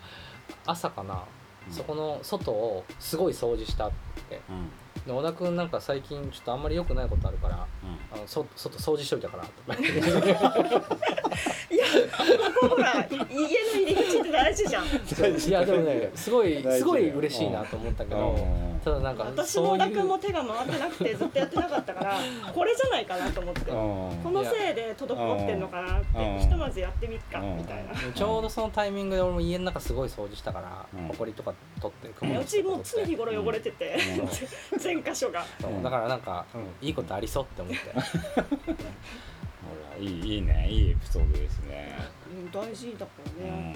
Speaker 2: 朝かな、そこの外をすごい掃除したって
Speaker 1: うんうん
Speaker 2: で小田君なんか最近ちょっとあんまり良くないことあるから
Speaker 1: *laughs*
Speaker 2: あのそ外掃除しといたからとか言って
Speaker 3: いやここほら家の入り口って大事じゃん
Speaker 2: いやでもねすご
Speaker 1: 大
Speaker 2: い
Speaker 1: 事だよ
Speaker 2: すごい嬉しいなと思ったけど
Speaker 1: うん
Speaker 2: ただなんか
Speaker 3: 私
Speaker 2: そ
Speaker 3: も
Speaker 2: う
Speaker 3: 小田
Speaker 2: い
Speaker 3: 君
Speaker 2: う
Speaker 3: も手が回ってなくてずっとやってなかったからこれじゃないかなと思ってこ
Speaker 1: こ
Speaker 3: のせいで滞ってんのかなっ
Speaker 1: うん
Speaker 3: てひとまずやってみっか
Speaker 1: うん
Speaker 3: みたいな
Speaker 2: でもちょうどそのタイミングで俺も家の中すごい掃除したから、
Speaker 1: うん
Speaker 2: ほこりとか取って
Speaker 1: うん
Speaker 2: の
Speaker 3: うちもう常日
Speaker 2: 頃
Speaker 3: 頃汚れてて
Speaker 1: うん
Speaker 3: 全箇所が
Speaker 1: うん
Speaker 2: だからなんか、
Speaker 1: うん
Speaker 2: いいことありそうって思って
Speaker 1: *laughs* いいいいねいいエピソードですね。
Speaker 3: うん大事だからね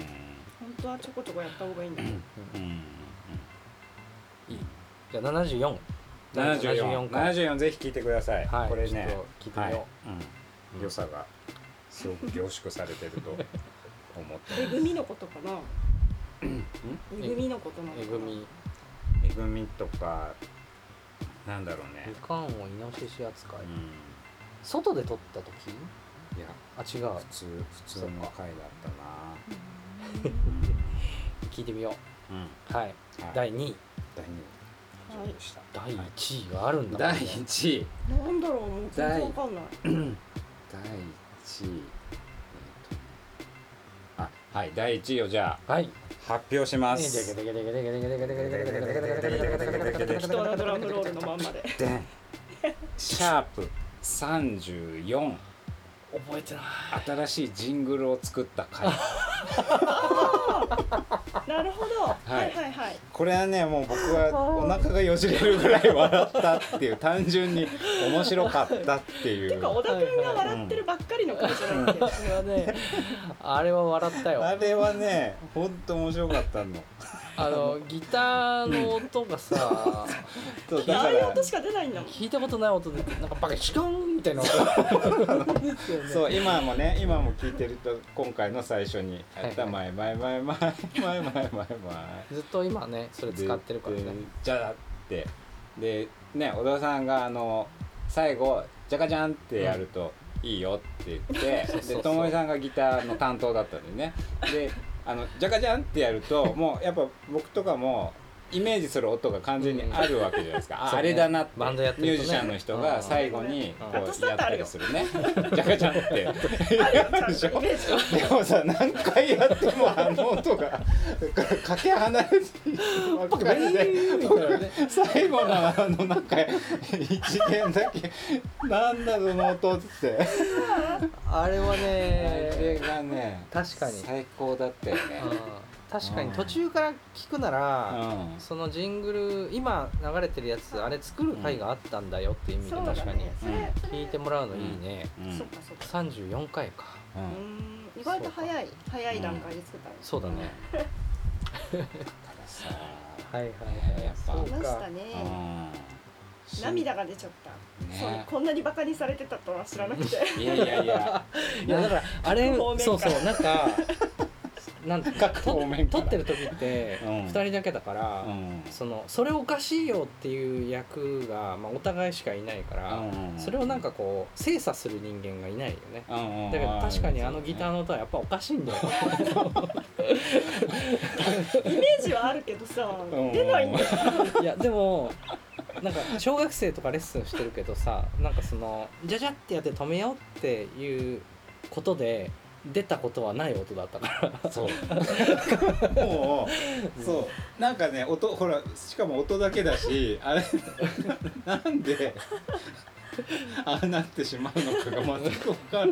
Speaker 3: 本当はちょこちょこやった方がいいんだよ
Speaker 1: うんうん
Speaker 2: じゃあ74
Speaker 1: 74,
Speaker 2: 回
Speaker 1: 74ぜひ聞いてください、
Speaker 2: はい
Speaker 1: これ
Speaker 2: ち
Speaker 1: ね
Speaker 2: ょっと聞いてみよう
Speaker 1: はいうん良さがすごく凝縮されてると思って
Speaker 2: *laughs*
Speaker 3: えぐみのことかなえぐみのことなの
Speaker 2: え
Speaker 3: か
Speaker 2: ぐ
Speaker 3: な
Speaker 2: み
Speaker 1: えぐみとかなんだろうね
Speaker 2: み、かんをいなしし扱い、
Speaker 1: うん、
Speaker 2: 外で取った時
Speaker 1: いや
Speaker 2: あ違う
Speaker 1: 普通普通の回だったな
Speaker 2: 聞いてみよ
Speaker 1: うん、
Speaker 2: うはい、
Speaker 1: はい
Speaker 2: 第2位
Speaker 1: 第2
Speaker 3: は
Speaker 1: 位
Speaker 3: い
Speaker 1: でした、
Speaker 2: 第
Speaker 1: はい
Speaker 2: 1位があるんだ
Speaker 1: 第
Speaker 2: もんね
Speaker 1: 1位
Speaker 3: なんだろうもう全然わかんない
Speaker 1: 第1位、えーと、あはい第1位をじゃ
Speaker 2: はい
Speaker 1: あ発表しま
Speaker 2: です
Speaker 3: 人のドラムロールのまんまで
Speaker 1: でんシャープ34
Speaker 2: 覚えてない
Speaker 1: 新しいジングルを作った回
Speaker 3: なるほどはいいはいはい
Speaker 1: これはねもう僕はお腹がよじれるぐらい笑ったっていう単純に面白かったってい
Speaker 3: て
Speaker 1: う
Speaker 3: か小田君が笑ってるばっかりの回じゃないって
Speaker 2: あれはねあれは笑ったよ
Speaker 1: あれはねほんと面白かったの
Speaker 2: あのギターの音がさ
Speaker 1: そうだ
Speaker 3: あ
Speaker 1: か
Speaker 3: あいう音
Speaker 1: ら
Speaker 3: しか出ないんだもん
Speaker 2: 聞いたことない音でなんかバカシュンみたいな音ですよね
Speaker 1: そう今もね今も聞いてると今回の最初にやった「前前前前前前前前前
Speaker 2: ずっと今ねそれ使ってるからね
Speaker 1: ででじゃあってでね小田さんがあの最後「じゃかじゃん」ってやると「いいよ」って言って
Speaker 2: そうそう
Speaker 1: でともえさんがギターの担当だったんでねであの「じゃかじゃん」ってやるともうやっぱ僕とかも。イメージする音が完全にあるわけじゃないですか、あ
Speaker 2: そ
Speaker 1: あ
Speaker 2: うね
Speaker 1: れだなって
Speaker 2: バンドやってる
Speaker 1: ミュー
Speaker 2: とね
Speaker 1: ジシャンの人が最後にこ
Speaker 2: うん
Speaker 1: うやったりするね「じゃかじゃん」っ
Speaker 2: *laughs*
Speaker 1: て
Speaker 3: あるよちゃんとイメージが
Speaker 1: でもさ何回やってもあの音がかけ離れてばっかりで最後のあのなんか一元だけなんだその音って
Speaker 2: あれは
Speaker 1: あれ
Speaker 2: ね
Speaker 1: がね
Speaker 2: 確かに
Speaker 1: 最高だったよね
Speaker 2: うん確かに途中から聞くなら
Speaker 1: うん
Speaker 2: そのジングル今流れてるやつあれ作る回があったんだよって意味で確かに
Speaker 3: そうだねそれ
Speaker 2: 聞いてもらうのいいね
Speaker 1: うん
Speaker 3: そっかそっか
Speaker 2: 34回か
Speaker 1: う
Speaker 3: うんん意外と早い早い段階で作ったの
Speaker 2: そうだね
Speaker 1: だからさ
Speaker 2: はいはい
Speaker 1: はい
Speaker 2: はい
Speaker 1: やっぱ
Speaker 2: そ
Speaker 3: ま
Speaker 2: う
Speaker 3: した
Speaker 2: か
Speaker 3: ね
Speaker 1: うん
Speaker 3: 涙が出ちゃった、そうこんなにバカにされてたとは知らなくて
Speaker 1: いやいやいや
Speaker 2: いやだからあれ
Speaker 3: 方面
Speaker 2: そう
Speaker 3: か
Speaker 2: そうなんかなんか
Speaker 1: 各 *laughs* 方面か
Speaker 2: 撮
Speaker 1: ら
Speaker 2: ってる時って
Speaker 1: うん
Speaker 2: 2人だけだから、
Speaker 1: うん
Speaker 2: そのそれおかしいよっていう役が、まあ、お互いしかいないから、
Speaker 1: うん
Speaker 2: それをなんかこう精査する人間がいないよね
Speaker 1: うんうん
Speaker 2: だけど確かにあのギター
Speaker 1: の
Speaker 2: の音はやっぱおかしいんだよ
Speaker 3: イメージはあるけどさ出ないんだよ
Speaker 2: いやでもなんか小学生とかレッスンしてるけどさなんかそのじゃじゃってやって止めようっていうことで出たことはない音だったから
Speaker 1: そう *laughs* もうそうなんかね音ほらしかも音だけだ
Speaker 2: *laughs*
Speaker 1: しあれななんでああなってしまうのかが全く分からわ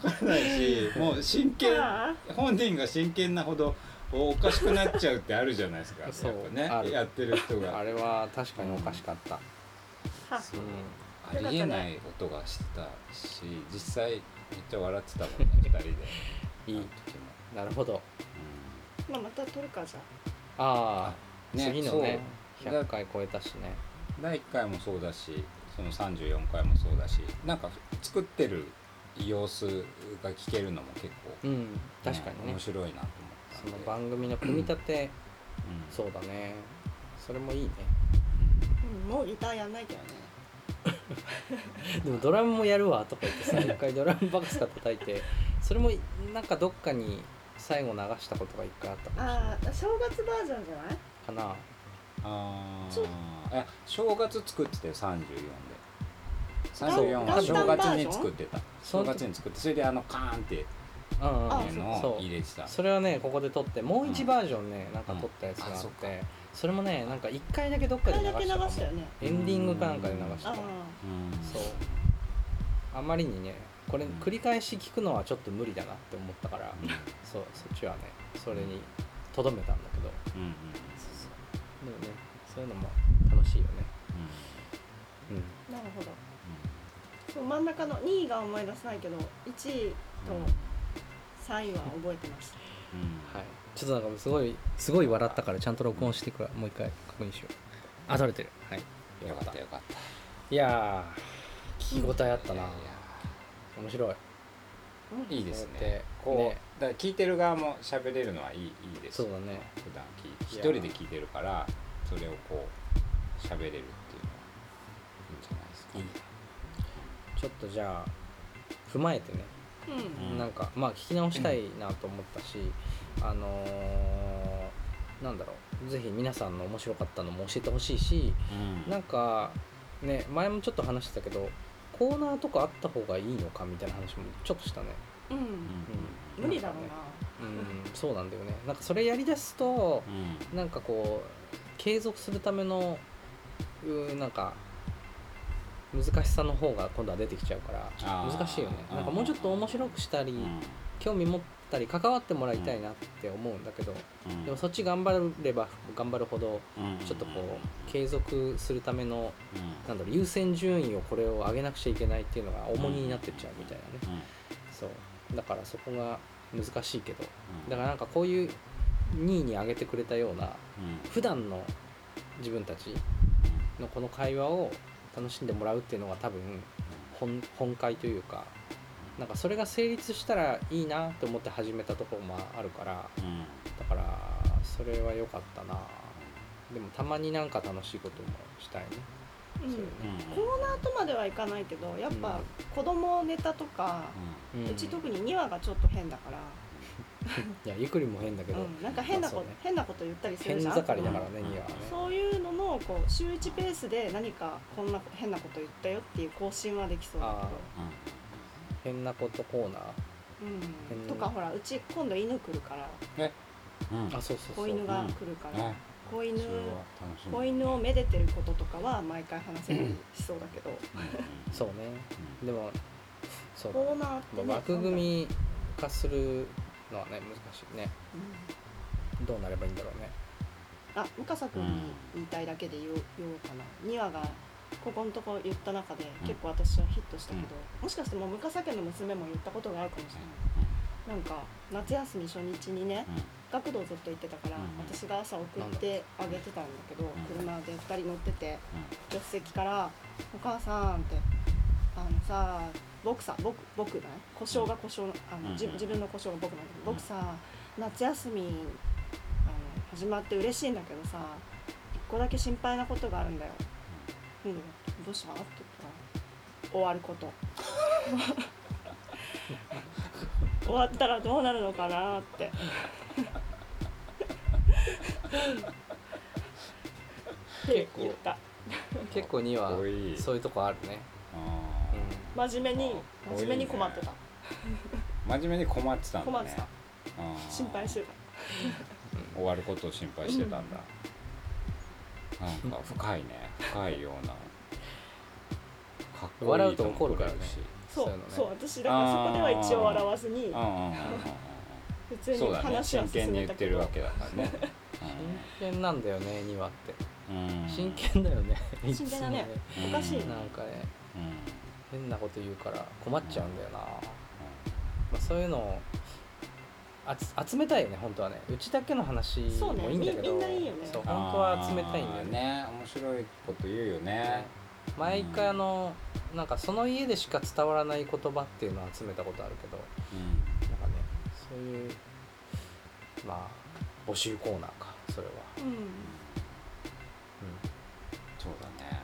Speaker 1: からないしもう真剣
Speaker 3: あ
Speaker 1: 本人が真剣なほどおおかしくなっちゃうってあるじゃないですか
Speaker 2: *laughs* そう
Speaker 1: やっ
Speaker 2: あ
Speaker 1: ぱね
Speaker 2: る
Speaker 1: やってる人
Speaker 2: あ
Speaker 1: が
Speaker 2: れは確かにおかしかった、
Speaker 3: あ
Speaker 1: そう
Speaker 2: う
Speaker 1: ありえない音がしてたし実際めっちゃ笑ってたもんね二人で
Speaker 2: ん、い
Speaker 1: あ
Speaker 2: い
Speaker 1: の時も
Speaker 2: なるほど
Speaker 3: まあまた撮るかじゃ
Speaker 2: ああ、
Speaker 1: うん
Speaker 2: 次のね
Speaker 1: そうだ
Speaker 2: 100回超えたしね
Speaker 1: 第1回もそうだしその34回もそうだしなんか作ってる様子が聞けるのも結構、
Speaker 2: うん確かにね
Speaker 1: 面白いなと思った
Speaker 2: そ
Speaker 1: んで
Speaker 2: の番組の組み立て
Speaker 1: うん
Speaker 2: そうだねそれもいいね
Speaker 3: あ、うん、もうギターやんないけどね
Speaker 2: でもドラムもやるわとか言ってさ一回ドラムばっか叩いてそれもなんかどっかに最後流したことが一回あったかもしれない
Speaker 3: ああ正月バージョンじゃない
Speaker 2: かな
Speaker 1: あ
Speaker 3: そう
Speaker 1: あえ正月作ってたよ34で
Speaker 2: そう
Speaker 1: 34は正月に作ってた
Speaker 2: そ
Speaker 1: 正
Speaker 2: う
Speaker 1: 月に作ってそれであのカーンって
Speaker 2: うん
Speaker 3: あ
Speaker 2: う
Speaker 1: い
Speaker 2: ん
Speaker 1: う
Speaker 2: そ
Speaker 1: の
Speaker 2: うそ
Speaker 1: を
Speaker 2: う
Speaker 1: 入れてた
Speaker 2: それはねここで撮ってもう一バージョンね、なんか撮ったやつがあ
Speaker 1: あ
Speaker 2: っ、
Speaker 1: そってか
Speaker 2: それもねなんか一回だけどっか
Speaker 3: あ
Speaker 2: で
Speaker 3: れ
Speaker 2: 流
Speaker 3: だけ流
Speaker 2: したかも
Speaker 3: したよね
Speaker 2: エンディングかなんかで流した
Speaker 3: あ
Speaker 2: かも
Speaker 1: うん
Speaker 2: そうあまりにねこれ
Speaker 1: うん
Speaker 2: 繰り返し聞くのはちょっと無理だなって思ったから、
Speaker 1: うん
Speaker 2: そうそっちはねそれにとどめたんだけど
Speaker 1: うんうん
Speaker 2: でもねそういうのも楽しいよねうん
Speaker 3: あなるほどそう真ん中の2位が思い出せないけど1位と
Speaker 1: うん
Speaker 3: 3位は覚えてました
Speaker 1: うん
Speaker 2: はいちょっとなんかすごいすごい笑ったからちゃんと録音してからもう一回確認しようあ撮れてるはい
Speaker 1: よかったよかった
Speaker 2: いやー聞き応えあったない
Speaker 1: や
Speaker 2: 面白い
Speaker 1: いやいいです
Speaker 2: そうやって
Speaker 1: ねこう
Speaker 2: ね
Speaker 1: だから聞いてる側も喋れるのはいいいいです
Speaker 2: そうだね
Speaker 1: 普段聞い
Speaker 2: い
Speaker 1: 一
Speaker 2: や
Speaker 1: 人で聞いてるからそれをこう喋れるっていうのはいいんじゃないですか
Speaker 2: いいちょっとじゃあ踏まえてね
Speaker 3: うん
Speaker 1: うん
Speaker 2: なんかまあ聞き直したいなと思ったし、あのーなんだろうぜひ皆さんの面白かったのも教えてほしいし
Speaker 1: うん
Speaker 2: なんかね前もちょっと話してたけどコーナーとかあった方がいいのかみたいな話もちょっとしたね、
Speaker 3: うん、
Speaker 2: うん、
Speaker 3: 無理だろう
Speaker 2: なんかね
Speaker 3: な
Speaker 2: うんそうなんだよねなんかそれやりだすと
Speaker 1: うんうん
Speaker 2: なんかこう継続するためのうーなんか難しさの方が今度は出てきちゃうから
Speaker 1: あー
Speaker 2: 難しいよねなんかもうちょっと面白くしたり、興味持ったり関わってもらいたいなって思うんだけど、
Speaker 1: うん
Speaker 2: でもそっち頑張れば頑張るほどちょっとこう継続するための
Speaker 1: うんうん
Speaker 2: なんだろう優先順位をこれを上げなくちゃいけないっていうのが重荷になってっちゃうみたいなね
Speaker 1: うん
Speaker 2: そうだからそこが難しいけど
Speaker 1: うん
Speaker 2: だからなんかこういう2位に上げてくれたような
Speaker 1: うん
Speaker 2: 普段の自分たちのこの会話を楽しんでもらうっていうのが多分本本会というかなんかそれが成立したらいいなと思って始めたところもあるから
Speaker 1: うんうん
Speaker 2: だからそれは良かったなでもたまになんか楽しいこともしたいね
Speaker 3: うん
Speaker 2: そうよね
Speaker 3: コーナーとまではいかないけどやっぱ子供ネタとか、
Speaker 2: う
Speaker 3: うんち特に2話がちょっと変だから、
Speaker 2: いやゆっくりも変だけど、
Speaker 3: うん、なんか変なこと、
Speaker 2: まあそうね
Speaker 3: 変なこと言ったりする
Speaker 2: 変
Speaker 3: じゃん
Speaker 2: 盛りだからね
Speaker 1: うん
Speaker 2: にはね
Speaker 3: そういうののこう週1ペースで何かこんな変なこと言ったよっていう更新はできそうだ
Speaker 2: あ変なことコーナ
Speaker 3: けど、
Speaker 2: ー
Speaker 3: う
Speaker 2: 変
Speaker 3: ん、とかほらうち今度犬来るから
Speaker 1: うんうん
Speaker 2: あそうそうそう
Speaker 3: 子犬が来るから、
Speaker 1: ね
Speaker 3: 子
Speaker 1: そ
Speaker 3: 犬
Speaker 1: れは楽しみ
Speaker 3: 子犬をめでてることとかは毎回話せるようにしそうだけど、
Speaker 1: うんうん
Speaker 2: そうね
Speaker 1: うん
Speaker 2: でもそうだね
Speaker 3: コーナーってね
Speaker 2: まあ枠組み化するのはね難しいね
Speaker 3: う
Speaker 2: どうなればいいんだろうね
Speaker 3: んあ、向笠君に言いたいだけで言おう言おうかな2話がここのとこ言った中で
Speaker 1: うん
Speaker 3: 結構私はヒットしたけど、
Speaker 1: う
Speaker 3: もしかしてもう向笠家の娘も言ったことがあるかもしれないなんか夏休み初日にね
Speaker 1: うん
Speaker 3: 「学童ずっと行ってたから、
Speaker 1: うん
Speaker 3: 私が朝送ってあげてたんだけど、
Speaker 1: ん
Speaker 3: 車で2人乗ってて助手席から「お母さん」って「あのさ僕さ僕僕だね故障が故障のあの、
Speaker 1: うん
Speaker 3: じ自分の故障が僕なんだけど僕さ夏休みあの始まって嬉しいんだけどさ1個だけ心配なことがあるんだよ」うんどうした?」って言ったら「終わること」 *laughs* 終わったらどうなるのかなってって言った
Speaker 2: *laughs* 結構には
Speaker 1: かっこいい
Speaker 2: そういうとこあるね、
Speaker 1: あー
Speaker 3: 真面目に
Speaker 1: かっこいいね
Speaker 3: 真面目に困ってた
Speaker 1: 真面目に困ってたんだね
Speaker 3: 困ってた
Speaker 1: あー
Speaker 3: 心配してた
Speaker 1: 終わることを心配してたんだ、なんか深いね深いようなかっこいい
Speaker 2: 笑うと怒るからね
Speaker 1: とも取れ
Speaker 3: そう
Speaker 2: そういうのね
Speaker 3: そう私だからそこでは一応笑わずに
Speaker 1: るしうんうんうん
Speaker 3: 普
Speaker 1: う
Speaker 3: 通
Speaker 1: んそう
Speaker 3: に
Speaker 1: だね
Speaker 3: 話は
Speaker 1: 真
Speaker 3: 進
Speaker 1: 剣に
Speaker 3: め
Speaker 1: 言
Speaker 3: た
Speaker 1: って
Speaker 3: け
Speaker 1: る
Speaker 3: ど
Speaker 1: わけだからね、
Speaker 2: 真剣なんだよね2話って
Speaker 1: うんうん
Speaker 2: 真剣だよねいつ
Speaker 3: 真
Speaker 2: も
Speaker 3: 剣だね
Speaker 1: うん
Speaker 3: おかしい
Speaker 2: なんか
Speaker 1: うん
Speaker 2: ね
Speaker 1: うん
Speaker 2: 変なこと言うから困っちゃうんだよな、まあ、そういうのをあつ集めたいよね本当はねうちだけの話
Speaker 3: そうね
Speaker 2: もいいんだけど
Speaker 3: みみんないいよね
Speaker 2: そう本当は集めたいんだ
Speaker 1: あー
Speaker 2: よね
Speaker 1: ね面白いこと言うよね
Speaker 2: 毎回あのなんかその家でしか伝わらない言葉っていうのを集めたことあるけど
Speaker 1: うん
Speaker 2: なんかねそういうまあ募集コーナーかそれは、
Speaker 3: うん
Speaker 1: そうだね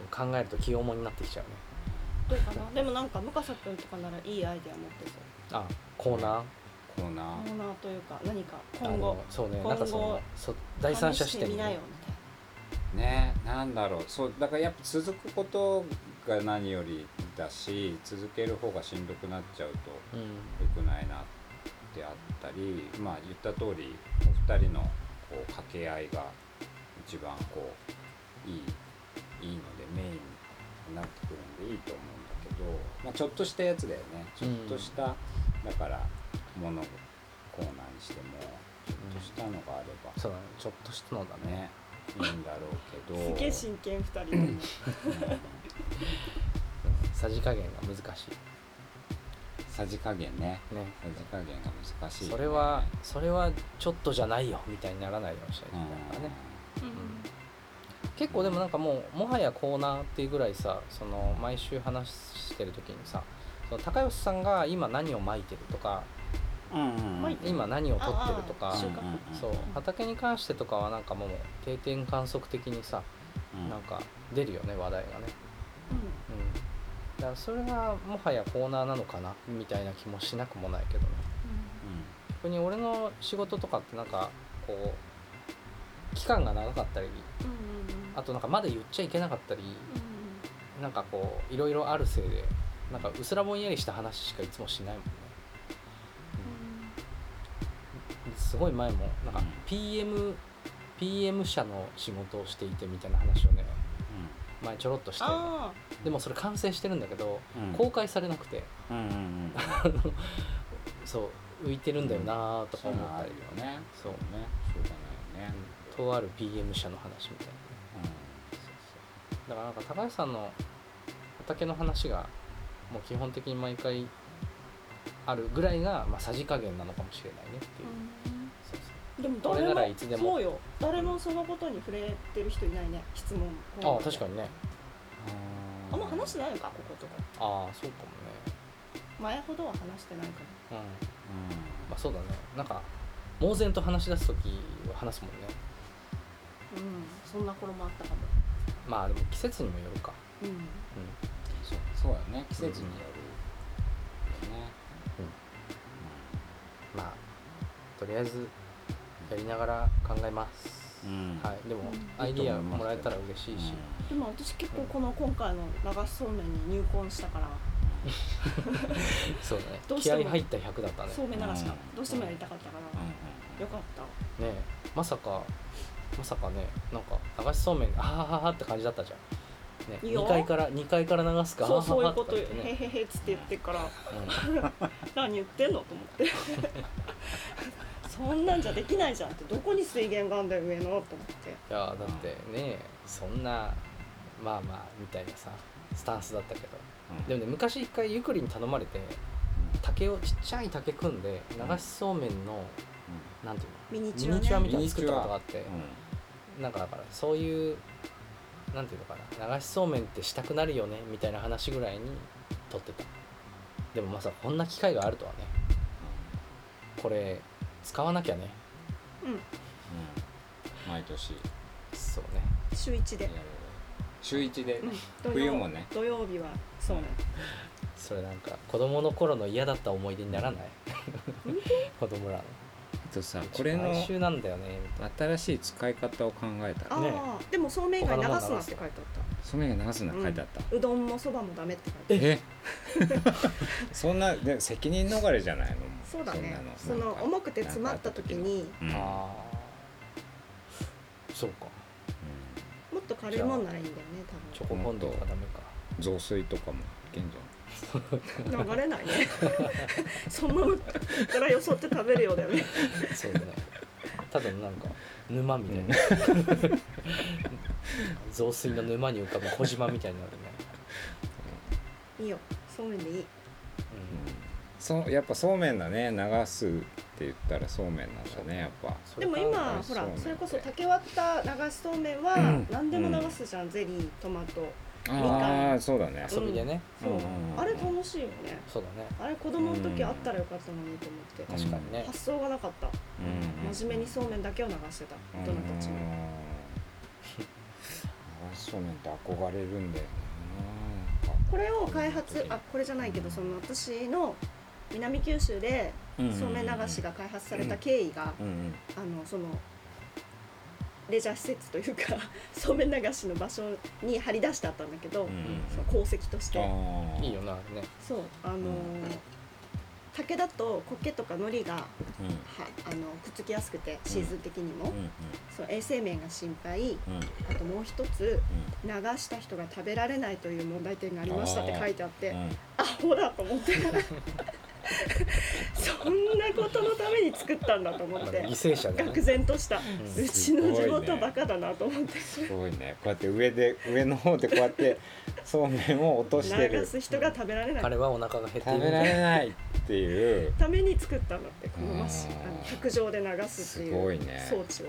Speaker 2: うん、考えると気重になってきちゃうね
Speaker 3: どうかなでもなんか向笠君とかならいいアイデア持ってそう
Speaker 2: あコーナー
Speaker 1: コーナー
Speaker 3: コーナーというか何か今
Speaker 2: あ
Speaker 3: 後
Speaker 2: のそうね
Speaker 3: 今後
Speaker 2: なんかそのそ第三者視
Speaker 3: 試して
Speaker 2: 点
Speaker 3: み
Speaker 2: に
Speaker 3: な
Speaker 2: ね
Speaker 3: よみたいな
Speaker 1: ねなんだろうそうだからやっぱ続くことが何よりだし続ける方がしんどくなっちゃうと
Speaker 2: うん
Speaker 1: 良くないなってあったりまあ言った通りお二人のこう掛け合いが一番こういいいいのでメインになってくるんでいいと思うんだけど、まあ、ちょっとしたやつだよねちょっとした、だからものコーナーにしてもちょっとしたのがあれば、
Speaker 2: そうだねちょっとしたのだね
Speaker 1: ねいいんだろうけど。
Speaker 3: *laughs* すげえ真剣2人で
Speaker 2: さじ加減が難し
Speaker 1: さじ加減ね
Speaker 2: いね
Speaker 1: さじ加減が難しい、ね、
Speaker 2: それはそれはちょっとじゃないよみたいにならないようにしないと
Speaker 1: う
Speaker 2: い
Speaker 1: ん
Speaker 2: けないからね
Speaker 3: うん
Speaker 2: 結構でもなんかもうもはやコーナーっていうぐらいさその毎週話してる時にさその高吉さんが今何をまいてるとか
Speaker 1: うんうん
Speaker 3: まあ
Speaker 2: 今何を取ってると
Speaker 3: あ
Speaker 2: か
Speaker 3: あ収穫
Speaker 2: そう畑に関してとかはなんかもう定点観測的にさ
Speaker 1: うん
Speaker 2: なんか出るよね話題がねうんだからそれがもはやコーナーなのかなみたいな気もしなくもないけどね逆に俺の仕事とかってなんかこう期間が長かったり
Speaker 3: うんうんうんうん
Speaker 2: あとなんかまだ言っちゃいけなかったりなんかこういろいろあるせいでなんかうすらぼんやりした話しかいつもしないもんねすごい前もなんか
Speaker 1: うん
Speaker 2: PM PM 社の仕事をしていてみたいな話をね前ちょろっとして
Speaker 3: あ
Speaker 2: でもそれ完成してるんだけど
Speaker 1: うん
Speaker 2: 公開されなくて
Speaker 1: うんうんうん
Speaker 2: そう浮いてるんだよなーとか
Speaker 1: そういう
Speaker 2: 思
Speaker 1: の
Speaker 2: っ
Speaker 1: あ
Speaker 2: た
Speaker 1: る
Speaker 2: り
Speaker 1: よね
Speaker 2: そう
Speaker 1: ねしょうがないよね
Speaker 2: とある PM 社の話みたいなだからなんか高橋さんの畑の話がもう基本的に毎回あるぐらいが、まあ、さじ加減なのかもしれないねっていう、そう
Speaker 3: でも
Speaker 2: 俺
Speaker 3: 誰
Speaker 2: なら
Speaker 3: も
Speaker 2: いつでも
Speaker 3: そうよ誰もそのことに触れてる人いないね質問
Speaker 2: そうああ確か
Speaker 3: に
Speaker 2: にね
Speaker 1: うん
Speaker 3: あんま話してないのかこことか
Speaker 2: ああそうか
Speaker 3: 前ほどは話してないか
Speaker 2: もねうん
Speaker 1: う
Speaker 2: まあそうだねなんか猛然と話し出す時は話すもんね
Speaker 3: らうんそんな頃もあったかも
Speaker 2: まあでも季節にもよるか
Speaker 3: うん
Speaker 2: うん
Speaker 1: そうそうだよね季節によるよね
Speaker 2: うんんまあとりあえずやりながら考えます、
Speaker 1: うん
Speaker 2: はいでも
Speaker 3: うん
Speaker 2: アイディアもらえたら嬉しいし、
Speaker 3: でも私結構この今回の流しそうめんに入婚したから
Speaker 2: そうだね
Speaker 3: どうし
Speaker 2: 気
Speaker 3: ても
Speaker 2: 合入った100だったね
Speaker 3: そうめん流しか
Speaker 1: うん
Speaker 3: どうしてもやりたかったか
Speaker 1: うんうん
Speaker 3: らよかった
Speaker 2: ねえまさかまさかねなんか流しそうめんあはははって感じだったじゃん、ね、
Speaker 3: いいよ
Speaker 2: 2階から2階から流すか
Speaker 3: そう
Speaker 2: あは
Speaker 3: そう
Speaker 2: は
Speaker 3: いうこ
Speaker 2: は
Speaker 3: とよ
Speaker 2: とか言
Speaker 3: へ
Speaker 2: ってね
Speaker 3: へへっつって言ってから
Speaker 2: うん
Speaker 3: 何言ってんのと思ってそんなんじゃできないじゃんってどこに水源があんだよ上のと思って
Speaker 2: いやだってねそんなまあまあみたいなさスタンスだったけど
Speaker 1: うん
Speaker 2: でもね昔一回ゆくりに頼まれて竹をちっちゃい竹組んで流しそうめんの
Speaker 1: う
Speaker 2: なんてい
Speaker 3: ミ
Speaker 2: うの
Speaker 3: ニ
Speaker 2: ミ
Speaker 3: チュア、ね、
Speaker 2: ニチュアみ
Speaker 1: ね
Speaker 2: たいなの作ったことがあって
Speaker 1: うん
Speaker 2: なんかだからそういうなんていうのかな流しそうめんってしたくなるよねみたいな話ぐらいに撮ってたでもまさかこんな機会があるとはねこれ使わなきゃね
Speaker 3: うん
Speaker 1: うん毎年や
Speaker 2: そうね
Speaker 3: 週一で
Speaker 1: る、週一で
Speaker 3: うん土
Speaker 1: 冬
Speaker 3: 曜
Speaker 1: もね
Speaker 3: 土曜日はそうなの
Speaker 2: それなんか子供の頃の嫌だった思い出にならない子供らの
Speaker 1: あとさ
Speaker 2: うち
Speaker 1: これの
Speaker 2: 毎週なんだよね
Speaker 1: 新しい使い方を考えたら
Speaker 3: あ
Speaker 2: ね
Speaker 3: あーでもそうめん以外流すなって書いてあっ
Speaker 1: その辺流すな書いてあった、
Speaker 3: たうどんもそばもダメって書いてあった
Speaker 1: *laughs* えそんなで責任逃れじゃないの
Speaker 3: そうだねそ
Speaker 1: んな
Speaker 3: の
Speaker 1: なんか
Speaker 3: 重くて詰まった時に
Speaker 1: うん
Speaker 2: ああそうか
Speaker 3: もっと軽いもんならいいんだよね
Speaker 2: *laughs* チョコフォンデュとかダメか
Speaker 1: うん雑炊とかもいけんじ
Speaker 3: 多分流れないねそのままひたらよそって食べるようだよね
Speaker 2: そうだねただのなんか沼みたいな雑炊の沼に浮かぶ小島みたいになるね、
Speaker 3: いいよそうめんでいい
Speaker 2: うん、
Speaker 1: ゃん、そうやっぱそうめんだね流すって言ったらそうめんなんだねやっぱ
Speaker 2: そ
Speaker 3: で
Speaker 2: れ
Speaker 3: も
Speaker 2: か
Speaker 3: 今
Speaker 1: そ
Speaker 3: ほ
Speaker 1: うめん
Speaker 3: ら
Speaker 1: って
Speaker 3: それこそ竹割った流しそうめんは
Speaker 1: うん
Speaker 3: 何でも流すじゃん、ゼリートマト
Speaker 1: ああそうだね
Speaker 2: 遊びでね、
Speaker 3: そう、
Speaker 1: うんうんうん
Speaker 3: あれ楽しいよね
Speaker 2: そうだね
Speaker 3: あれ子供の時あったらよかったのにと思って、
Speaker 1: うん
Speaker 2: 確かにね、
Speaker 3: 発想がなかった、
Speaker 1: うん
Speaker 3: 真面目にそうめんだけを流してた大人たち
Speaker 1: う
Speaker 3: も
Speaker 1: ん流しそうめんって憧れるんだよななんか
Speaker 3: これを開発あこれじゃないけどその私の南九州でそうめん流しが開発された経緯が、
Speaker 1: うんうん
Speaker 3: あのそのレジャー施設というか *laughs* そうめん流しの場所に張り出してあったんだけど、
Speaker 1: うんうん
Speaker 3: その功績として
Speaker 1: あー
Speaker 2: いいよなあれね
Speaker 3: そうあのー竹だと苔とか海苔がは
Speaker 1: うん
Speaker 3: あのくっつきやすくてシーズン的にも、
Speaker 1: うん
Speaker 3: そう衛生面が心配
Speaker 1: うんうん
Speaker 3: あともう一つ
Speaker 1: うん
Speaker 3: 流した人が食べられないという問題点がありましたって書いてあって
Speaker 1: うん
Speaker 3: アホだと思ってそんなことのために作ったんだと思
Speaker 2: ま
Speaker 3: っ
Speaker 2: あ
Speaker 3: て
Speaker 2: ね犠牲者だ
Speaker 3: 愕
Speaker 2: ね
Speaker 3: 然とした、うちの地
Speaker 1: すごい
Speaker 3: 元
Speaker 1: ね
Speaker 3: バカだなと思って
Speaker 1: すごいねこうやって上で上の方でこうやってそうめんを落として
Speaker 3: 流
Speaker 1: る
Speaker 3: す人が食べられない
Speaker 2: 彼はお腹が減ってい
Speaker 1: 食
Speaker 2: る
Speaker 1: べられないっていう
Speaker 3: ために作ったんだってこのマシン
Speaker 1: あー
Speaker 3: あの卓上で流すって
Speaker 1: すご
Speaker 3: い
Speaker 1: いうね
Speaker 3: 装置を、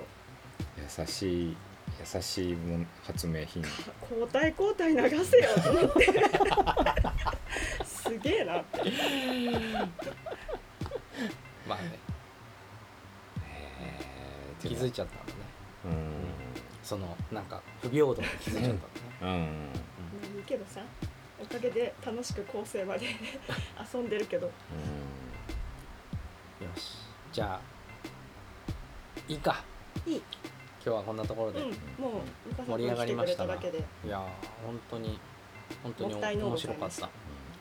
Speaker 1: 優しい優しいもん発明品
Speaker 3: 交代交代流せよと思ってすげえなって
Speaker 2: まあね気づいちゃったんだね
Speaker 1: うん
Speaker 2: そのなんか不平等に気づいちゃったんだね
Speaker 1: うん
Speaker 3: まあいいけどさおかげで楽しく構成まで遊んでるけど
Speaker 2: よしじゃあいいか
Speaker 3: いい、
Speaker 2: 今日はこんなところ
Speaker 3: う
Speaker 2: で、
Speaker 3: ん
Speaker 2: い、
Speaker 3: もう向
Speaker 2: 盛り上がりましたな
Speaker 3: だけで
Speaker 2: やー本当に本当に
Speaker 3: もったいのう
Speaker 2: 面
Speaker 3: ござ
Speaker 2: 白
Speaker 3: い
Speaker 2: か
Speaker 3: ま
Speaker 2: っ
Speaker 3: した
Speaker 2: た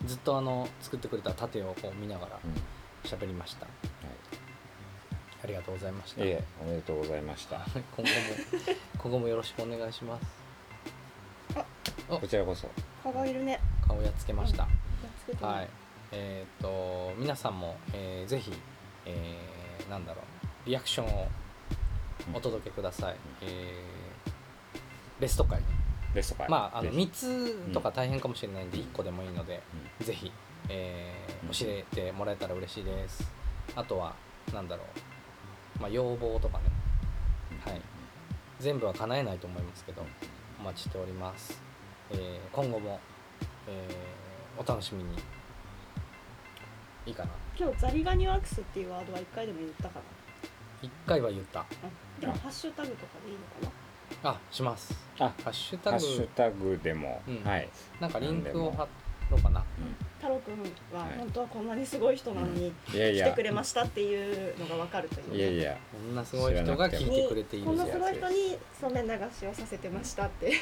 Speaker 2: ずっとあの作ってくれた盾をこう見ながら
Speaker 1: うん
Speaker 2: 喋りましたありがとうございました
Speaker 1: はいいえおめでとうございました
Speaker 2: *laughs* 今後も今後もよろしくお願いします
Speaker 1: こちらこそ
Speaker 3: 蚊がいるね
Speaker 2: 顔やっつけました、
Speaker 3: やっつけてね
Speaker 2: はい、えーっと皆さんも、えーぜひ、えーなんだろうリアクションをお届けください、えーベスト回
Speaker 1: ベストから
Speaker 2: まああの
Speaker 1: ぜひ
Speaker 2: 3つとか大変かもしれないんで1個でもいいので、ぜひ、え
Speaker 1: うん
Speaker 2: ー教えてもらえたら嬉しいですあとはなんだろう、まあ、要望とかねはい全部は叶えないと思いますけどお待ちしております、えー今後も、えーお楽しみにいいかな
Speaker 3: 今日ザリガニワークスっていうワードは一回でも言ったかな
Speaker 2: 1回は言った
Speaker 3: あでもハッシュタグとかでいいのか
Speaker 2: あします
Speaker 1: あ
Speaker 2: ハッシュ
Speaker 1: ハ
Speaker 2: タ
Speaker 1: ッシュ
Speaker 2: グ
Speaker 1: タグでも
Speaker 2: うん
Speaker 1: はい
Speaker 2: なんかリンクを貼ろうかな
Speaker 3: な太郎くんは
Speaker 1: はい
Speaker 3: 本当はこんなにすごい人なのに
Speaker 1: いやい
Speaker 3: 来
Speaker 1: や
Speaker 3: てくれましたっていうのが分かるという
Speaker 1: いやいや
Speaker 2: こんなすごい人が聞いてくれてい
Speaker 3: こん
Speaker 2: る
Speaker 3: な
Speaker 2: ぜ
Speaker 3: すごい人にそうめん流しをさせてましたって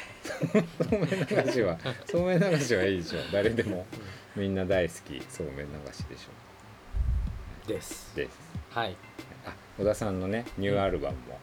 Speaker 1: そうめん流しはそうめん流しはいいで
Speaker 2: *laughs*
Speaker 1: しょ誰でもみんな大好きそうめん流しでしょ
Speaker 2: です
Speaker 1: です
Speaker 2: はい
Speaker 1: あ小田さんのねニューアルバムも、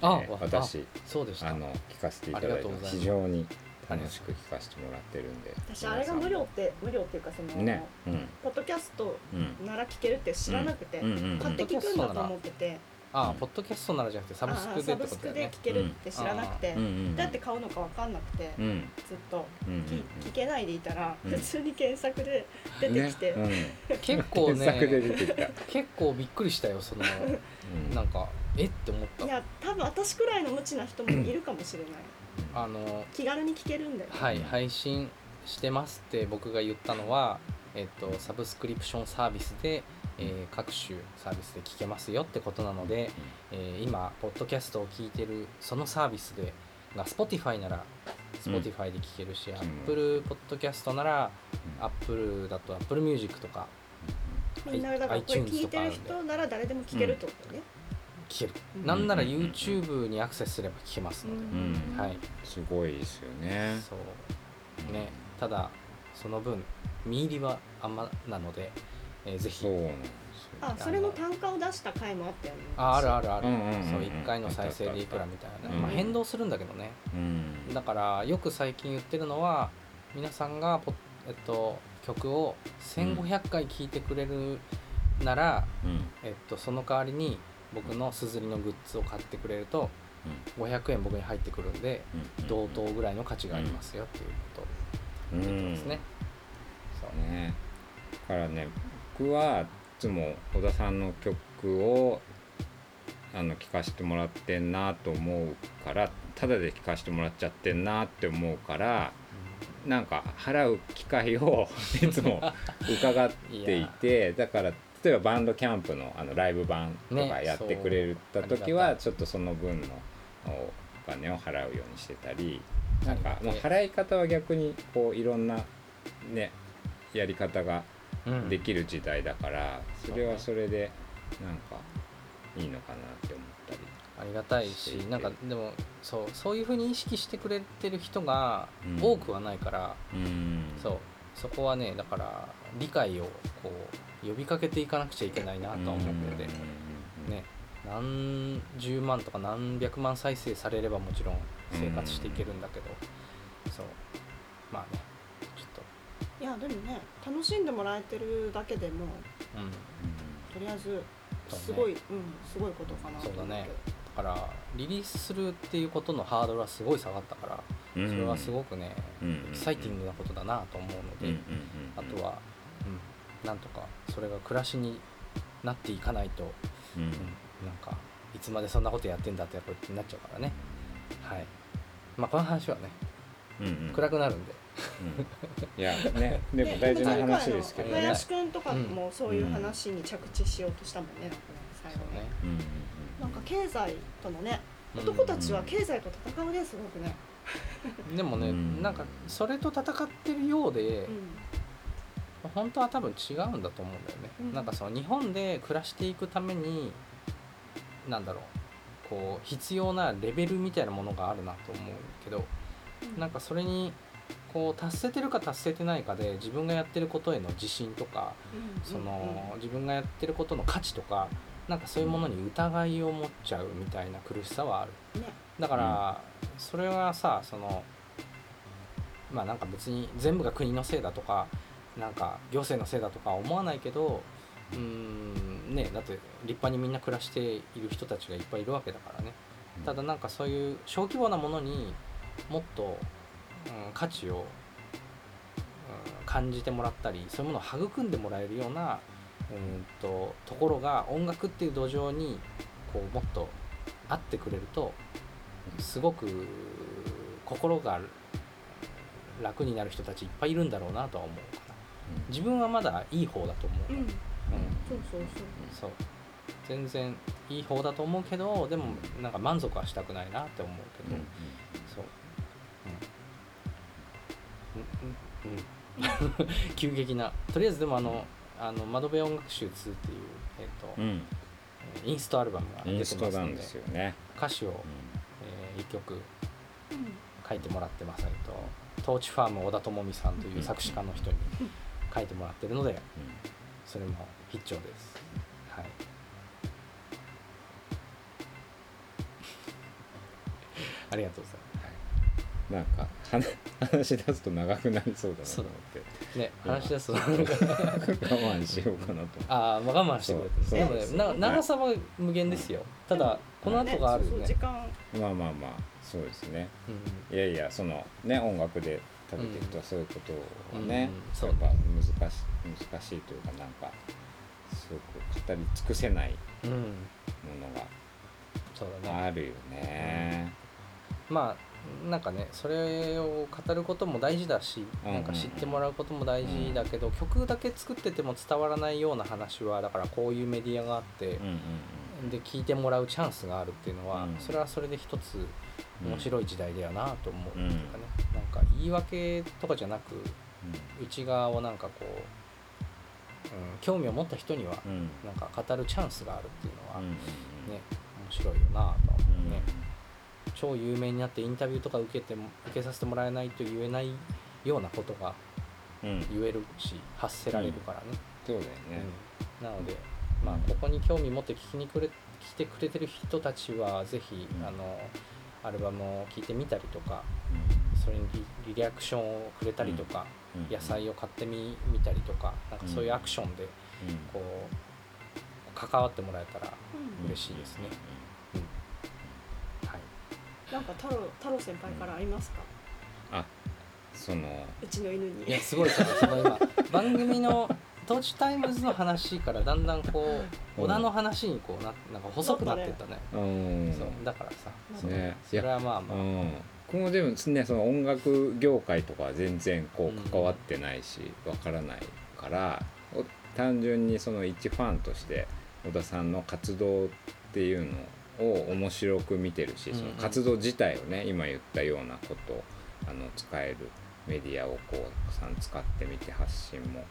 Speaker 2: あ、
Speaker 1: えー
Speaker 2: わ
Speaker 1: 私
Speaker 2: あそうでした
Speaker 1: あの聞かせていただ
Speaker 2: あ
Speaker 1: いて
Speaker 2: りがとうございます
Speaker 1: 非常に楽しく聞かせてもらってるんで
Speaker 3: 私あれが無料って無料っていうかその、
Speaker 1: ねうん
Speaker 3: ポッドキャスト
Speaker 1: うん
Speaker 3: なら聞けるって知らなくて、
Speaker 1: うんうんうん
Speaker 3: 買って聞くんだと思ってて、
Speaker 2: ああ、
Speaker 1: うん
Speaker 2: ポッドキャストならじゃなくてサブス
Speaker 3: あ
Speaker 2: ク
Speaker 3: あ
Speaker 2: で
Speaker 3: サ
Speaker 2: って
Speaker 3: ブ
Speaker 2: こ
Speaker 3: ス
Speaker 2: とだ
Speaker 3: ク
Speaker 2: よ
Speaker 3: で
Speaker 2: ね
Speaker 3: 聞けるって知らなくて、
Speaker 1: うんうん
Speaker 3: どうやって買うのか分かんなくて、
Speaker 1: うん
Speaker 3: ずっと
Speaker 1: うん
Speaker 3: き聞けないでいたら、
Speaker 1: うん
Speaker 3: 普通に検索で出てきて、
Speaker 1: ね
Speaker 2: 結
Speaker 1: うん、
Speaker 2: 構
Speaker 1: *laughs* 検索で
Speaker 2: ね
Speaker 1: 出てきた、
Speaker 2: 結構びっくりしたよその
Speaker 1: うん
Speaker 2: なんかえって思っ
Speaker 3: い
Speaker 2: た
Speaker 3: や多分私くらいの無知な人もいるかもしれない
Speaker 2: あの
Speaker 3: 気軽に聞けるんだよ、
Speaker 2: はい配信してますって僕が言ったのはえっとサブスクリプションサービスでえー各種サービスで聞けますよってことなので、えー今ポッドキャストを聞いてるそのサービスでが Spotify なら Spotify で聞けるし、Apple ポッドキャストなら Apple だと Apple Music とか
Speaker 3: みんなだからこれ
Speaker 2: iTunes
Speaker 3: 聞いてる人なら誰でも聞けるってことね、
Speaker 2: 聞ける、
Speaker 3: うん
Speaker 2: なんなら
Speaker 1: うんうんうんうん
Speaker 2: YouTube にアクセスすれば聞けますので、
Speaker 1: うん
Speaker 2: はい
Speaker 1: すごいですよね
Speaker 2: そうねただその分見入りはあんまなので、えーぜひ
Speaker 1: そうなんですよ
Speaker 3: あそれの単価を出した回もあったよね
Speaker 2: ああるあるある、
Speaker 1: うんうんうんうん
Speaker 2: そう1回の再生でいくらみたいな、
Speaker 1: うん
Speaker 2: まあ、変動するんだけどね
Speaker 1: うん
Speaker 2: だからよく最近言ってるのは皆さんがポッえっと、曲を1500回聴いてくれるなら、
Speaker 1: うん
Speaker 2: えっと、その代わりに僕のすずりのグッズを買ってくれると500円僕に入ってくるんで
Speaker 1: うん
Speaker 2: 同等ぐらいの価値がありますよっていうこ
Speaker 1: うん
Speaker 2: とですね。
Speaker 1: そうねだからね僕はいつも小田さんの曲をあの聴かせてもらってんなと思うからただで聴かせてもらっちゃってんなって思うからなんか払う機会をいつ
Speaker 2: *laughs*
Speaker 1: も伺っていてだから例えばバンドキャンプのあのライブ版とか
Speaker 2: ね
Speaker 1: やってくれた
Speaker 2: そう
Speaker 1: 時
Speaker 2: あり
Speaker 1: は
Speaker 2: がたい
Speaker 1: ちょっとその分のお金を払うようにしてたり
Speaker 2: あ
Speaker 1: なん
Speaker 2: りが
Speaker 1: か
Speaker 2: たい
Speaker 1: もう払い方は逆にこういろんなねやり方が
Speaker 2: うん
Speaker 1: できる時代だから
Speaker 2: うん
Speaker 1: それはそれでなんかいいのかなって思ったり。
Speaker 2: ありがたいし
Speaker 1: していて
Speaker 2: なんかでもそうそういうふうに意識してくれてる人が
Speaker 1: うん
Speaker 2: 多くはないから、
Speaker 1: うん
Speaker 2: そうそこはねだから理解をこう呼びかけていかなくちゃいけないなとは思ってて、ね、何十万とか何百万再生されればもちろん生活していけるんだけど、そうまあねちょっ
Speaker 3: いやでもね楽しんでもらえてるだけでも
Speaker 2: と
Speaker 3: と
Speaker 2: うん
Speaker 3: りあえず
Speaker 2: そうね
Speaker 3: すごい、うんすごいことかなと思
Speaker 2: そうだね
Speaker 3: けど
Speaker 2: だからリリースするっていうことのハードルはすごい下がったから
Speaker 1: う
Speaker 2: そ
Speaker 1: ん
Speaker 2: れはすごくね、
Speaker 1: うん
Speaker 2: エキサイティングなことだなと思うの
Speaker 1: うん
Speaker 2: で、
Speaker 1: うんうん
Speaker 2: あとは、うん、なんとかそれが暮らしになっていかないと、
Speaker 1: うん
Speaker 2: うん、なんかいつまでそんなことやってんだってこれになっちゃうからねはいまあこの話はね
Speaker 1: うんうん
Speaker 2: 暗くなるんで、
Speaker 1: いやねでも大事な話ですけど
Speaker 3: ね
Speaker 1: ね。
Speaker 3: 林くんとかもそういう話に着地しようとしたもんね、なんかね最
Speaker 2: そ
Speaker 3: 後
Speaker 2: う
Speaker 3: ね
Speaker 2: ね
Speaker 1: うんうん
Speaker 3: なんか経済とのね
Speaker 2: うん
Speaker 3: 男たちは経済と戦うねすごくね、
Speaker 2: でもね、
Speaker 1: うん
Speaker 2: なんかそれと戦ってるようで、
Speaker 3: う
Speaker 2: 本当は多分違うんだと思うんだよね、
Speaker 3: うん
Speaker 2: なんかその日本で暮らしていくためになんだろうこう必要なレベルみたいなものがあるなと思うけど、
Speaker 3: ん
Speaker 2: なんかそれにこう達せてるか達せてないかで自分がやってることへの自信とか
Speaker 3: うん
Speaker 2: その自分がやってることの価値とかなんかそういうものに疑いを持っちゃうみたいな苦しさはある
Speaker 3: うんね
Speaker 2: だからそれはさそのまあなんか別に全部が国のせいだとかなんか行政のせいだとかは思わないけどうーんねだって立派にみんな暮らしている人たちがいっぱいいるわけだからね
Speaker 1: うん
Speaker 2: ただなんかそういう小規模なものにもっと、うん、価値を、うん、感じてもらったりそういうものを育んでもらえるようなうんとところが音楽っていう土壌にこうもっと合ってくれるとすごく心が楽になる人たちいっぱいいるんだろうなとは思うかな自分はまだいい方だと思う、
Speaker 3: うん
Speaker 2: うん
Speaker 3: そうそうそう
Speaker 2: そう全然いい方だと思うけどでもなんか満足はしたくないなって思うけど、そう、うんうんうんうん、 *laughs* 急激なとりあえずでもあの「あの窓辺音楽集2」っていう、えっと
Speaker 1: うんうん
Speaker 2: インストアルバムが
Speaker 1: イ
Speaker 2: 出て
Speaker 1: ン
Speaker 2: ま
Speaker 1: ス
Speaker 2: す
Speaker 1: トな
Speaker 2: の
Speaker 1: ん
Speaker 2: で
Speaker 1: ですよね。
Speaker 2: 歌詞を
Speaker 1: う、
Speaker 2: え1曲
Speaker 3: うん
Speaker 2: 書いてもらってますえっとトーチファーム小田智美さんという作詞家の人に書いてもらってるので
Speaker 1: んうん
Speaker 2: それも必聴ですはい *laughs* ありがとうございます、はい
Speaker 1: なんか話話し出すと長くなりそうだなと思って
Speaker 2: ね
Speaker 1: 今
Speaker 2: 話し出す
Speaker 1: *laughs*
Speaker 2: と
Speaker 1: 我慢しようかなと
Speaker 2: ああまあ我慢してくれて
Speaker 1: そうそ
Speaker 2: で
Speaker 1: う
Speaker 2: もね
Speaker 1: そう
Speaker 2: な長さは無限ですよただこの後があるよ
Speaker 3: そうそう
Speaker 2: ね
Speaker 3: 時間
Speaker 1: まあまあまあそうですね
Speaker 2: うん
Speaker 1: いやいやそのね音楽で食べていくとそういうことをね、
Speaker 2: うんそう
Speaker 1: やっぱ難し難しいというかなんかすごく語り尽くせない
Speaker 2: うん
Speaker 1: もの
Speaker 2: そうだね
Speaker 1: があるよね。
Speaker 2: まあなんかねそれを語ることも大事だし、
Speaker 1: うん
Speaker 2: なんか知ってもらうことも大事だけど、曲だけ作ってても伝わらないような話はだからこういうメディアがあって
Speaker 1: うん、うん
Speaker 2: で聞いてもらうチャンスがあるっていうのは、
Speaker 1: うん
Speaker 2: それはそれで一つ
Speaker 1: うん
Speaker 2: 面白い時代だよなと思う、
Speaker 1: うん
Speaker 2: なんかねなんか言い訳とかじゃなく内側をなんかこう、うん、興味を持った人には
Speaker 1: うんうん
Speaker 2: なんか語るチャンスがあるっていうのは、
Speaker 1: うん
Speaker 2: ね面白いよなとは思うね。超有名になってインタビューとか受けても受けさせてもらえないと言えないようなことが
Speaker 1: うんうん
Speaker 2: 言えるし発せられるからね、
Speaker 1: そうだよね。
Speaker 2: うんなので、まあ、ここに興味持って聞きにくれ来てくれてる人たちはぜひ、
Speaker 1: うん
Speaker 2: あのアルバムを聴いてみたりとかそれにリリアクションをくれたりとか、
Speaker 1: うん
Speaker 2: 野菜を買ってみ見たりとかなんかそういうアクションでこう関わってもらえたら、
Speaker 3: うん
Speaker 2: 嬉しいですね。はい、
Speaker 3: なんか太郎太郎先輩からありますか
Speaker 1: あ、その
Speaker 3: うちの犬に
Speaker 2: いやすごいさその
Speaker 1: *laughs*
Speaker 2: 今番組の「トーチタイムズ」の話からだんだんこう
Speaker 1: うん
Speaker 2: 小田の話にこうななんか細くなってったね
Speaker 1: うん
Speaker 2: そうだからさ
Speaker 1: そうね。
Speaker 2: そ
Speaker 1: い
Speaker 2: れ
Speaker 1: や
Speaker 2: はまあ
Speaker 1: う
Speaker 2: まあ、
Speaker 1: ん。僕もでもねその音楽業界とかは全然こ
Speaker 2: うん
Speaker 1: う関わってないしわからないから、お単純にその一ファンとして小田さんの活動っていうのを面白く見てるし、
Speaker 2: うんうん
Speaker 1: その活動自体をね今言ったようなことあの使えるメディアをこうたくさん使ってみて発信も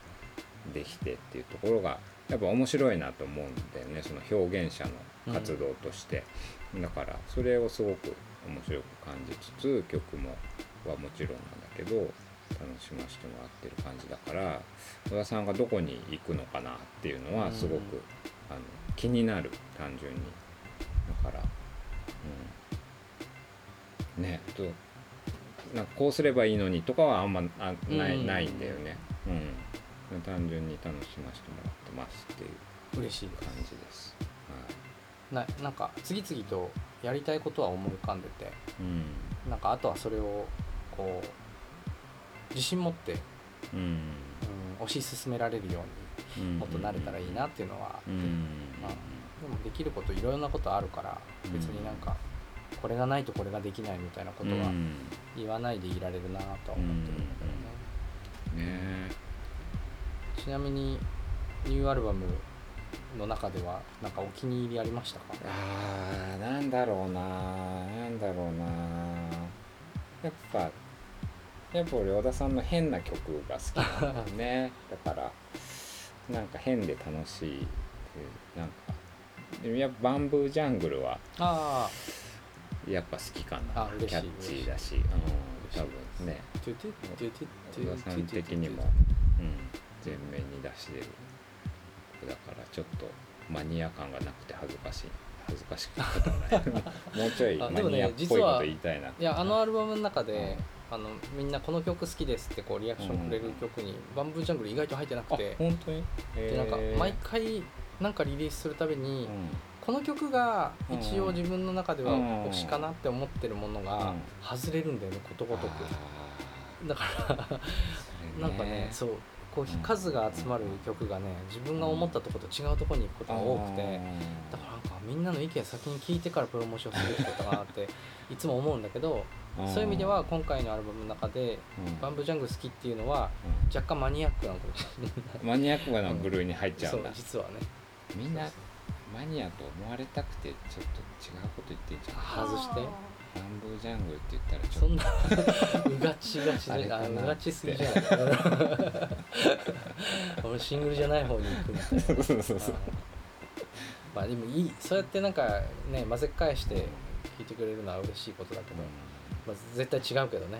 Speaker 1: できてっていうところがやっぱ面白いなと思うんだよねその表現者の活動として、だからそれをすごく面白く感じつつ曲もはもちろんなんだけど楽しませてもらってる感じだから小田さんがどこに行くのかなっていうのはすごく、
Speaker 2: うん
Speaker 1: あの気になる単純にだから、うん、ねとなんかこうすればいいのにとかはあんまあない,、
Speaker 2: うん
Speaker 1: ないんだよね、うん、単純に楽しませてもらってますっていう
Speaker 2: 嬉しいです
Speaker 1: 感じです、は
Speaker 2: ななんか次々とやりたいことは思い浮かんでて
Speaker 1: いうん
Speaker 2: なんかあとはそれをこう自信持って、
Speaker 1: うん
Speaker 2: うん、推し進められるよ
Speaker 1: う、
Speaker 2: うんにもっとなれたらいいなっていうのは、
Speaker 1: うん、
Speaker 2: まあでもできることいろんなことあるから別になんかこれがないとこれができないみたいなことは、
Speaker 1: うん
Speaker 2: 言わないでいられるなとは思ってるんだけどね、
Speaker 1: ね
Speaker 2: ちなみにニューアルバムの中ではなんかお気に入りありましたか
Speaker 1: あーなんだろうななんだろうなやっぱやっぱ俺小田さんの変な曲が好きなんだよ
Speaker 2: *laughs*
Speaker 1: ねだからなんか変で楽しいってなんかでもやっぱバンブージャングルは
Speaker 2: ああ
Speaker 1: やっぱ好きかな
Speaker 2: あ嬉しい
Speaker 1: キャッチーだし、うん、多分ね
Speaker 2: トゥトゥトゥトゥ
Speaker 1: 小田さん的にも、うん、全面に出してるだからちょっとマニア感がなくて恥ずかしい恥ずかしくなないもうちょい
Speaker 2: あ
Speaker 1: マ
Speaker 2: でもね
Speaker 1: ニアっぽいこと言いたいな、
Speaker 2: いやあのアルバムの中で、あのみんなこの曲好きですってこうリアクションくれる曲に、バンブージャングル意外と入ってなくて
Speaker 1: 本当に
Speaker 2: でなんか
Speaker 1: へー
Speaker 2: 毎回なんかリリースするたびに、
Speaker 1: うん
Speaker 2: この曲が一応自分の中では
Speaker 1: うん
Speaker 2: 推しかなって思ってるものが外れるんだよねことごと
Speaker 1: あ
Speaker 2: くだから
Speaker 1: ーそれ
Speaker 2: なんかねそうこう
Speaker 1: うん
Speaker 2: 数が集まる曲がね自分が思ったとこと違うとこに行くことが多くてだからなんかみんなの意見先に聞いてからプロモーションするってことかなっていつも思うんだけど
Speaker 1: あー
Speaker 2: そういう意味では今回のアルバムの中で
Speaker 1: うん
Speaker 2: 「バンブージャングル」好きっていうのは
Speaker 1: う
Speaker 2: 若干マニアックなこ
Speaker 1: ん
Speaker 2: と
Speaker 1: マニアックな部類に入っちゃ
Speaker 2: そううん
Speaker 1: だ、
Speaker 2: 実はね
Speaker 1: みんなマニアと思われたくてちょっと違うこと言ってんじゃん
Speaker 2: は外し
Speaker 3: あ
Speaker 2: て
Speaker 1: ランボージャングルって言ったらちょっ
Speaker 2: そ
Speaker 1: と
Speaker 2: んなうがちがち
Speaker 1: あれ
Speaker 2: で
Speaker 1: か
Speaker 2: あ
Speaker 1: な
Speaker 2: うがちすぎじゃない
Speaker 1: *laughs*
Speaker 2: 俺シングルじゃない方に行くみたい
Speaker 1: そう
Speaker 2: な
Speaker 1: そう *laughs* そうそう
Speaker 2: まあでもいいそうやってなんかね混ぜ返して聞いてくれるのは嬉しいことだけど、まあ、絶対違うけどね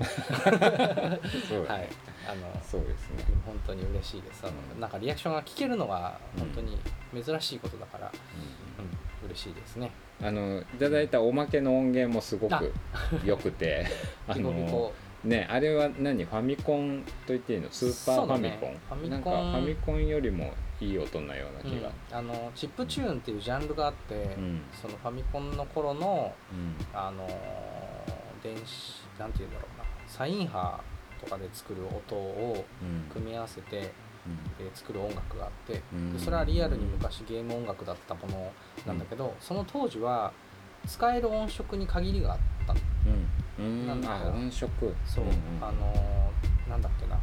Speaker 1: そうだ
Speaker 2: は
Speaker 1: ね
Speaker 2: いあの
Speaker 1: そうですね
Speaker 2: 本当に嬉しいですあの
Speaker 1: うん
Speaker 2: なんかリアクションが聞けるのが
Speaker 1: うん
Speaker 2: 本当に珍しいことだから、うん、嬉しいですね
Speaker 1: あのいただいたおまけの音源もすご
Speaker 2: あ *laughs*
Speaker 1: く良くてあ
Speaker 2: ピコピ
Speaker 1: の
Speaker 2: コ
Speaker 1: ねあれは何ファミコンと言っていいのスーパーファミコン、
Speaker 2: そうだね
Speaker 1: なんかフ
Speaker 2: ファミコン
Speaker 1: ァミコンよりもいい音なような気が、
Speaker 2: あのチップチューンっていうジャンルがあって、
Speaker 1: ん
Speaker 2: そのファミコンの頃の
Speaker 1: うん
Speaker 2: あのー電子なんていうんだろうなサイン波とかで作る音を
Speaker 1: うん
Speaker 2: 組み合わせて、えー作る音楽があって
Speaker 1: うん
Speaker 2: でそれはリアルに昔ゲーム音楽だったものなんだけど、その当時は使える音色に限りがあったの
Speaker 1: うんうん
Speaker 2: なんだ
Speaker 1: あ
Speaker 2: ろう
Speaker 1: 音色
Speaker 2: そう、
Speaker 1: んん
Speaker 2: あのーなんだっけな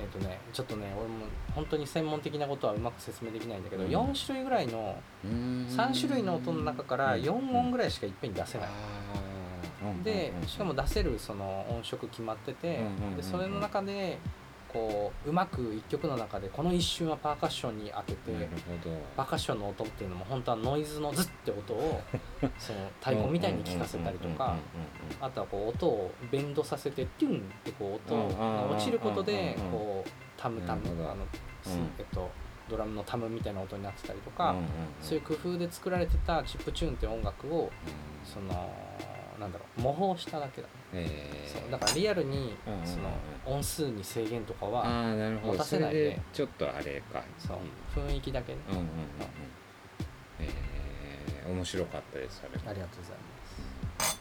Speaker 2: えっ、とねちょっとね俺も本当に専門的なことはうまく説明できないんだけど、
Speaker 1: うん
Speaker 2: 4種類ぐらいの
Speaker 1: うん
Speaker 2: 3種類の音の中から4音ぐらいしかいっぺんに出せない、
Speaker 1: うんうん
Speaker 2: で
Speaker 1: うんうん
Speaker 2: しかも出せるその音色決まってて、
Speaker 1: うんうんうんうん
Speaker 2: でそれの中でこううまく1曲の中でこの一瞬はパーカッションに当てて、
Speaker 1: なるほど
Speaker 2: パーカッションの音っていうのも本当はノイズのズッって音をその太鼓みたいに聞かせたりとか。あとはこう音をベンドさせてピュンってこう音が落ちることで
Speaker 1: うんうんうんうん
Speaker 2: こうタムタム
Speaker 1: なるほど
Speaker 2: あの、す
Speaker 1: うん
Speaker 2: えっと、ドラムのタムみたいな音になってたりと
Speaker 1: うんうん
Speaker 2: か、そういう工夫で作られてたチップチューンって音楽をそのなんだろう模倣しただけだ
Speaker 1: え
Speaker 2: そうだからリアルに
Speaker 1: うんうんうん
Speaker 2: その音数に制限とかは、
Speaker 1: ああなるほ
Speaker 2: 持
Speaker 1: ど
Speaker 2: た
Speaker 1: そ
Speaker 2: せ
Speaker 1: れ
Speaker 2: ないで
Speaker 1: でちょっとあれか
Speaker 2: そう雰囲気だけね、
Speaker 1: うんうんうんうんえー面白かったですあれ
Speaker 2: ありがとうございます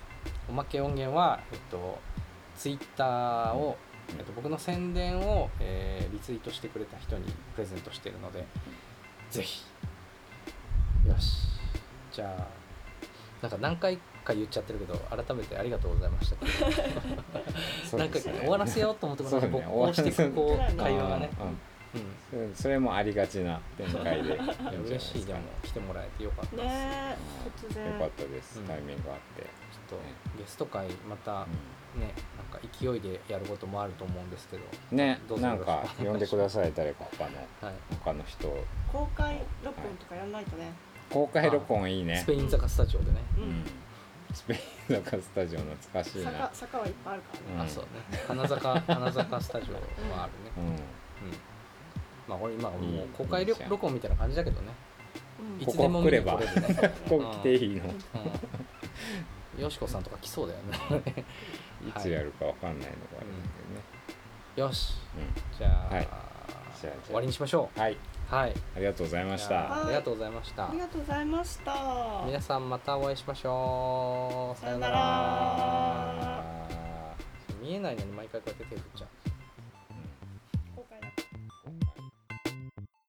Speaker 2: おまけ音源はえっとツイッターを、
Speaker 1: うん
Speaker 2: えっと、僕の宣伝を、えーリツイートしてくれた人にプレゼントしてるのでぜひよしじゃあなんか何回か言っちゃってるけど改めてありがとうございましたなんか終わらせようと思って
Speaker 1: そう
Speaker 2: 僕
Speaker 1: ね
Speaker 2: こうしていくこ
Speaker 3: 終わらせ
Speaker 2: う会話がね、
Speaker 1: うんうん
Speaker 2: うん、
Speaker 1: うんそれもありがちな展開でいいんじゃない
Speaker 2: いや嬉しいでも
Speaker 1: よ
Speaker 2: 来てもらえてよかったです、
Speaker 3: ねえ突然
Speaker 1: かったです
Speaker 2: うん
Speaker 1: タイミングがあって
Speaker 2: ちょっとゲスト会またねなんか勢いでやることもあると思うんですけど
Speaker 1: うんね
Speaker 2: どうぞ
Speaker 1: なん
Speaker 2: よろしく
Speaker 1: か
Speaker 2: お願いします
Speaker 1: 呼んでください誰か他の
Speaker 2: はい
Speaker 1: 他の人を
Speaker 3: 公開録音とかやらないとね、
Speaker 1: 公開録音いいね
Speaker 2: スペイン坂スタジオでね、
Speaker 3: う
Speaker 1: うんんスペイン坂スタジオ懐かしいな
Speaker 3: 坂坂はいっぱいあるからね、
Speaker 2: あそうね
Speaker 1: *laughs*
Speaker 2: 花坂花坂スタジオもあるね、
Speaker 1: うん
Speaker 2: うん、まあこれ今は
Speaker 1: いい
Speaker 2: も
Speaker 1: ね
Speaker 2: う公開旅
Speaker 1: いいじゃん
Speaker 2: 録音みたいな感じだけどね
Speaker 3: うん
Speaker 2: い
Speaker 1: こ
Speaker 2: つでも
Speaker 1: こ来れ
Speaker 2: 見に
Speaker 1: ば
Speaker 2: 来れるね
Speaker 1: ここ来ていいの
Speaker 2: うんよしこさんとか来そうだよ
Speaker 1: *laughs*
Speaker 2: ね
Speaker 1: いつやるかわかんないのがあるんだ
Speaker 2: よし
Speaker 1: けどね
Speaker 2: じゃあ、
Speaker 1: はいじゃあ
Speaker 2: 終わりにしましょ
Speaker 1: うんはい、
Speaker 2: うはい
Speaker 1: ありがとうございまし
Speaker 2: じゃ
Speaker 1: た
Speaker 2: あありがとうございました、
Speaker 3: ありがとうございました
Speaker 2: 皆さんまたお会いしましょう
Speaker 3: さよなら
Speaker 1: あー
Speaker 2: 見えないのに毎回こうやって手振っちゃう